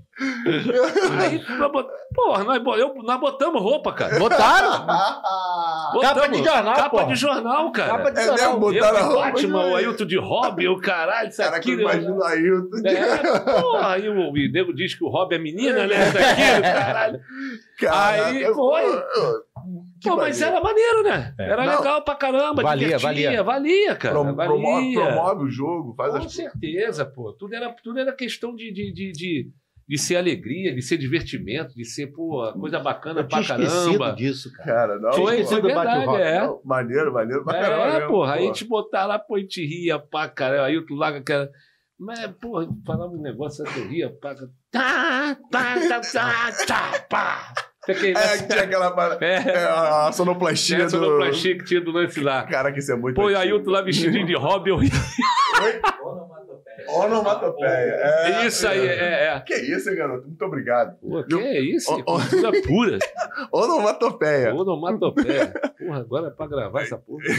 Speaker 4: aí nós bot- Porra, nós, bo- eu- nós botamos roupa, cara.
Speaker 1: Botaram?
Speaker 2: Ah,
Speaker 4: Botamos.
Speaker 1: Capa de jornal,
Speaker 4: Capa
Speaker 1: porra.
Speaker 4: de jornal, cara.
Speaker 1: Capa de
Speaker 2: É mesmo,
Speaker 1: jornal.
Speaker 2: botaram a
Speaker 4: eu de
Speaker 2: roupa.
Speaker 4: Batman, o Ailton de Robin, o caralho, isso
Speaker 2: Caraca,
Speaker 4: aqui.
Speaker 2: eu
Speaker 4: né?
Speaker 2: imagino aí.
Speaker 4: É, porra, aí o o nego diz que o Robin é menina, né? Isso aqui, caralho. Aí, foi. Pô, mas era maneiro, né? Era
Speaker 2: Não.
Speaker 4: legal pra caramba,
Speaker 1: É. Valia,
Speaker 4: valia,
Speaker 1: valia.
Speaker 4: valia. Valia, cara. valia.
Speaker 2: promove, promove o jogo, faz
Speaker 4: Com
Speaker 2: as coisas.
Speaker 4: certeza, pô. Tudo era, tudo era questão de, de, de, de, de ser alegria, de ser divertimento, de ser, pô, coisa bacana
Speaker 1: Eu tinha
Speaker 4: pra
Speaker 1: esquecido
Speaker 4: caramba.
Speaker 1: disso, cara.
Speaker 2: Cara, não.
Speaker 4: Foi,
Speaker 2: pô,
Speaker 4: foi
Speaker 1: do Bate
Speaker 4: verdade,
Speaker 1: Rock,
Speaker 4: é.
Speaker 2: não, Maneiro, maneiro pra caramba.
Speaker 4: É,
Speaker 2: mesmo,
Speaker 4: porra, aí te botar lá, pô, e te ria, pá, cara. Aí outro lago, cara. Mas, porra, falava um negócio, aí tu ria, pá. Tá, tá, tá, tá, tá, pá. Você quer-
Speaker 2: É, que tinha aquela parada-
Speaker 4: É,
Speaker 2: é, a sonoplastia
Speaker 4: essa
Speaker 2: do...
Speaker 4: sonoplastia que tinha do lance lá.
Speaker 2: Cara, que isso é muito
Speaker 4: Pô, e aí
Speaker 2: antigo.
Speaker 4: outro lá vestido de Robin, eu ri.
Speaker 5: Onomatopeia.
Speaker 2: Onomatopeia. É,
Speaker 4: Isso aí, é, é.
Speaker 2: Que isso, hein, garoto? Muito obrigado.
Speaker 4: Pô, que é isso?
Speaker 2: Ó, ó.
Speaker 4: Cultura pura.
Speaker 2: Onomatopeia.
Speaker 4: Onomatopeia. Porra, agora é pra gravar essa porra.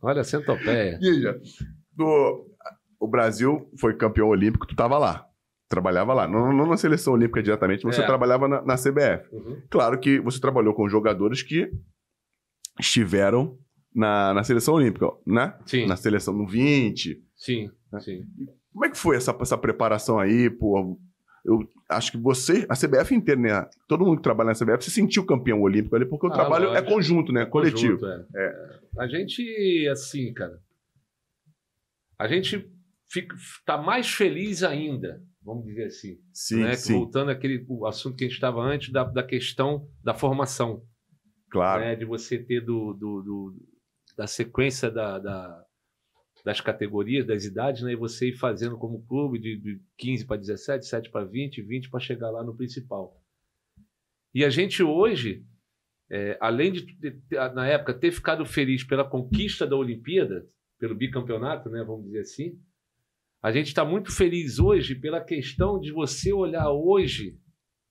Speaker 4: Olha a centopeia.
Speaker 2: Guija, do- o Brasil foi campeão olímpico, tu tava lá. Trabalhava lá. Não, não na seleção olímpica diretamente, mas
Speaker 4: É.
Speaker 2: você trabalhava na, na CBF. Claro que você trabalhou com jogadores que estiveram na, na seleção olímpica, né?
Speaker 4: Sim,
Speaker 2: Na seleção no 20,
Speaker 4: sim, sim.
Speaker 2: Como é que foi essa, essa preparação aí, pô? Eu acho que você, a CBF inteira, né? Todo mundo que trabalha na CBF se sentiu campeão olímpico ali, porque o
Speaker 4: Ah,
Speaker 2: trabalho
Speaker 4: lógico.
Speaker 2: é conjunto, né? Coletivo.
Speaker 4: Conjunto, é. A gente, assim, cara. A gente fica, tá mais feliz ainda, vamos dizer assim.
Speaker 2: Sim,
Speaker 4: né?
Speaker 2: sim,
Speaker 4: Voltando àquele o assunto que a gente estava antes da, da questão da formação.
Speaker 2: claro.
Speaker 4: né, de você ter do, do- do- da sequência da- da- das categorias, das idades, né, e você ir fazendo como clube de, de 15 para 17, 7 para 20, 20 para chegar lá no principal. E a gente hoje, é, além de, de- de- na época ter ficado feliz pela conquista da Olimpíada, pelo bicampeonato, né, vamos dizer assim, a gente está muito feliz hoje pela questão de você olhar hoje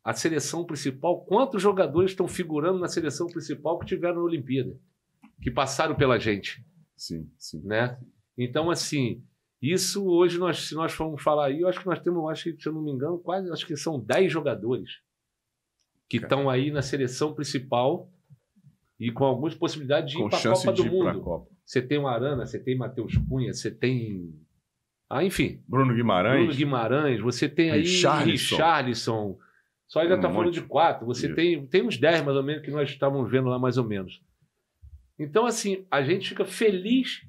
Speaker 4: a seleção principal, quantos jogadores estão figurando na seleção principal que tiveram na Olimpíada, que passaram pela gente,
Speaker 2: Sim, sim.
Speaker 4: né? Então, assim, isso hoje, nós, se nós formos falar aí, eu acho que nós temos, acho que, se eu não me engano, quase, acho que são 10 jogadores que estão aí na seleção principal e com algumas possibilidades de ir
Speaker 2: Com
Speaker 4: para a
Speaker 2: chance
Speaker 4: Copa
Speaker 2: de
Speaker 4: do
Speaker 2: ir pra
Speaker 4: Mundo.
Speaker 2: Copa.
Speaker 4: Você tem o Arana, você tem Matheus Cunha, você tem... Ah, enfim,
Speaker 2: Bruno Guimarães.
Speaker 4: Bruno Guimarães, você tem aí
Speaker 2: Richarlison.
Speaker 4: Richarlison. Só ainda
Speaker 2: Um
Speaker 4: está falando
Speaker 2: monte.
Speaker 4: de quatro. Você
Speaker 2: Isso.
Speaker 4: tem, tem uns dez, mais ou menos, que nós estávamos vendo lá, mais ou menos. Então, assim, a gente fica feliz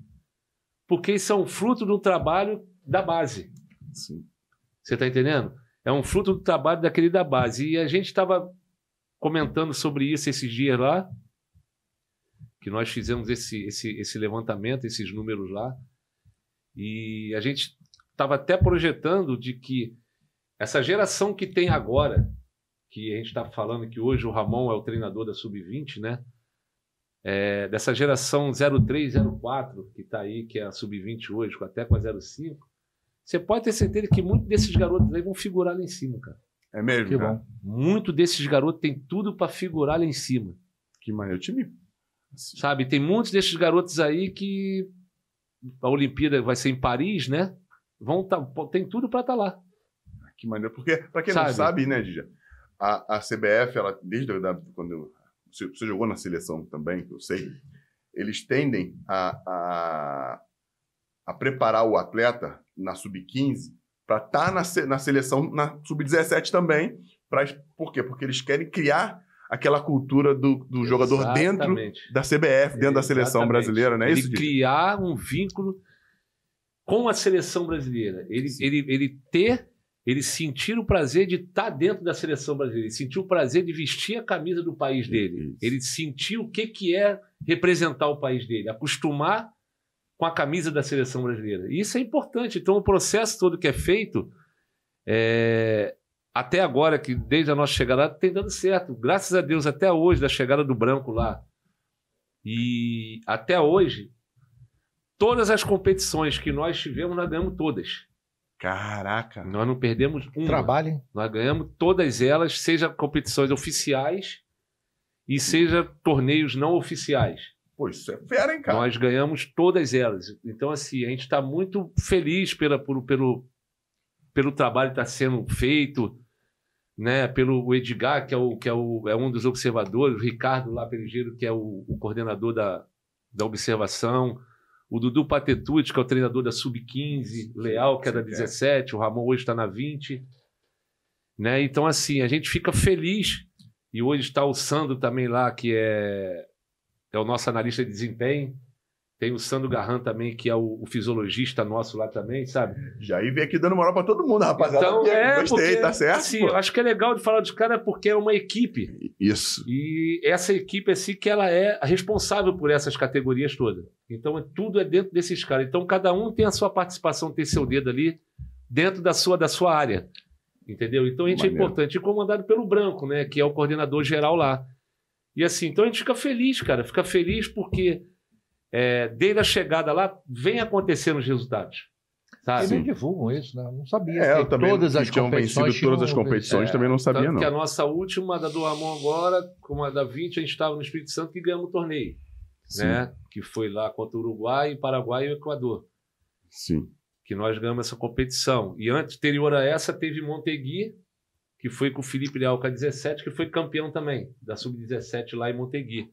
Speaker 4: porque isso é um fruto de um trabalho da base.
Speaker 2: Sim.
Speaker 4: Você está entendendo? É um fruto do trabalho daquele da base. E a gente estava comentando sobre isso esses dias lá, que nós fizemos esse, esse, esse levantamento, esses números lá. E a gente estava até projetando de que essa geração que tem agora, que a gente está falando que hoje o Ramon é o treinador da Sub-20, né? É, dessa geração 03, 04, que está aí, que é a Sub-20 hoje, com- até com a 05, você pode ter certeza que muitos desses garotos aí vão figurar lá em cima, cara.
Speaker 2: É mesmo,
Speaker 1: Que
Speaker 2: cara?
Speaker 1: bom.
Speaker 4: Muito desses garotos tem tudo pra figurar lá em cima,
Speaker 2: Que maneiro. O time... assim,
Speaker 4: sabe? Tem muitos desses garotos aí que a Olimpíada vai ser em Paris, né? Vão tá, tem tudo pra estar lá.
Speaker 2: Que maneiro. Porque, pra quem não
Speaker 4: Sabe.
Speaker 2: sabe, né, Dija? A, a CBF, ela, desde a, da- quando eu- você, você jogou na seleção também, que eu sei, eles tendem a, a, a preparar o atleta na sub-15 para estar tá na, se- na seleção na sub-17 também. Pra, por quê? Porque eles querem criar aquela cultura do, do jogador dentro
Speaker 4: Exatamente.
Speaker 2: da CBF, dentro da seleção
Speaker 4: Exatamente.
Speaker 2: brasileira, não é
Speaker 4: ele
Speaker 2: isso? Dija?
Speaker 4: criar um vínculo com a seleção brasileira. Ele, ele, ele ter, ele sentir o prazer de estar dentro da seleção brasileira, ele sentir o prazer de vestir a camisa do país dele,
Speaker 2: Isso.
Speaker 4: ele sentir o que, que é representar o país dele, acostumar com a camisa da seleção brasileira. E Isso é importante. Então, o processo todo que é feito, é, até agora, que desde a nossa chegada lá, tem dando certo. Graças a Deus, até hoje, da chegada do branco lá, e até hoje, todas as competições que nós tivemos, nós ganhamos todas.
Speaker 2: Caraca.
Speaker 4: Nós não perdemos um.
Speaker 3: Trabalhem.
Speaker 4: Nós ganhamos todas elas, seja competições oficiais e seja torneios não oficiais.
Speaker 2: Pô, isso é fera, hein, cara?
Speaker 4: Nós ganhamos todas elas. Então, assim, a gente está muito feliz pela, por- pelo, pelo trabalho que está sendo feito, né? Pelo Edgar, que, é, o, que é, o, é um dos observadores, o Ricardo Lapeligeiro, que é o, o coordenador da, da observação, o Dudu Patetucci, que é o treinador da Sub-15, Leal, que é da
Speaker 2: Sim, é.
Speaker 4: 17, o Ramon hoje está na 20. Né? Então, assim, a gente fica feliz. E hoje está o Sandro também lá, que é é o nosso analista de desempenho. Tem o Sandro Garran também, que é o, o fisiologista nosso lá também, sabe?
Speaker 2: Jair vem aqui dando moral pra todo mundo, rapaziada. Eu gostei, tá certo?
Speaker 4: Então, é, Assim,
Speaker 2: pô?
Speaker 4: eu acho que é legal de falar dos caras porque é uma equipe.
Speaker 2: Isso.
Speaker 4: E essa equipe, assim, que ela é a responsável por essas categorias todas. Então, é- tudo é dentro desses caras. Então, cada um tem a sua participação, tem seu dedo ali dentro da sua, da sua área. Entendeu? Então, a gente
Speaker 2: Maneiro.
Speaker 4: é importante. E comandado pelo Branco, né? Que é o coordenador geral lá. E assim, então a gente fica feliz, cara. Fica feliz porque é, desde a chegada lá, vem acontecendo os resultados. Sabe?
Speaker 3: Eles não divulgam isso, né? Eu não sabia.
Speaker 2: Ah, É, eu
Speaker 3: que
Speaker 2: também
Speaker 3: todas
Speaker 2: que
Speaker 3: as
Speaker 2: tinham vencido
Speaker 3: competições
Speaker 2: todas as
Speaker 3: tinham- um
Speaker 2: competições,
Speaker 4: É,
Speaker 2: também não sabia,
Speaker 4: Tanto
Speaker 2: não.
Speaker 4: que a nossa última, da do Ramon agora, como a da 20, a gente estava no Espírito Santo que ganhamos o torneio.
Speaker 2: Sim,
Speaker 4: Né? Que foi lá contra o Uruguai, Paraguai e o Equador.
Speaker 2: sim.
Speaker 4: Que nós ganhamos essa competição. E anterior a essa, teve Montegui, que foi com o Felipe Leal com a 17, que foi campeão também, da Sub-17 lá em Montegui.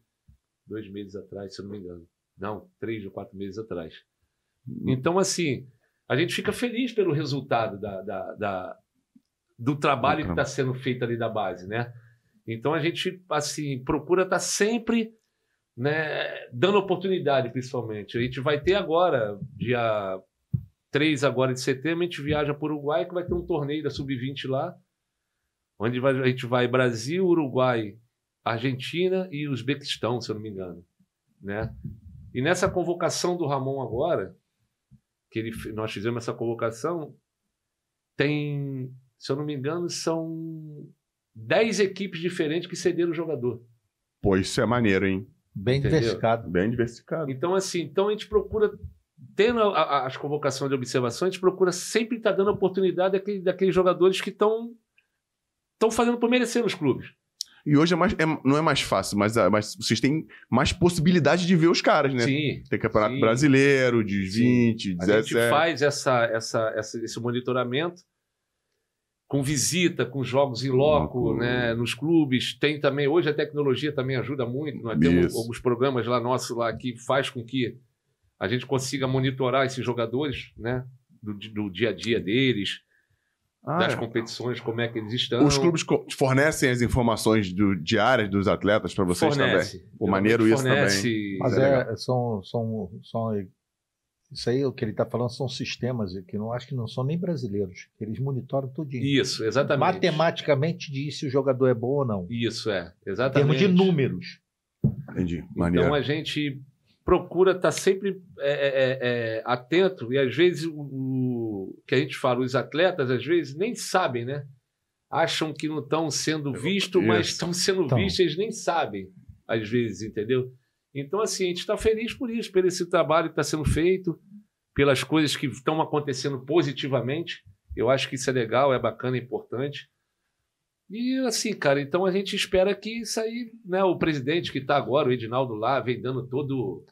Speaker 4: Dois meses atrás, se eu não me engano. Não, três ou quatro meses atrás. Então, assim, a gente fica feliz pelo resultado da, da- da- do trabalho que está sendo feito ali da base, né? Então, a gente, assim, procura estar sempre né, dando oportunidade, principalmente. A gente vai ter agora, dia 3 agora de setembro, a gente viaja para o Uruguai, que vai ter um torneio da Sub-20 lá, onde vai- a gente vai Brasil, Uruguai, Argentina e Uzbequistão, se eu não me engano, né? E nessa convocação do Ramon agora, que ele, fi- nós fizemos essa convocação, tem, se eu não me engano, são 10 equipes diferentes que cederam o jogador.
Speaker 2: Pô, isso é maneiro, hein?
Speaker 3: Bem
Speaker 4: Entendeu?
Speaker 3: diversificado.
Speaker 2: Bem diversificado.
Speaker 4: Então, assim, então a gente procura, tendo a- a- as convocações de observação, a gente procura sempre estar dando oportunidade daquele, daqueles jogadores que estão estão fazendo por merecer nos clubes.
Speaker 2: E hoje é mais, é- não é mais fácil, mas, ah, mas vocês têm mais possibilidade de ver os caras, né?
Speaker 4: Sim.
Speaker 2: Tem campeonato
Speaker 4: Sim.
Speaker 2: brasileiro, de é.
Speaker 4: Sim.
Speaker 2: 20,
Speaker 4: A
Speaker 2: 17.
Speaker 4: gente faz essa, essa, essa- esse monitoramento com visita, com jogos em loco,
Speaker 2: Loco.
Speaker 4: né, nos clubes. Tem também, hoje a tecnologia também ajuda muito. Nós temos
Speaker 2: Isso.
Speaker 4: alguns programas lá nossos lá que faz com que a gente consiga monitorar esses jogadores, né, do, di- do dia a dia deles,
Speaker 2: Ah,
Speaker 4: das
Speaker 2: é.
Speaker 4: competições, como é que eles estão.
Speaker 2: Os clubes co- fornecem as informações do- diárias dos atletas pra vocês também.
Speaker 4: fornece.
Speaker 2: Pô, maneiro isso também.
Speaker 4: Fornece-
Speaker 3: Mas
Speaker 2: Isso é
Speaker 3: é, são, são, são. Isso aí, o que ele está falando, são sistemas que não acho que não são nem brasileiros. que Eles monitoram tudinho.
Speaker 4: Isso, exatamente.
Speaker 3: Matematicamente diz se o jogador é bom ou não.
Speaker 4: Isso, é.
Speaker 3: Em termos
Speaker 4: Exatamente.
Speaker 3: de números.
Speaker 2: Entendi.
Speaker 4: Então
Speaker 2: Maneiro.
Speaker 4: a gente procura estar sempre é, é, é, atento e às vezes o, o que a gente fala, os atletas às vezes nem sabem, né? Acham que não estão sendo vistos, mas
Speaker 2: Isso.
Speaker 4: estão sendo
Speaker 3: Então.
Speaker 4: vistos, eles nem sabem, às vezes, entendeu? Então, assim, a gente está feliz por isso, pelo esse trabalho que está sendo feito, pelas coisas que estão acontecendo positivamente. Eu acho que isso é legal, é bacana, é importante. E assim, cara, então a gente espera que isso aí, né? O presidente que está agora, o Edinaldo lá, vem dando todo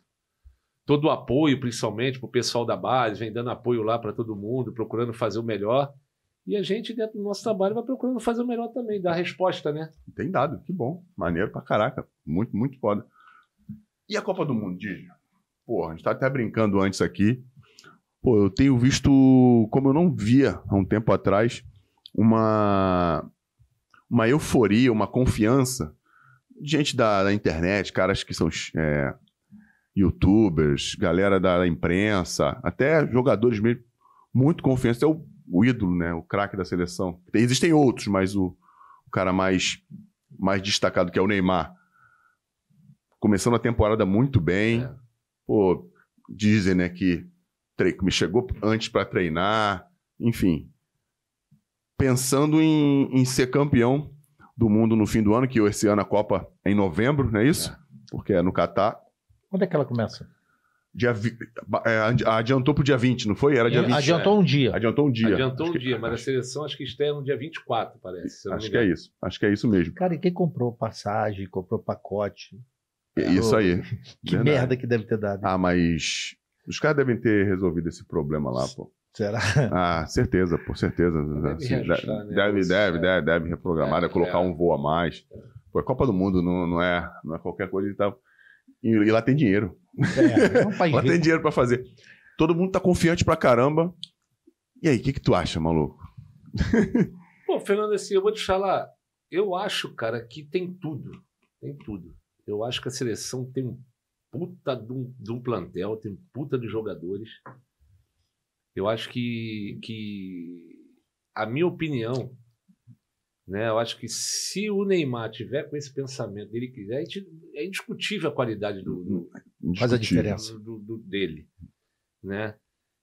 Speaker 4: todo o apoio, principalmente para o pessoal da base, vem dando apoio lá para todo mundo, procurando fazer o melhor. E a gente, dentro do nosso trabalho, vai procurando fazer o melhor também, dar resposta, né?
Speaker 2: Tem dado, que bom. Maneiro pra caraca. Muito, muito foda. E a Copa do Mundo, Digi? Porra, a gente tá até brincando antes aqui. Pô, eu tenho visto, como eu não via há um tempo atrás, uma, uma euforia, uma confiança de gente da, da internet, caras que são é, youtubers, galera da, da imprensa, até jogadores mesmo, muito confiança. É o, o ídolo, né? O craque da seleção. Existem outros, mas o, o cara mais, mais destacado, que é o Neymar. Começando a temporada muito bem.
Speaker 4: É.
Speaker 2: Pô, dizem, né, que tre- que me chegou antes para treinar. Enfim. Pensando em, em ser campeão do mundo no fim do ano, que esse ano a Copa é em novembro, não é isso? Porque é no Catar.
Speaker 3: Quando é que ela começa?
Speaker 2: Dia vi- é, adi- adiantou pro dia 20, não foi? Era dia 20.
Speaker 3: Adiantou um dia.
Speaker 2: Adiantou um dia.
Speaker 4: É, Adiantou
Speaker 2: Acho
Speaker 4: um
Speaker 2: que-
Speaker 4: dia, mas a seleção acho que estreia no dia 24, parece. se eu não
Speaker 2: Acho
Speaker 4: me
Speaker 2: que é
Speaker 4: engano.
Speaker 2: isso. Acho que é isso mesmo.
Speaker 3: Cara, e quem comprou passagem, comprou pacote?
Speaker 2: É isso aí.
Speaker 3: Que
Speaker 2: Verdade.
Speaker 3: merda que deve ter dado.
Speaker 2: Ah, mas os caras devem ter resolvido esse problema lá, pô.
Speaker 3: Será?
Speaker 2: Ah, certeza, pô, certeza.
Speaker 4: Deve
Speaker 2: Assim,
Speaker 4: reajustar,
Speaker 2: de-
Speaker 4: né?
Speaker 2: deve,
Speaker 4: Isso,
Speaker 2: deve,
Speaker 4: é.
Speaker 2: deve, deve reprogramar,
Speaker 4: É,
Speaker 2: deve colocar
Speaker 4: é.
Speaker 2: um voo a mais. Pô, é Copa do Mundo não, não é, não é qualquer coisa e tal. E, e lá tem dinheiro.
Speaker 3: É, é um país
Speaker 2: Lá tem
Speaker 3: rico.
Speaker 2: dinheiro pra fazer. Todo mundo tá confiante pra caramba. E aí, o que que tu acha, maluco?
Speaker 4: Pô, Fernando, assim, eu vou te falar. Eu acho, cara, que tem tudo. Tem tudo. Eu acho que a seleção tem um puta de um, de um plantel, tem um puta de jogadores. Eu acho que, que a minha opinião, né? Eu acho que se o Neymar tiver com esse pensamento dele que é, indi- é indiscutível a qualidade do- do,
Speaker 3: Faz a
Speaker 2: Indiscutível.
Speaker 3: diferença.
Speaker 4: do, do- dele, né?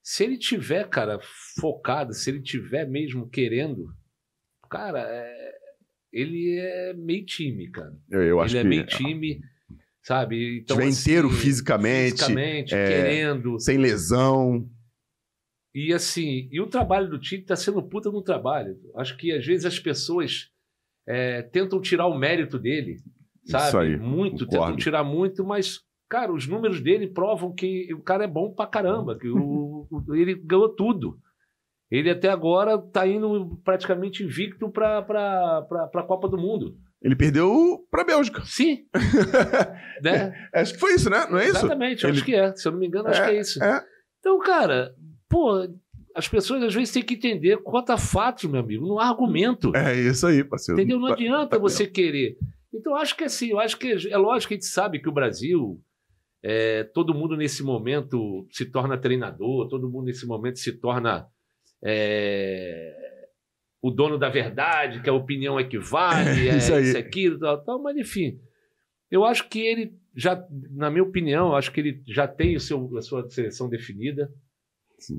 Speaker 4: Se ele tiver, cara, focado, se ele tiver mesmo querendo, cara, é- ele é meio time, cara.
Speaker 2: Eu, eu acho
Speaker 4: ele é
Speaker 2: que ah,
Speaker 4: meio time, sabe? Então,
Speaker 2: tiver inteiro fisicamente,
Speaker 4: fisicamente,
Speaker 2: é,
Speaker 4: querendo.
Speaker 2: sem lesão.
Speaker 4: E assim, e o trabalho do time tá sendo um puta no trabalho. Acho que às vezes as pessoas é, tentam tirar o mérito dele, sabe?
Speaker 2: Isso aí,
Speaker 4: muito,
Speaker 2: concordo.
Speaker 4: tentam tirar muito, mas, cara, os números dele provam que o cara é bom pra caramba, que o, o- ele ganhou tudo. Ele até agora tá indo praticamente invicto pra, pra, pra, pra Copa do Mundo.
Speaker 2: Ele perdeu pra Bélgica.
Speaker 4: Sim! né?
Speaker 2: Acho que foi isso, né? Não é isso?
Speaker 4: Exatamente, eu
Speaker 2: Ele-
Speaker 4: acho que é. Se eu não me engano, acho que é isso.
Speaker 2: É.
Speaker 4: Então, cara, pô, as pessoas às vezes têm que entender quanto a fatos, meu amigo, não há argumento.
Speaker 2: É isso aí, parceiro.
Speaker 4: entendeu? Não
Speaker 2: Tá-
Speaker 4: adianta você querer. Então, eu acho que assim, eu acho que é lógico que a gente sabe que o Brasil, é, todo mundo nesse momento se torna treinador, todo mundo nesse momento se torna é, o dono da verdade, que a opinião é que vale, é
Speaker 2: Isso aí.
Speaker 4: isso, aquilo, tal, tal, mas enfim. Eu acho que ele já, na minha opinião, eu acho que ele já tem o seu, a sua seleção definida.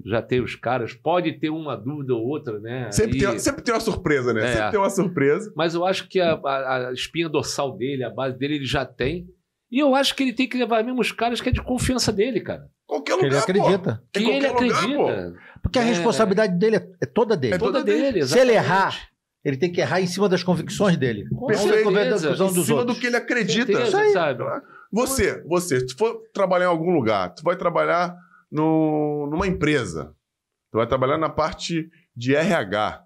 Speaker 4: Já tem os caras, pode ter uma dúvida ou outra, né?
Speaker 2: Sempre,
Speaker 4: E-
Speaker 2: tem, sempre tem uma surpresa, né?
Speaker 4: É.
Speaker 2: Sempre tem uma surpresa.
Speaker 4: mas eu acho que a, a- a espinha dorsal dele, a base dele, ele já tem. E eu acho que ele tem que levar mesmo os caras que é de confiança dele, cara.
Speaker 2: Qualquer
Speaker 3: Que
Speaker 2: lugar,
Speaker 3: ele acredita.
Speaker 2: Em
Speaker 4: Que ele
Speaker 2: qualquer lugar,
Speaker 4: acredita.
Speaker 3: Porque a
Speaker 4: É.
Speaker 3: responsabilidade dele é- é toda dele.
Speaker 4: é toda dele.
Speaker 3: Se ele
Speaker 4: exatamente.
Speaker 3: errar, ele tem que errar em cima das convicções dele.
Speaker 4: Com
Speaker 3: Não da
Speaker 2: certeza.
Speaker 3: conclusão
Speaker 2: Pô. Em
Speaker 3: dos
Speaker 2: cima
Speaker 3: outros.
Speaker 2: do que ele acredita.
Speaker 4: Certeza,
Speaker 2: Isso aí.
Speaker 4: sabe?
Speaker 2: Você, você, se tu for trabalhar em algum lugar, tu vai trabalhar no, numa empresa. Tu vai trabalhar na parte de RH.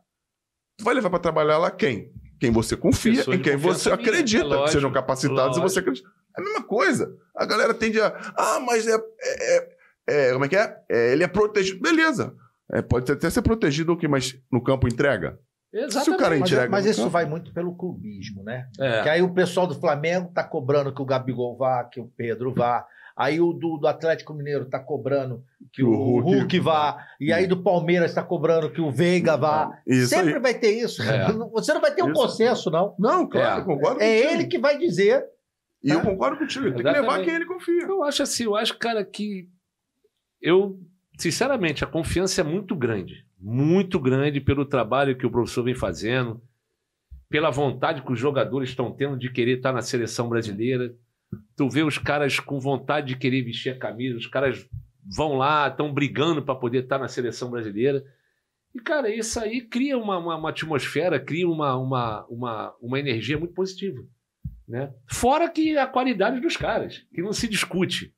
Speaker 2: Tu vai levar pra trabalhar lá quem? Quem você confia,
Speaker 4: Pessoas
Speaker 2: em quem
Speaker 4: de
Speaker 2: você
Speaker 4: confiança minha,
Speaker 2: acredita.
Speaker 4: é lógico,
Speaker 2: sejam capacitados e
Speaker 4: lógico.
Speaker 2: você acredita. É a mesma coisa. A galera tende a. Ah, mas é. é- é- é- como é que é? É, Ele é protegido. Beleza. É, pode até ser protegido, ok, mas no campo entrega.
Speaker 4: Exatamente.
Speaker 2: Se o cara
Speaker 3: Mas, é-
Speaker 2: entrega.
Speaker 3: mas
Speaker 2: no
Speaker 3: isso
Speaker 2: campo-
Speaker 3: vai muito pelo clubismo, né?
Speaker 4: É.
Speaker 3: Que aí o pessoal do Flamengo tá cobrando que o Gabigol vá, que o Pedro vá. Aí o do, do Atlético Mineiro tá cobrando que o,
Speaker 2: O Hulk-
Speaker 3: Hulk, vá. E aí do Palmeiras tá cobrando que o Veiga vá.
Speaker 2: Isso
Speaker 3: Sempre
Speaker 2: aí.
Speaker 3: vai ter isso.
Speaker 4: É.
Speaker 3: Você não vai ter um
Speaker 2: Isso.
Speaker 3: consenso, não.
Speaker 2: Não, claro,
Speaker 4: É.
Speaker 2: eu concordo
Speaker 3: É
Speaker 2: contigo.
Speaker 3: ele que tá. vai dizer.
Speaker 2: E eu concordo contigo. Ele tem que levar
Speaker 4: Exatamente.
Speaker 2: quem ele confia.
Speaker 4: Eu acho assim, eu acho, cara, que eu, sinceramente, a confiança é muito grande. Muito grande pelo trabalho que o professor vem fazendo, pela vontade que os jogadores estão tendo de querer estar na seleção brasileira. Tu vê os caras com vontade de querer vestir a camisa, os caras vão lá, estão brigando para poder estar na seleção brasileira. E, cara, isso aí cria uma, uma- uma atmosfera, cria uma, uma, uma, uma energia muito positiva. Né? Fora que a qualidade dos caras, que não se discute.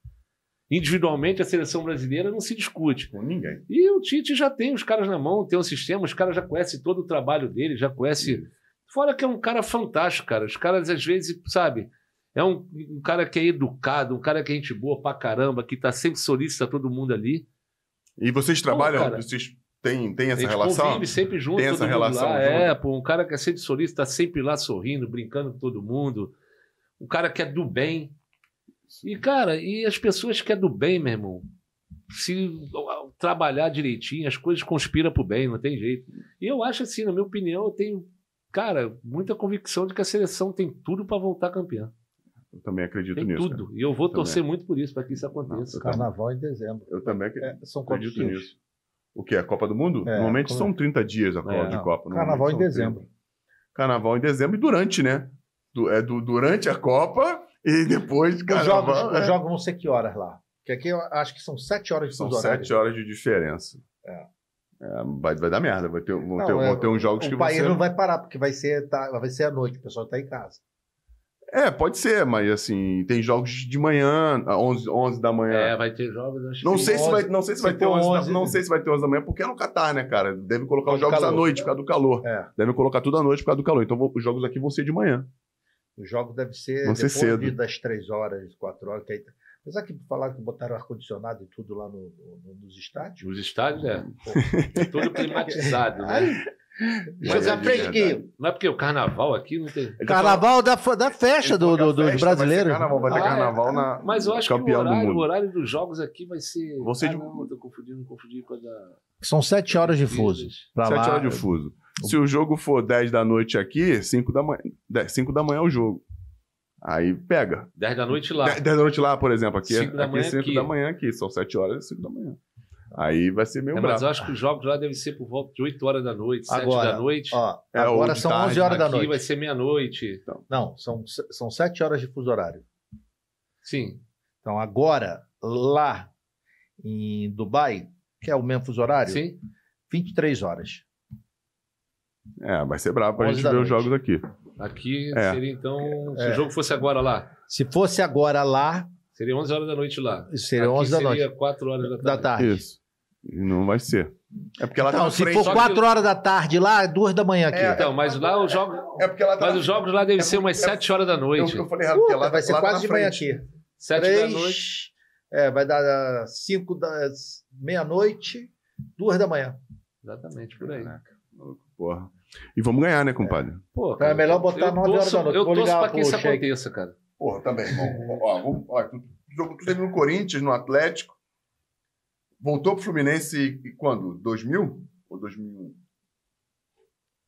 Speaker 4: Individualmente, a seleção brasileira não se discute.
Speaker 2: Com ninguém.
Speaker 4: E o Tite já tem os caras na mão, tem um sistema, os caras já conhecem todo o trabalho dele, já conhece. Fora que é um cara fantástico, cara. Os caras, às vezes, sabe, é um, um cara que é educado, um cara que é gente boa pra caramba, que tá sempre solícita a todo mundo ali.
Speaker 2: E vocês
Speaker 4: Pô,
Speaker 2: trabalham,
Speaker 4: cara.
Speaker 2: vocês têm, têm
Speaker 4: A
Speaker 2: essa
Speaker 4: gente
Speaker 2: relação?
Speaker 4: convive sempre junto,
Speaker 2: Tem
Speaker 4: todo
Speaker 2: essa
Speaker 4: mundo
Speaker 2: relação
Speaker 4: lá. É, pô, um cara que é sempre solícita, tá sempre lá sorrindo, brincando com todo mundo. Um cara que é do bem. E, cara, e as pessoas que é do bem, meu irmão, se trabalhar direitinho, as coisas conspiram pro bem, não tem jeito. E eu acho assim, na minha opinião, eu tenho, cara, muita convicção de que a seleção tem tudo pra voltar campeã.
Speaker 2: Eu também acredito
Speaker 4: Tem
Speaker 2: nisso.
Speaker 4: tudo. E eu vou
Speaker 2: Também.
Speaker 4: torcer muito por isso, pra que isso aconteça.
Speaker 2: Não,
Speaker 3: Carnaval em dezembro.
Speaker 2: cara. Eu também acre-
Speaker 3: É, são quantos
Speaker 2: acredito
Speaker 3: dias?
Speaker 2: nisso. O que? A Copa do Mundo?
Speaker 3: É,
Speaker 2: Normalmente
Speaker 3: como é?
Speaker 2: são 30 dias a Copa
Speaker 4: É.
Speaker 2: de Copa.
Speaker 3: Carnaval
Speaker 2: normalmente
Speaker 3: em
Speaker 2: são
Speaker 3: dezembro.
Speaker 2: 30. Carnaval em dezembro e durante, né? Du- é du- durante a Copa e depois
Speaker 3: Os jogos,
Speaker 2: carnaval. é.
Speaker 3: os jogos vão ser que horas lá? Que aqui eu acho que são sete horas de
Speaker 2: São
Speaker 3: fuso horário.
Speaker 2: sete horas de diferença.
Speaker 3: É.
Speaker 2: É, vai, vai dar merda. Vai ter, vão,
Speaker 3: Não,
Speaker 2: ter,
Speaker 3: é-
Speaker 2: vão ter uns jogos que
Speaker 3: O país
Speaker 2: você.
Speaker 3: não vai parar, porque vai ser, tá, vai ser à noite, o pessoal tá em casa.
Speaker 2: É, pode ser, mas assim, tem jogos de manhã, ah, 11, 11 da manhã.
Speaker 4: É, vai ter jogos. acho que
Speaker 2: não,
Speaker 4: sim.
Speaker 2: sei se
Speaker 3: 11,
Speaker 2: vai, não sei se vai
Speaker 3: se
Speaker 2: ter
Speaker 3: for
Speaker 2: 11, da-
Speaker 3: 11,
Speaker 2: não
Speaker 3: né?
Speaker 2: sei se vai ter 11 da manhã, porque é no Catar, né, cara? Devem colocar
Speaker 3: Por causa
Speaker 2: os jogos
Speaker 3: do
Speaker 2: à
Speaker 3: calor.
Speaker 2: noite por causa do calor.
Speaker 3: É.
Speaker 2: Devem colocar tudo à noite por causa do calor. Então vou- os jogos aqui vão ser de manhã.
Speaker 3: O jogo deve ser
Speaker 2: Vão ser
Speaker 3: depois
Speaker 2: cedo.
Speaker 3: de- das três horas, quatro horas. Que aí... tá, Apesar que falaram que botaram ar-condicionado e tudo lá no, no- nos estádios.
Speaker 4: Os estádios é tudo climatizado, né?
Speaker 3: Aí,
Speaker 2: Mas
Speaker 3: você
Speaker 2: é
Speaker 3: aprende
Speaker 2: de verdade.
Speaker 3: que
Speaker 4: Não é porque o carnaval aqui não tem.
Speaker 2: Ele tá
Speaker 1: Carnaval da, fa- da festa do, do- dos
Speaker 2: Festa,
Speaker 1: brasileiros.
Speaker 2: Vai ter carnaval, vai ter
Speaker 4: Ah, é.
Speaker 2: carnaval na.
Speaker 4: Mas eu acho
Speaker 2: campeão
Speaker 4: que
Speaker 2: do
Speaker 4: o horário,
Speaker 2: mundo.
Speaker 4: o horário dos jogos aqui vai ser.
Speaker 2: Você
Speaker 4: ah,
Speaker 2: de-
Speaker 4: não, tô confundindo, confundi com a da. né?
Speaker 1: São sete horas de fuso. Pra
Speaker 2: 7
Speaker 1: lá,
Speaker 2: horas
Speaker 3: é.
Speaker 2: de fuso. Se o jogo for 10 da noite aqui, 5 da manhã, 10, 5 da manhã é o jogo. Aí pega.
Speaker 4: 10 da noite lá.
Speaker 2: 10, da noite lá, por exemplo, aqui, é-
Speaker 4: Tá. Cinco da
Speaker 2: aqui é
Speaker 4: manhã
Speaker 2: 5
Speaker 4: aqui.
Speaker 2: da manhã aqui, são 7 horas e 5 da manhã. Aí vai ser meio
Speaker 4: É, mas
Speaker 2: brabo.
Speaker 4: eu acho que os jogos lá devem ser por volta de 8 horas da noite, 7
Speaker 3: Agora,
Speaker 4: da noite.
Speaker 3: ó,
Speaker 2: É, ou
Speaker 3: agora
Speaker 2: de
Speaker 3: são
Speaker 2: tarde,
Speaker 3: 11 horas da
Speaker 4: aqui
Speaker 3: noite.
Speaker 4: vai ser meia-noite.
Speaker 3: Não, são, são sete horas de fuso horário.
Speaker 4: Sim.
Speaker 3: Então, agora, lá em Dubai, que é o mesmo fuso horário,
Speaker 4: Sim.
Speaker 3: 23 horas.
Speaker 2: É, vai ser brabo pra
Speaker 3: 11
Speaker 2: gente
Speaker 3: da
Speaker 2: ver os
Speaker 3: noite.
Speaker 2: jogos aqui.
Speaker 4: Aqui
Speaker 2: É.
Speaker 4: seria então. Se o jogo fosse agora lá,
Speaker 3: Se fosse agora lá,
Speaker 4: seria 11 horas da noite lá.
Speaker 3: seria
Speaker 4: Aqui
Speaker 3: 11 da noite.
Speaker 4: Seria 4 horas da
Speaker 3: Da
Speaker 4: tarde.
Speaker 3: tarde.
Speaker 2: Isso. E não vai ser. É porque ela tá
Speaker 1: Então,
Speaker 2: na
Speaker 1: se
Speaker 2: frente.
Speaker 1: for
Speaker 4: só que-
Speaker 1: 4 horas da tarde lá, é 2 da manhã aqui.
Speaker 2: É,
Speaker 4: Então, mas lá os jogos.
Speaker 2: É porque ela tá
Speaker 4: Mas
Speaker 2: na-
Speaker 4: os jogos lá devem
Speaker 2: É
Speaker 4: ser umas
Speaker 2: muito- é-
Speaker 4: 7 horas da
Speaker 2: Eu,
Speaker 4: noite.
Speaker 2: eu falei errado, porque
Speaker 3: Puta,
Speaker 2: ela
Speaker 3: Uh, vai ser
Speaker 2: lá tá
Speaker 3: quase
Speaker 2: na
Speaker 3: de manhã
Speaker 2: frente.
Speaker 3: aqui.
Speaker 4: 7 da
Speaker 3: Três,
Speaker 4: noite.
Speaker 3: É, vai dar 5 das meia-noite, 2 da manhã.
Speaker 4: Exatamente, por aí.
Speaker 2: Caraca, maluco, porra. E vamos ganhar, né, compadre?
Speaker 4: Pô,
Speaker 3: Então é melhor botar
Speaker 4: eu
Speaker 3: 9 horas
Speaker 4: torço-
Speaker 3: da noite.
Speaker 4: Eu
Speaker 3: Vou
Speaker 4: torço
Speaker 3: ligar
Speaker 4: pra que
Speaker 3: pro
Speaker 4: isso
Speaker 3: Sheik.
Speaker 4: aconteça, cara.
Speaker 2: Porra, também, irmão. ó, vamos, ó, tu, tu, tu teve no Corinthians, no Atlético, voltou pro Fluminense e quando? 2000 ou 2001?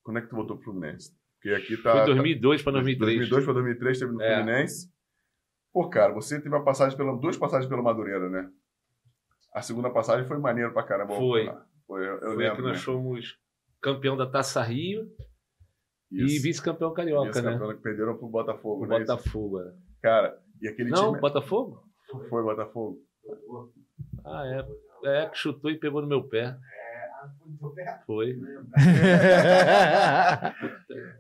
Speaker 2: Quando é que tu voltou pro Fluminense? Porque aqui tá...
Speaker 4: Foi
Speaker 2: tá-
Speaker 4: 2002 pra 2003.
Speaker 2: 2002 pra 2003 teve no
Speaker 4: É.
Speaker 2: Fluminense. Pô, cara, você teve uma passagem pela, duas passagens pelo Madureira, né? A segunda passagem foi maneiro pra caramba.
Speaker 4: Foi.
Speaker 2: Foi, eu, eu
Speaker 4: Foi
Speaker 2: lembro.
Speaker 4: que nós
Speaker 2: né?
Speaker 4: fomos campeão da Taça Rio e
Speaker 2: Isso.
Speaker 4: vice-campeão carioca,
Speaker 2: Esse
Speaker 4: né?
Speaker 2: campeonato que perderam pro Botafogo,
Speaker 4: O
Speaker 2: né? Isso.
Speaker 4: Botafogo. é.
Speaker 2: Cara, e aquele
Speaker 4: Não,
Speaker 2: time
Speaker 4: Botafogo?
Speaker 2: foi Botafogo.
Speaker 4: Ah, é. É, que chutou e pegou no meu pé. Foi.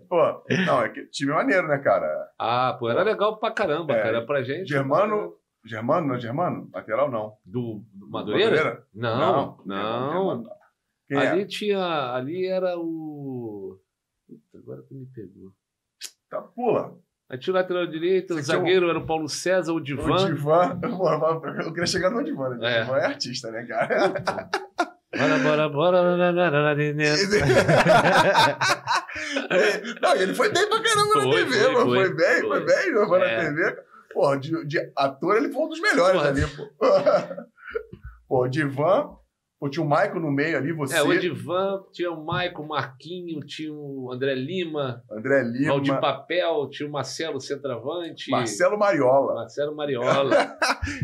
Speaker 2: Pô, não, é que time é maneiro, né, cara?
Speaker 4: Ah, pô, era legal pra caramba,
Speaker 2: É,
Speaker 4: cara. Pra gente.
Speaker 2: Germano, Germano, não é Germano? Lateral não.
Speaker 4: Do, do Madureira? Não, não.
Speaker 2: Germano. Quem é?
Speaker 4: Ali tinha. Ali era o. Puta, agora que me pegou.
Speaker 2: Tá, pula.
Speaker 4: Aí tinha o lateral direito, o
Speaker 2: Você tinha um-
Speaker 4: zagueiro era o Paulo César, o Divan.
Speaker 2: O Divan. Pô, Eu queria chegar no Divan, né?
Speaker 4: É.
Speaker 2: O Divan é artista, né, cara?
Speaker 4: Bora, bora, bora, lá, lá, lá, lá, lá, dentro.
Speaker 2: não, e ele foi bem pra caramba na
Speaker 4: Foi,
Speaker 2: TV,
Speaker 4: foi,
Speaker 2: mano. Foi,
Speaker 4: foi,
Speaker 2: bem, foi,
Speaker 4: foi.
Speaker 2: bem, meu, foi
Speaker 4: É.
Speaker 2: na TV. Pô, de, de ator ele foi um dos melhores
Speaker 4: Porra.
Speaker 2: ali, pô. pô, o Divan. Pô, tinha o Maicon no meio ali, você,
Speaker 4: É, o Edivan, tinha o Maico, o Marquinho, tinha o André Lima,
Speaker 2: André Lima,
Speaker 4: o de Papel, tinha o Marcelo Centravante,
Speaker 2: Marcelo Mariola.
Speaker 4: Marcelo Mariola.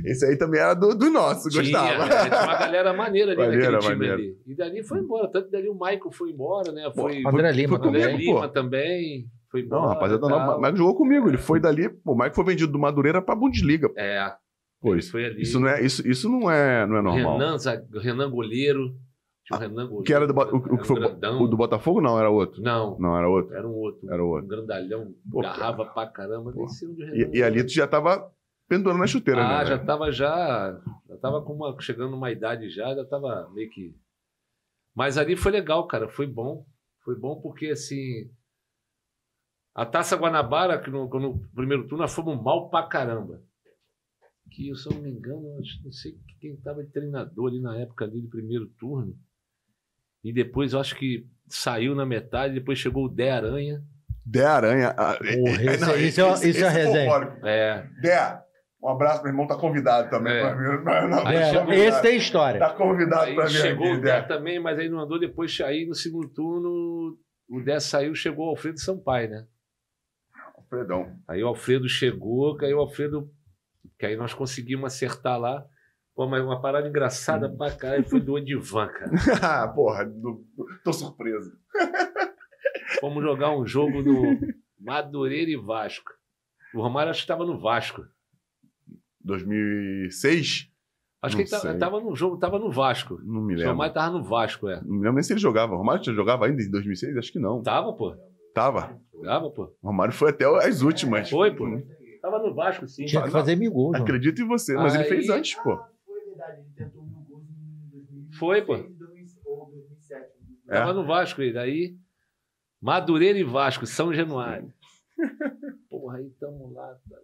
Speaker 2: Esse aí também era do, do nosso, gostava.
Speaker 4: Tinha, é, tinha uma galera maneira ali
Speaker 2: Maneiro,
Speaker 4: naquele time
Speaker 2: maneiro.
Speaker 4: ali. E dali foi embora, tanto que dali o Maico foi embora, né? Foi
Speaker 2: Pô,
Speaker 3: André
Speaker 2: foi-
Speaker 3: Lima
Speaker 2: foi
Speaker 4: o André
Speaker 2: comigo,
Speaker 4: Lima
Speaker 2: pô.
Speaker 4: também, foi embora.
Speaker 2: Não, rapaziada, não.
Speaker 4: tal.
Speaker 2: O Mike jogou comigo. Ele foi dali. Pô, o Mike foi vendido do Madureira pra Bundesliga. pô.
Speaker 4: É,
Speaker 2: Pô,
Speaker 4: ele
Speaker 2: isso,
Speaker 4: foi ali.
Speaker 2: isso não é, isso, isso não é, não é normal. Ah,
Speaker 4: Renan, zague- Renan Goleiro, tinha o Renan Goleiro.
Speaker 2: que era do Bo- o- o que
Speaker 4: era um
Speaker 2: foi Bo-
Speaker 4: grandão.
Speaker 2: O do Botafogo não, era outro.
Speaker 4: Não,
Speaker 2: Não, era outro.
Speaker 4: era um outro.
Speaker 2: Era
Speaker 4: Um
Speaker 2: outro.
Speaker 4: grandalhão,
Speaker 2: Pô,
Speaker 4: garrava pra caramba.
Speaker 2: Pô.
Speaker 4: descia onde o Renan
Speaker 2: E, e ali tu já tava pendurando na chuteira,
Speaker 4: Ah,
Speaker 2: né?
Speaker 4: já
Speaker 2: velho?
Speaker 4: tava já. Já tava com uma, chegando numa idade já, já tava meio que. Mas ali foi legal, cara. Foi bom. Foi bom porque assim. A Taça Guanabara, que no, no primeiro turno nós fomos mal pra caramba. Que, se eu não me engano, acho- não sei quem tava de treinador ali na época ali de primeiro turno. E depois eu acho que saiu na metade, depois chegou o Dé Aranha.
Speaker 2: Dé Aranha. ah, é-
Speaker 3: Porra,
Speaker 2: é-
Speaker 3: isso-
Speaker 2: não,
Speaker 3: isso é-
Speaker 2: esse-
Speaker 3: isso é
Speaker 2: esse
Speaker 3: resenha.
Speaker 2: folclórico.
Speaker 4: É.
Speaker 2: Dé, um abraço, meu irmão. Tá convidado também.
Speaker 4: É.
Speaker 2: pra vir. Não, não,
Speaker 4: Aí
Speaker 2: tá
Speaker 3: É,
Speaker 4: chegou-
Speaker 2: convidado.
Speaker 3: esse tem história.
Speaker 2: Tá convidado
Speaker 4: Aí
Speaker 2: pra vir
Speaker 4: chegou
Speaker 2: aqui,
Speaker 4: o Dé
Speaker 2: Dé.
Speaker 4: também, mas aí não andou. Depois aí no segundo turno, o Dé saiu, chegou o Alfredo Sampaio, né?
Speaker 2: Perdão.
Speaker 4: Aí o Alfredo chegou, que aí o Alfredo. Que aí nós conseguimos acertar lá. Pô, mas uma parada engraçada pra caralho foi do Odivan, cara.
Speaker 2: Ah, Porra, do- do- tô surpreso.
Speaker 4: Fomos jogar um jogo no Madureira e Vasco. O Romário acho que estava no Vasco.
Speaker 2: 2006?
Speaker 4: Acho
Speaker 2: Não
Speaker 4: que ele ta-
Speaker 2: sei.
Speaker 4: tava no jogo, tava no Vasco.
Speaker 2: Não me
Speaker 4: O
Speaker 2: lembro.
Speaker 4: Romário tava no Vasco, é.
Speaker 2: Não me lembro nem se ele jogava. O Romário já jogava ainda em 2006? Acho que não.
Speaker 4: Tava, pô.
Speaker 2: Tava.
Speaker 4: Tava, pô.
Speaker 2: O Romário foi até as últimas.
Speaker 4: Foi, pô. Tava no Vasco, sim.
Speaker 3: Tinha que fazer mil gols, João.
Speaker 2: Acredito em você. Mas ele
Speaker 4: Aí-
Speaker 2: fez antes, pô.
Speaker 5: Ah, foi verdade, ele tentou mil gols em 2006.
Speaker 4: Foi, pô.
Speaker 5: 2000 Ou 2007.
Speaker 2: É.
Speaker 4: Tava no Vasco ele. Aí, Madureira e Vasco, São Januário. Porra, aí tamo lá. tá?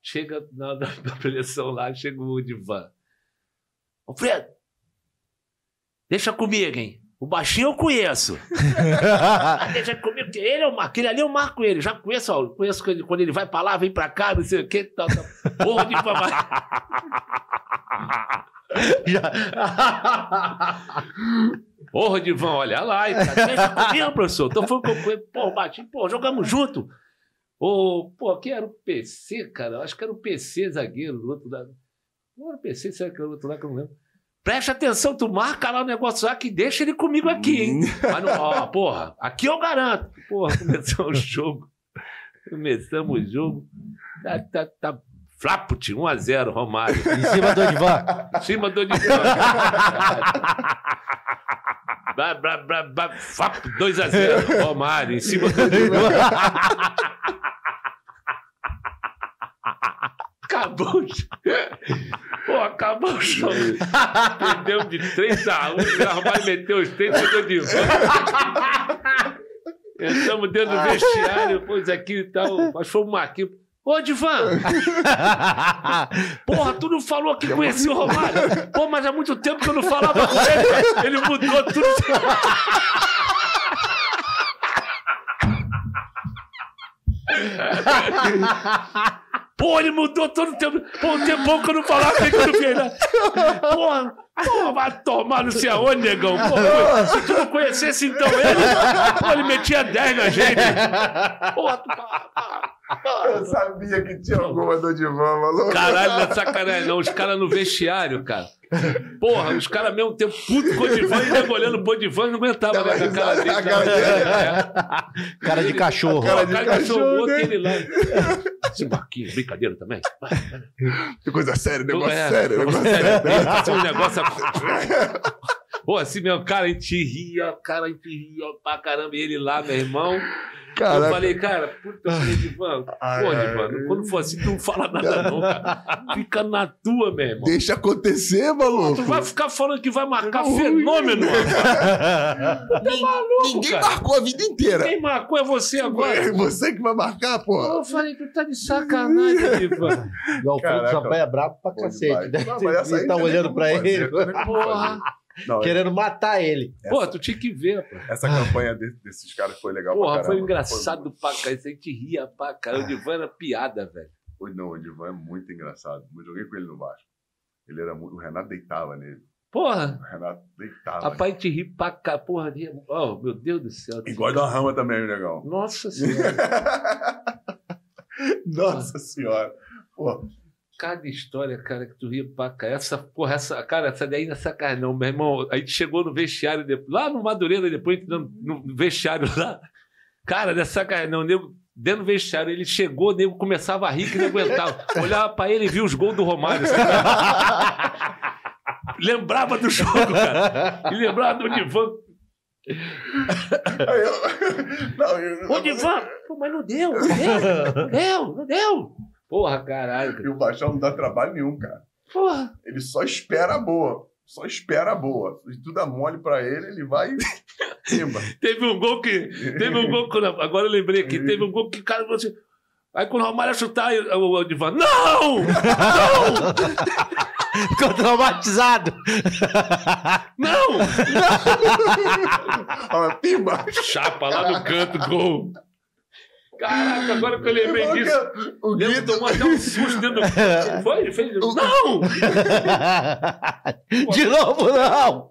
Speaker 4: Chega na, na, na preleção lá, chega o Divan. Alfredo, deixa comigo, hein? O baixinho eu conheço.
Speaker 3: né?
Speaker 4: Ah, deixa comigo, que ele eu marco. Ele ali eu marco ele. Já conheço, ó, conheço que ele- quando ele vai pra lá, vem pra cá, não sei o que. Tá, tá. Porra de papai. Porra, Divan, olha lá. e tá, Deixa comigo, professor. Então foi o que eu fui. Pô, bati, pô, jogamos junto. Ô, pô, quem era o PC, cara? Eu Acho que era o PC zagueiro do outro lado. Não era o PC, será que era o outro lado que eu não lembro? Preste atenção, tu marca lá o negócio lá que deixa ele comigo aqui, hein? Mas não, ó, porra, aqui eu garanto. Porra, começou o jogo. Começamos o jogo. Tá, tá, tá. Flaput, 1x0, Romário.
Speaker 3: Em cima do Edvan.
Speaker 4: Em cima do Nicola. Blá, blá, blá, blá, flap, 2x0, Romário, em cima do Acabou o jogo. Pô, acabou o jogo. Perdeu de 3x1. O Romário meteu os 3 e perdeu de volta. Entramos dentro do vestiário, pôs aqui e tal. Mas foi o Marquinhos. Ô, Divan! Porra, tu não falou que conhecia o Romário? Pô, mas há muito tempo que eu não falava com ele. cara. Ele mudou tudo. Pô, ele mudou todo o tempo. Pô, um tempão que eu não falava com ele quando vi ele. Porra, porra, vai tomar não sei aonde, negão. Pô, se tu não conhecesse então ele, pô, ele metia 10 na gente. Porra, tu... Ah,
Speaker 2: Eu sabia que tinha um alguma do Divan, maluco.
Speaker 4: Caralho, não é sacanagem, não. Os caras no vestiário, cara. Porra, os caras ao mesmo tempo puto com o Divan e nego olhando pro Divan não aguentava
Speaker 2: Dava
Speaker 4: né, com a cara
Speaker 2: risada,
Speaker 4: dele.
Speaker 2: a cara dele.
Speaker 4: É.
Speaker 3: Cara de
Speaker 4: Ele-
Speaker 3: cachorro.
Speaker 4: Cara de
Speaker 2: de
Speaker 4: cachorro,
Speaker 2: cachorro,
Speaker 4: outro
Speaker 2: né?
Speaker 4: ele lá. Esse barquinho, brincadeira também.
Speaker 2: Que coisa séria, negócio
Speaker 4: É,
Speaker 2: sério. Negócio sério.
Speaker 4: Ele fazia um negócio. Pô, assim mesmo, cara, a gente ria, cara, a gente ria pra caramba. E ele lá, meu irmão. Eu
Speaker 2: Caraca.
Speaker 4: falei, cara, puta, eu falei, Divan,
Speaker 3: Ah,
Speaker 2: Ai,
Speaker 4: pô,
Speaker 3: é.
Speaker 2: ai.
Speaker 4: Divan, quando for assim, tu não fala nada, não, cara. Fica na tua, meu irmão.
Speaker 2: Deixa acontecer, maluco.
Speaker 4: Tu vai ficar falando que vai marcar fenômeno, mano.
Speaker 2: Ninguém
Speaker 4: cara.
Speaker 2: marcou a vida inteira.
Speaker 4: Quem marcou é você agora.
Speaker 2: É Você que vai marcar, pô.
Speaker 4: Eu falei, tu tá de sacanagem, Divan.
Speaker 3: E o Alfredo
Speaker 2: Caraca.
Speaker 3: Sampaio é brabo pra cacete. Deve
Speaker 2: Não,
Speaker 3: ter-
Speaker 2: mas essa aí
Speaker 3: ele tá
Speaker 2: não tem
Speaker 3: olhando
Speaker 2: como
Speaker 3: pra
Speaker 2: fazer,
Speaker 3: ele,
Speaker 2: não tem como
Speaker 4: Porra.
Speaker 2: fazer. Não,
Speaker 3: querendo matar ele.
Speaker 4: Pô, tu tinha que ver, pô.
Speaker 2: essa
Speaker 3: Ah.
Speaker 2: campanha de- desses caras foi legal pra
Speaker 4: Porra,
Speaker 2: caramba.
Speaker 4: foi engraçado pra caralho. A gente ria pra caralho. O Divan era piada, velho.
Speaker 2: Foi- Não, o Divan é muito engraçado. Eu joguei com ele no Vasco. Ele era muito... O Renato deitava nele.
Speaker 4: Porra,
Speaker 2: O Renato deitava.
Speaker 4: rapaz, a gente ri pra caralho. Porra, ria. Oh, meu Deus do céu.
Speaker 2: nele. Igual da rama também, o negão.
Speaker 4: Nossa senhora,
Speaker 2: Nossa senhora. Pô,
Speaker 4: cada história, cara, que tu ria pra caralho. Essa, porra, essa, cara, essa daí não é sacanagem, não, meu irmão. A gente chegou no vestiário, depois, lá no Madureira, depois, no, no vestiário lá. Cara, não é sacanagem, não, nego. Dentro do vestiário, ele chegou, o nego começava a rir que não aguentava. Olhava pra ele e via os gols do Romário. assim. lembrava do jogo, cara. E lembrava do Divan.
Speaker 2: aí eu... Não, eu...
Speaker 4: Ô, Divan! Pô, mas não deu, não deu, não deu, não deu. Porra, caralho,
Speaker 2: E
Speaker 4: cara.
Speaker 2: o Baixão não dá trabalho nenhum, cara.
Speaker 4: Porra.
Speaker 2: Ele só espera a boa. Só espera a boa. Se tu dá mole pra ele, ele vai e cima.
Speaker 4: Teve um gol que. Teve um gol. quando- Agora eu lembrei aqui. Teve um gol que o cara falou assim. Aí quando o Romário ia chutar, eu- o o Divan. Não!
Speaker 3: Ficou traumatizado.
Speaker 4: Não!
Speaker 2: Ah, pimba!
Speaker 4: Chapa lá no canto, gol. Caraca, agora que eu lembrei disso.
Speaker 2: O
Speaker 4: Lembro,
Speaker 2: Guido,
Speaker 4: tomou até um susto dentro do. Foi? Ele fez. Não!
Speaker 3: De novo, não.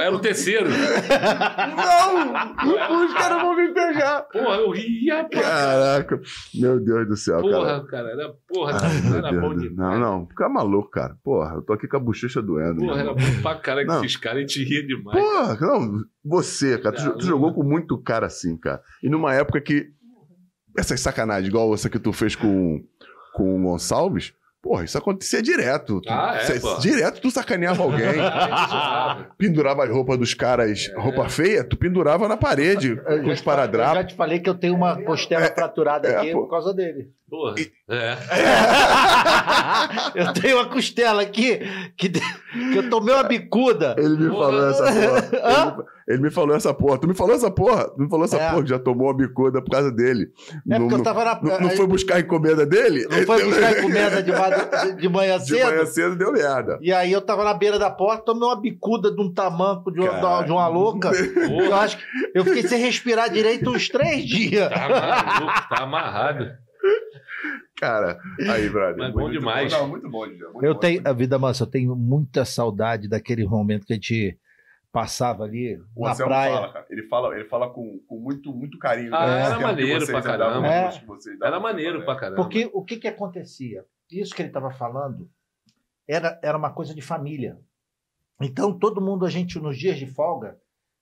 Speaker 4: Era o terceiro.
Speaker 2: não! Os caras vão me pegar!
Speaker 4: Porra, eu
Speaker 2: É,
Speaker 4: ria. pô.
Speaker 2: Caraca! Meu Deus do céu, cara.
Speaker 4: Porra, cara. Era, porra,
Speaker 2: Ai,
Speaker 4: era
Speaker 2: Ah, meu
Speaker 4: bom
Speaker 2: Deus
Speaker 4: de.
Speaker 2: do... Não, não, fica maluco, cara. Porra, eu tô aqui com a bochecha doendo.
Speaker 4: Porra, era
Speaker 2: meu irmão.
Speaker 4: bom pra caralho que
Speaker 2: Não.
Speaker 4: esses caras. A gente ria demais.
Speaker 2: Porra, não, você, cara, tu, jo- tu jogou com muito cara assim, cara. E numa época que. Essas sacanagens, igual essa que tu fez com, com o Gonçalves, Porra, isso acontecia direto. Tu-
Speaker 4: Ah, é,
Speaker 2: cê-
Speaker 4: pô.
Speaker 2: direto tu sacaneava alguém.
Speaker 4: Ah,
Speaker 2: pendurava as roupas dos caras, roupa feia, tu pendurava na parede com os
Speaker 3: Eu
Speaker 2: paradrapos.
Speaker 3: já te falei que eu tenho uma costela fraturada
Speaker 2: é,
Speaker 3: aqui
Speaker 2: pô.
Speaker 3: por causa dele.
Speaker 4: Porra. É.
Speaker 3: eu tenho uma costela aqui que, que eu tomei uma bicuda.
Speaker 2: Ele me
Speaker 4: Porra.
Speaker 2: falou essa
Speaker 3: Hã?
Speaker 2: porra. Ele, ele me falou essa porra. Tu me falou essa porra? Tu me falou essa
Speaker 3: É.
Speaker 2: porra que já tomou uma bicuda por causa dele.
Speaker 3: É
Speaker 2: não,
Speaker 3: porque eu
Speaker 2: não-
Speaker 3: tava na.
Speaker 2: não- não foi buscar a encomenda dele?
Speaker 3: não foi buscar encomenda de, ma- de manhã
Speaker 2: De
Speaker 3: cedo.
Speaker 2: manhã cedo deu merda.
Speaker 3: E aí eu tava na beira da porta, tomei uma bicuda de um tamanco de uma,
Speaker 2: Caralho.
Speaker 3: de uma louca.
Speaker 4: Porra.
Speaker 3: Eu acho que eu fiquei sem respirar direito uns três dias.
Speaker 4: Tá maluco, tá amarrado.
Speaker 2: Cara, aí, brother.
Speaker 4: Mas bom
Speaker 2: muito
Speaker 4: demais.
Speaker 2: Não, muito bom, Didi, muito
Speaker 3: Eu
Speaker 2: bom.
Speaker 3: tenho, a vida mansa, eu tenho muita saudade daquele momento que a gente passava ali
Speaker 2: O
Speaker 3: na
Speaker 2: Anselmo
Speaker 3: praia.
Speaker 2: fala, cara. Ele fala, ele fala com, com muito, muito carinho.
Speaker 4: Ah,
Speaker 2: né?
Speaker 4: era
Speaker 2: Tempo que
Speaker 4: maneiro
Speaker 2: vocês
Speaker 4: pra
Speaker 2: andavam,
Speaker 3: caramba.
Speaker 2: tempo que vocês
Speaker 4: Era
Speaker 2: davam,
Speaker 4: maneiro
Speaker 2: né?
Speaker 4: pra caramba.
Speaker 3: Porque o que que acontecia? Isso que ele estava falando era, era uma coisa de família. Então, todo mundo, a gente, nos dias de folga,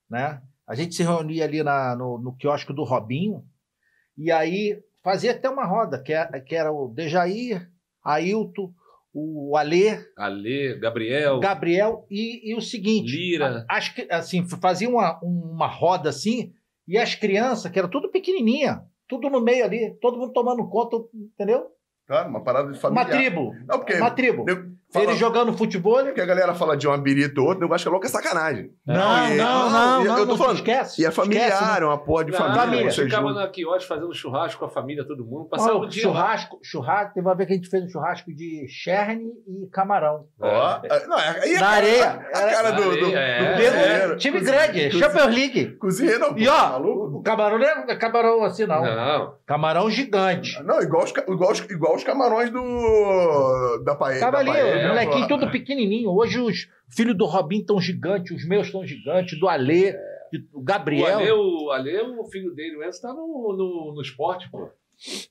Speaker 3: né? A gente se reunia ali na, no, no quiosque do Robinho e aí fazia até uma roda, que era, que era o Dejair, Ailton, o Alê,
Speaker 4: Ale, Gabriel,
Speaker 3: Gabriel e, e o seguinte...
Speaker 4: Lira.
Speaker 3: Ah, as cri- assim, fazia uma, uma roda assim, e as crianças, que era tudo pequenininha, tudo no meio ali, todo mundo tomando conta, entendeu?
Speaker 2: Claro, uma parada de
Speaker 3: Uma
Speaker 2: família.
Speaker 3: tribo,
Speaker 2: Não, porque
Speaker 3: uma tribo.
Speaker 2: nego fala-
Speaker 3: Ele jogando futebol.
Speaker 2: porque a galera fala de uma birita ou outra, eu acho que é louco, é sacanagem.
Speaker 4: Ah,
Speaker 2: e- e- eu tô falando,
Speaker 3: esquece.
Speaker 2: E é familiar,
Speaker 3: esquece, não.
Speaker 2: é uma porra de
Speaker 4: Não,
Speaker 2: família.
Speaker 4: a
Speaker 3: família.
Speaker 4: gente
Speaker 2: vocês
Speaker 4: ficava
Speaker 2: juntos.
Speaker 4: na quiosque fazendo churrasco com a família, todo mundo. Passava
Speaker 3: Não,
Speaker 4: o dia. lá.
Speaker 3: churrasco, churrasco, teve uma vez que a gente fez um churrasco de cherne e camarão.
Speaker 2: Ó, é- não, é- aí
Speaker 3: Na
Speaker 2: a cara-
Speaker 3: areia.
Speaker 2: A, a cara
Speaker 4: Na
Speaker 2: do, do,
Speaker 4: areia, é.
Speaker 2: do
Speaker 3: Mesmo-
Speaker 2: cozinheiro.
Speaker 3: time
Speaker 2: Cozi-
Speaker 3: grande,
Speaker 2: cozi-
Speaker 3: Champions League.
Speaker 2: Cozinheiro não,
Speaker 3: E
Speaker 2: pô, tá
Speaker 3: ó,
Speaker 2: maluco.
Speaker 3: o camarão não é camarão assim, não.
Speaker 4: Não,
Speaker 3: Camarão gigante.
Speaker 2: Não, igual os, ca- igual, os, igual os camarões do. da paella.
Speaker 3: Tava
Speaker 2: da
Speaker 3: ali,
Speaker 2: paella,
Speaker 3: o molequinho
Speaker 4: né,
Speaker 2: pô.
Speaker 3: todo pequenininho. Hoje os filhos do Robin tão gigantes, os meus tão gigantes, do Alê, de- do
Speaker 4: o Ale,
Speaker 3: Gabriel.
Speaker 4: o, Ale, o filho dele, o Enzo, tá no, no, no esporte, pô.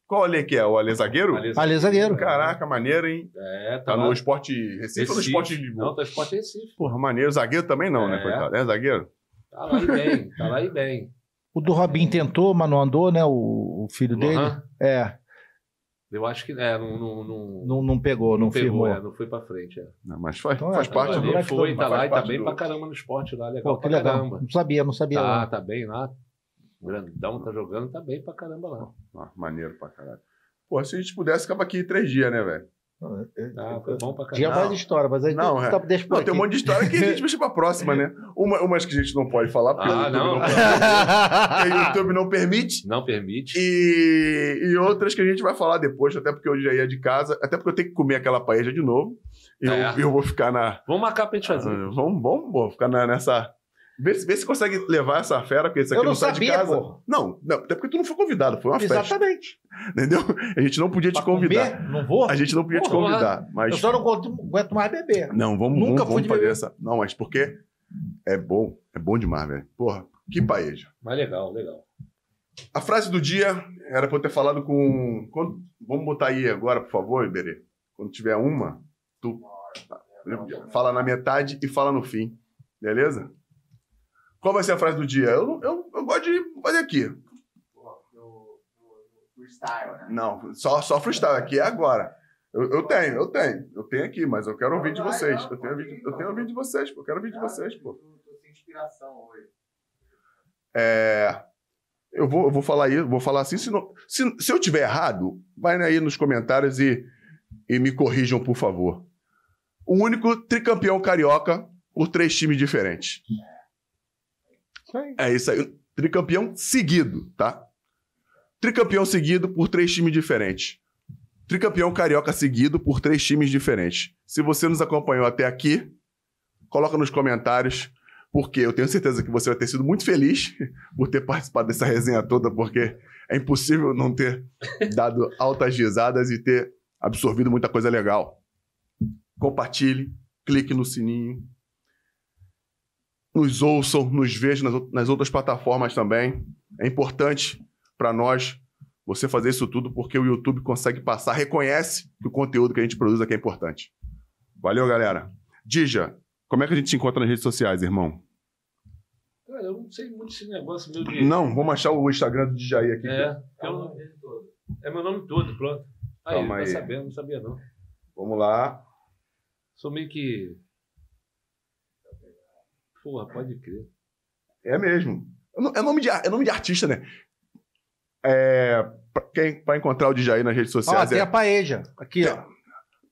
Speaker 2: Qual ali que é? O Ale Zagueiro?
Speaker 4: Ale- né?
Speaker 3: Alê zagueiro.
Speaker 2: Caraca, maneiro, hein?
Speaker 4: É,
Speaker 2: Tá
Speaker 4: tá, lá.
Speaker 2: no esporte Recife ou no esporte de
Speaker 4: Não, tá no esporte Recife.
Speaker 2: Porra, maneiro. Zagueiro também não, né,
Speaker 4: É.
Speaker 2: coitado? É zagueiro?
Speaker 4: Tá lá e bem, tá lá e bem.
Speaker 3: O do Robin tentou, mas não andou, né? O, o filho dele.
Speaker 4: Lohan,
Speaker 3: É,
Speaker 4: eu acho que é, não, não, não,
Speaker 3: não, não pegou, não,
Speaker 4: pegou,
Speaker 3: firmou.
Speaker 4: é, não foi pra frente. É.
Speaker 2: Não, mas faz,
Speaker 3: Então é,
Speaker 2: faz
Speaker 3: tá
Speaker 2: parte
Speaker 4: O Ale
Speaker 2: do.
Speaker 3: moleque
Speaker 4: foi,
Speaker 3: todo,
Speaker 4: tá
Speaker 2: faz
Speaker 4: lá e tá
Speaker 2: parte
Speaker 4: bem
Speaker 2: do-
Speaker 4: pra caramba no esporte lá, legal
Speaker 3: Pô, que
Speaker 4: pra
Speaker 3: legal.
Speaker 4: caramba.
Speaker 3: Não sabia, não sabia.
Speaker 4: Tá,
Speaker 3: não.
Speaker 4: tá bem lá. Grandão tá jogando, tá bem pra caramba lá.
Speaker 2: Ah, maneiro pra caralho. Pô, se a gente pudesse, ficava aqui três dias, né, velho?
Speaker 4: Tá, foi bom pra
Speaker 3: É, Tinha
Speaker 4: caramba.
Speaker 3: várias histórias, mas aí
Speaker 2: Não,
Speaker 3: tem-
Speaker 2: é.
Speaker 3: tá, deixa por
Speaker 2: Não, tem um
Speaker 3: aqui.
Speaker 2: monte de história que a gente deixa pra próxima, né? Uma, umas que a gente não pode falar, porque o,
Speaker 4: Ah,
Speaker 2: YouTube
Speaker 4: não.
Speaker 2: não, porque o um YouTube não permite.
Speaker 4: Não permite.
Speaker 2: E, e outras que a gente vai falar depois, até porque eu já ia de casa, até porque eu tenho que comer aquela paella de novo. E eu,
Speaker 4: É.
Speaker 2: eu vou ficar na.
Speaker 4: Vamos marcar pra gente
Speaker 2: ah,
Speaker 4: fazer.
Speaker 2: Vamos, vamos, pô, ficar na- nessa. Vê, se- vê se consegue levar essa fera, porque isso aqui
Speaker 3: Eu
Speaker 2: não,
Speaker 3: não
Speaker 2: sai de
Speaker 3: sabia,
Speaker 2: casa.
Speaker 3: pô.
Speaker 2: Não, não, até porque tu não foi convidado, foi uma festa.
Speaker 3: Exatamente.
Speaker 2: Entendeu? A gente não podia te
Speaker 3: Pra
Speaker 2: convidar.
Speaker 3: comer, Não vou?
Speaker 2: A gente não podia te
Speaker 4: Porra.
Speaker 2: convidar, mas.
Speaker 3: Eu só não aguento aguento mais beber.
Speaker 2: Não, vamos,
Speaker 3: Nunca
Speaker 2: vamos,
Speaker 3: fui
Speaker 2: vamos
Speaker 3: de
Speaker 2: fazer
Speaker 3: bebê.
Speaker 2: essa. Não, mas porque é bom, é bom demais, velho. Porra, que paeja.
Speaker 4: Mas legal, legal.
Speaker 2: A frase do dia era pra eu ter falado com. quando- vamos botar aí agora, por favor, Iberê. Quando tiver uma, tu fala na metade e fala no fim. Beleza? Qual vai ser a frase do dia? Eu, eu, eu gosto de fazer aqui.
Speaker 5: Pô, no, no, no freestyle, né?
Speaker 2: Não, só, só freestyle. Aqui é agora. Eu, eu tenho, eu tenho. Eu tenho aqui, mas eu quero ouvir de vocês. Eu tenho vídeo, eu tenho ouvir de vocês, pô. Eu quero ouvir de vocês, pô.
Speaker 5: Eu tô sem inspiração hoje.
Speaker 2: É, eu, vou, eu vou falar aí, vou falar assim. Se, não- se- se eu tiver errado, vai aí nos comentários e, e me corrijam, por favor. O único tricampeão carioca por três times diferentes. É isso aí. Tricampeão seguido, tá? Tricampeão seguido por três times diferentes. Tricampeão carioca seguido por três times diferentes. Se você nos acompanhou até aqui, coloca nos comentários, porque eu tenho certeza que você vai ter sido muito feliz por ter participado dessa resenha toda, porque é impossível não ter dado altas risadas e ter absorvido muita coisa legal. Compartilhe, clique no sininho. Nos ouçam, nos vejam nas, ou- nas outras plataformas também. É importante para nós você fazer isso tudo, porque o YouTube consegue passar, reconhece que o conteúdo que a gente produz aqui é importante. Valeu, galera. Dija, como é que a gente se encontra nas redes sociais, irmão?
Speaker 4: Cara, eu não sei muito esse negócio meu de.
Speaker 2: Não, vamos achar o Instagram do Djaí aqui.
Speaker 4: É,
Speaker 5: É o
Speaker 4: eu,
Speaker 5: nome dele todo.
Speaker 4: é meu nome todo, pronto. Aí,
Speaker 2: Calma
Speaker 4: tá
Speaker 2: aí.
Speaker 4: sabendo, não sabia não.
Speaker 2: Vamos lá.
Speaker 4: Sou meio que. Porra, pode crer.
Speaker 2: É mesmo. É no- É nome de, ar- é nome de artista, né? É, pra, quem, pra encontrar o DJ nas redes
Speaker 3: Ó, Ah,
Speaker 2: sociais
Speaker 3: tem
Speaker 2: é.
Speaker 3: a paeja. Aqui, ó.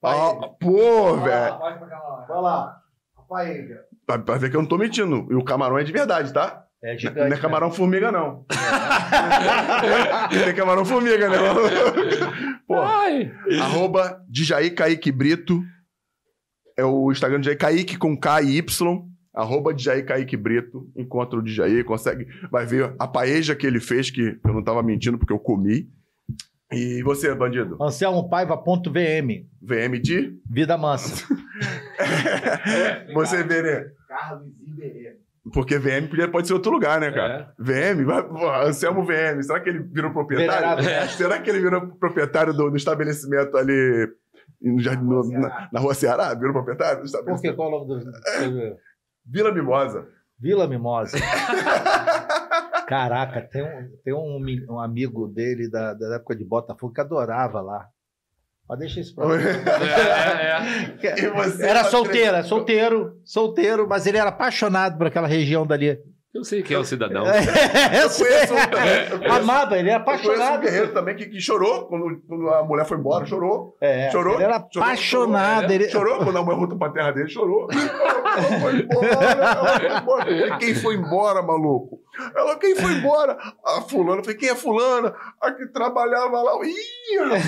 Speaker 2: Ah, pô, velho.
Speaker 5: Vai lá. A paella.
Speaker 2: Pra, pra ver que eu não tô mentindo. E o camarão é de verdade, tá?
Speaker 3: É
Speaker 2: N-
Speaker 3: gigante.
Speaker 2: não é
Speaker 3: né?
Speaker 2: camarão formiga, não. não é camarão formiga, né? Pô,
Speaker 4: Ai!
Speaker 2: arroba Djaí Kaique Brito. É o Instagram do Djaí Kaique com K e Y. Arroba Djaí Kaique Brito. Encontra o Djaí, consegue. Vai ver a paeja que ele fez, que eu não tava mentindo porque eu comi. E você, bandido?
Speaker 3: Anselmo Paiva.vm.
Speaker 2: VM de?
Speaker 3: Vida mansa.
Speaker 4: É,
Speaker 2: Você vê, né?
Speaker 5: Carlos Iberê.
Speaker 2: Porque VM podia- pode ser outro lugar, né, cara? VM, vai- pô, Anselmo VM, será que ele virou proprietário?
Speaker 3: Venerável.
Speaker 2: Será que ele virou proprietário do, do estabelecimento ali no Jardim- no- na, na Rua Ceará? Virou proprietário do
Speaker 3: Por
Speaker 2: estabelecimento?
Speaker 3: quê? Qual é o nome do.
Speaker 2: Vila Mimosa.
Speaker 3: Vila Mimosa. Caraca, tem um, tem um, mi- um amigo dele da, da época de Botafogo que adorava lá. Mas deixa isso pra mim.
Speaker 4: É, é, é.
Speaker 2: E você,
Speaker 3: Era
Speaker 2: Patrick?
Speaker 3: solteiro, era solteiro, solteiro, mas ele era apaixonado por aquela região dali.
Speaker 4: Eu sei quem é o cidadão.
Speaker 3: Eu
Speaker 2: Eu conheço um
Speaker 3: sei.
Speaker 2: também. Eu conheço,
Speaker 3: Amava, ele era
Speaker 2: eu conheço um
Speaker 3: apaixonado.
Speaker 2: guerreiro também que, que chorou quando, quando a mulher foi embora, chorou.
Speaker 3: É,
Speaker 2: Chorou?
Speaker 3: Ele era
Speaker 2: Chorou,
Speaker 3: apaixonado.
Speaker 4: chorou,
Speaker 3: ele-
Speaker 2: Chorou quando a mulher voltou pra terra dele, chorou. Ela foi embora, ela foi embora. Quem foi embora, maluco? Ela, quem foi embora? A fulana. Eu falei, quem é fulana? A que trabalhava lá. Ih,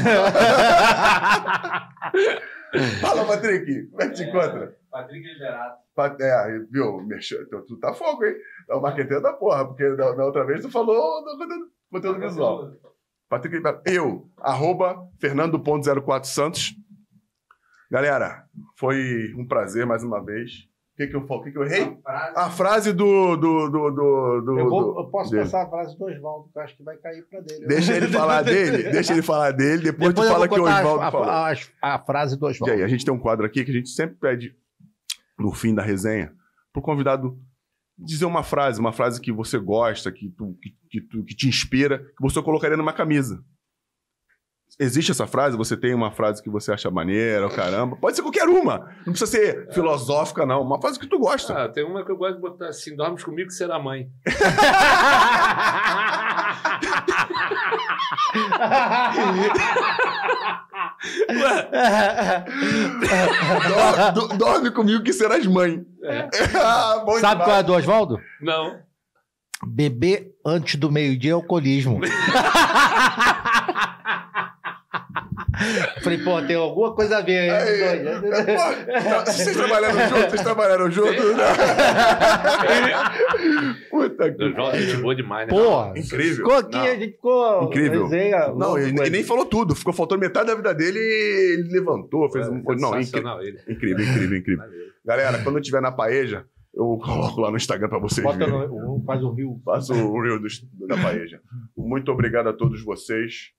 Speaker 2: Fala, Patrick, como é que te encontra?
Speaker 5: Patrick Liberato.
Speaker 2: Pa- É, viu, mexeu, tu, tu tá fogo, hein? É o marqueteiro da porra, porque da, da outra vez tu falou do conteúdo, conteúdo visual. Patrick, Ribeiro, eu, arroba fernando.04santos. Galera, foi um prazer mais uma vez. O que que eu falo? O que que eu errei?
Speaker 5: Frase.
Speaker 2: A frase do... do, do, do, do-
Speaker 3: Eu,
Speaker 2: do-
Speaker 3: vou- eu posso
Speaker 2: dele.
Speaker 3: passar a frase do Oswaldo, que eu acho que vai cair pra dele.
Speaker 2: Deixa ele falar dele, deixa ele falar dele,
Speaker 3: Depois
Speaker 2: depois, tu
Speaker 3: eu
Speaker 2: fala
Speaker 3: vou
Speaker 2: que o
Speaker 3: contar
Speaker 2: Oswaldo
Speaker 3: a,
Speaker 2: falou.
Speaker 3: a, a- a frase do
Speaker 2: E
Speaker 3: Oswaldo.
Speaker 2: aí, a gente tem um quadro aqui que a gente sempre pede no fim da resenha pro convidado dizer uma frase, uma frase que você gosta, que, tu- que, que tu- que te inspira, que você colocaria numa camisa. Existe essa frase? Você tem uma frase que você acha maneira, caramba? Pode ser qualquer uma. Não precisa ser filosófica, não. Uma frase que tu gosta.
Speaker 4: Ah, tem uma que eu gosto de botar assim: dormes comigo que será mãe.
Speaker 2: Dor- do- dorme comigo que serás mãe.
Speaker 4: É.
Speaker 2: Ah, bom
Speaker 3: Sabe
Speaker 2: demais.
Speaker 3: qual é a do Oswaldo?
Speaker 4: Não.
Speaker 3: Beber antes do meio-dia é alcoolismo. Falei, pô, tem alguma coisa a ver aí.
Speaker 2: Aí, pô, Vocês trabalharam juntos? Vocês trabalharam juntos? Puta que
Speaker 4: Eu jogo gente boa demais, né?
Speaker 3: Pô,
Speaker 2: Incrível.
Speaker 3: ficou aqui,
Speaker 2: Não.
Speaker 3: a gente ficou.
Speaker 2: Incrível.
Speaker 3: resenha
Speaker 2: Não,
Speaker 3: louca,
Speaker 2: ele, ele nem falou tudo. Ficou faltando metade da vida dele e ele levantou, fez um. Não, incri-
Speaker 4: É, Sensacional ele.
Speaker 2: incrível, incrível, incrível.
Speaker 4: Valeu.
Speaker 2: Galera, quando eu tiver na paeja, eu coloco lá no Instagram pra vocês
Speaker 3: Bota
Speaker 2: verem.
Speaker 3: no, faz o rio.
Speaker 2: Faço o reel do- da paeja. Muito obrigado a todos vocês.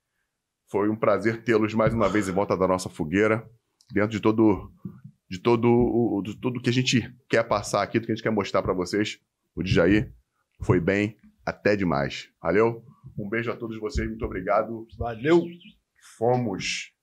Speaker 2: Foi um prazer tê-los mais uma vez em volta da nossa fogueira. Dentro de todo de todo o de tudo que a gente quer passar aqui, do que a gente quer mostrar pra vocês, o Djaí foi bem até demais. Valeu? Um beijo a todos vocês, muito obrigado.
Speaker 3: Valeu.
Speaker 2: Fomos.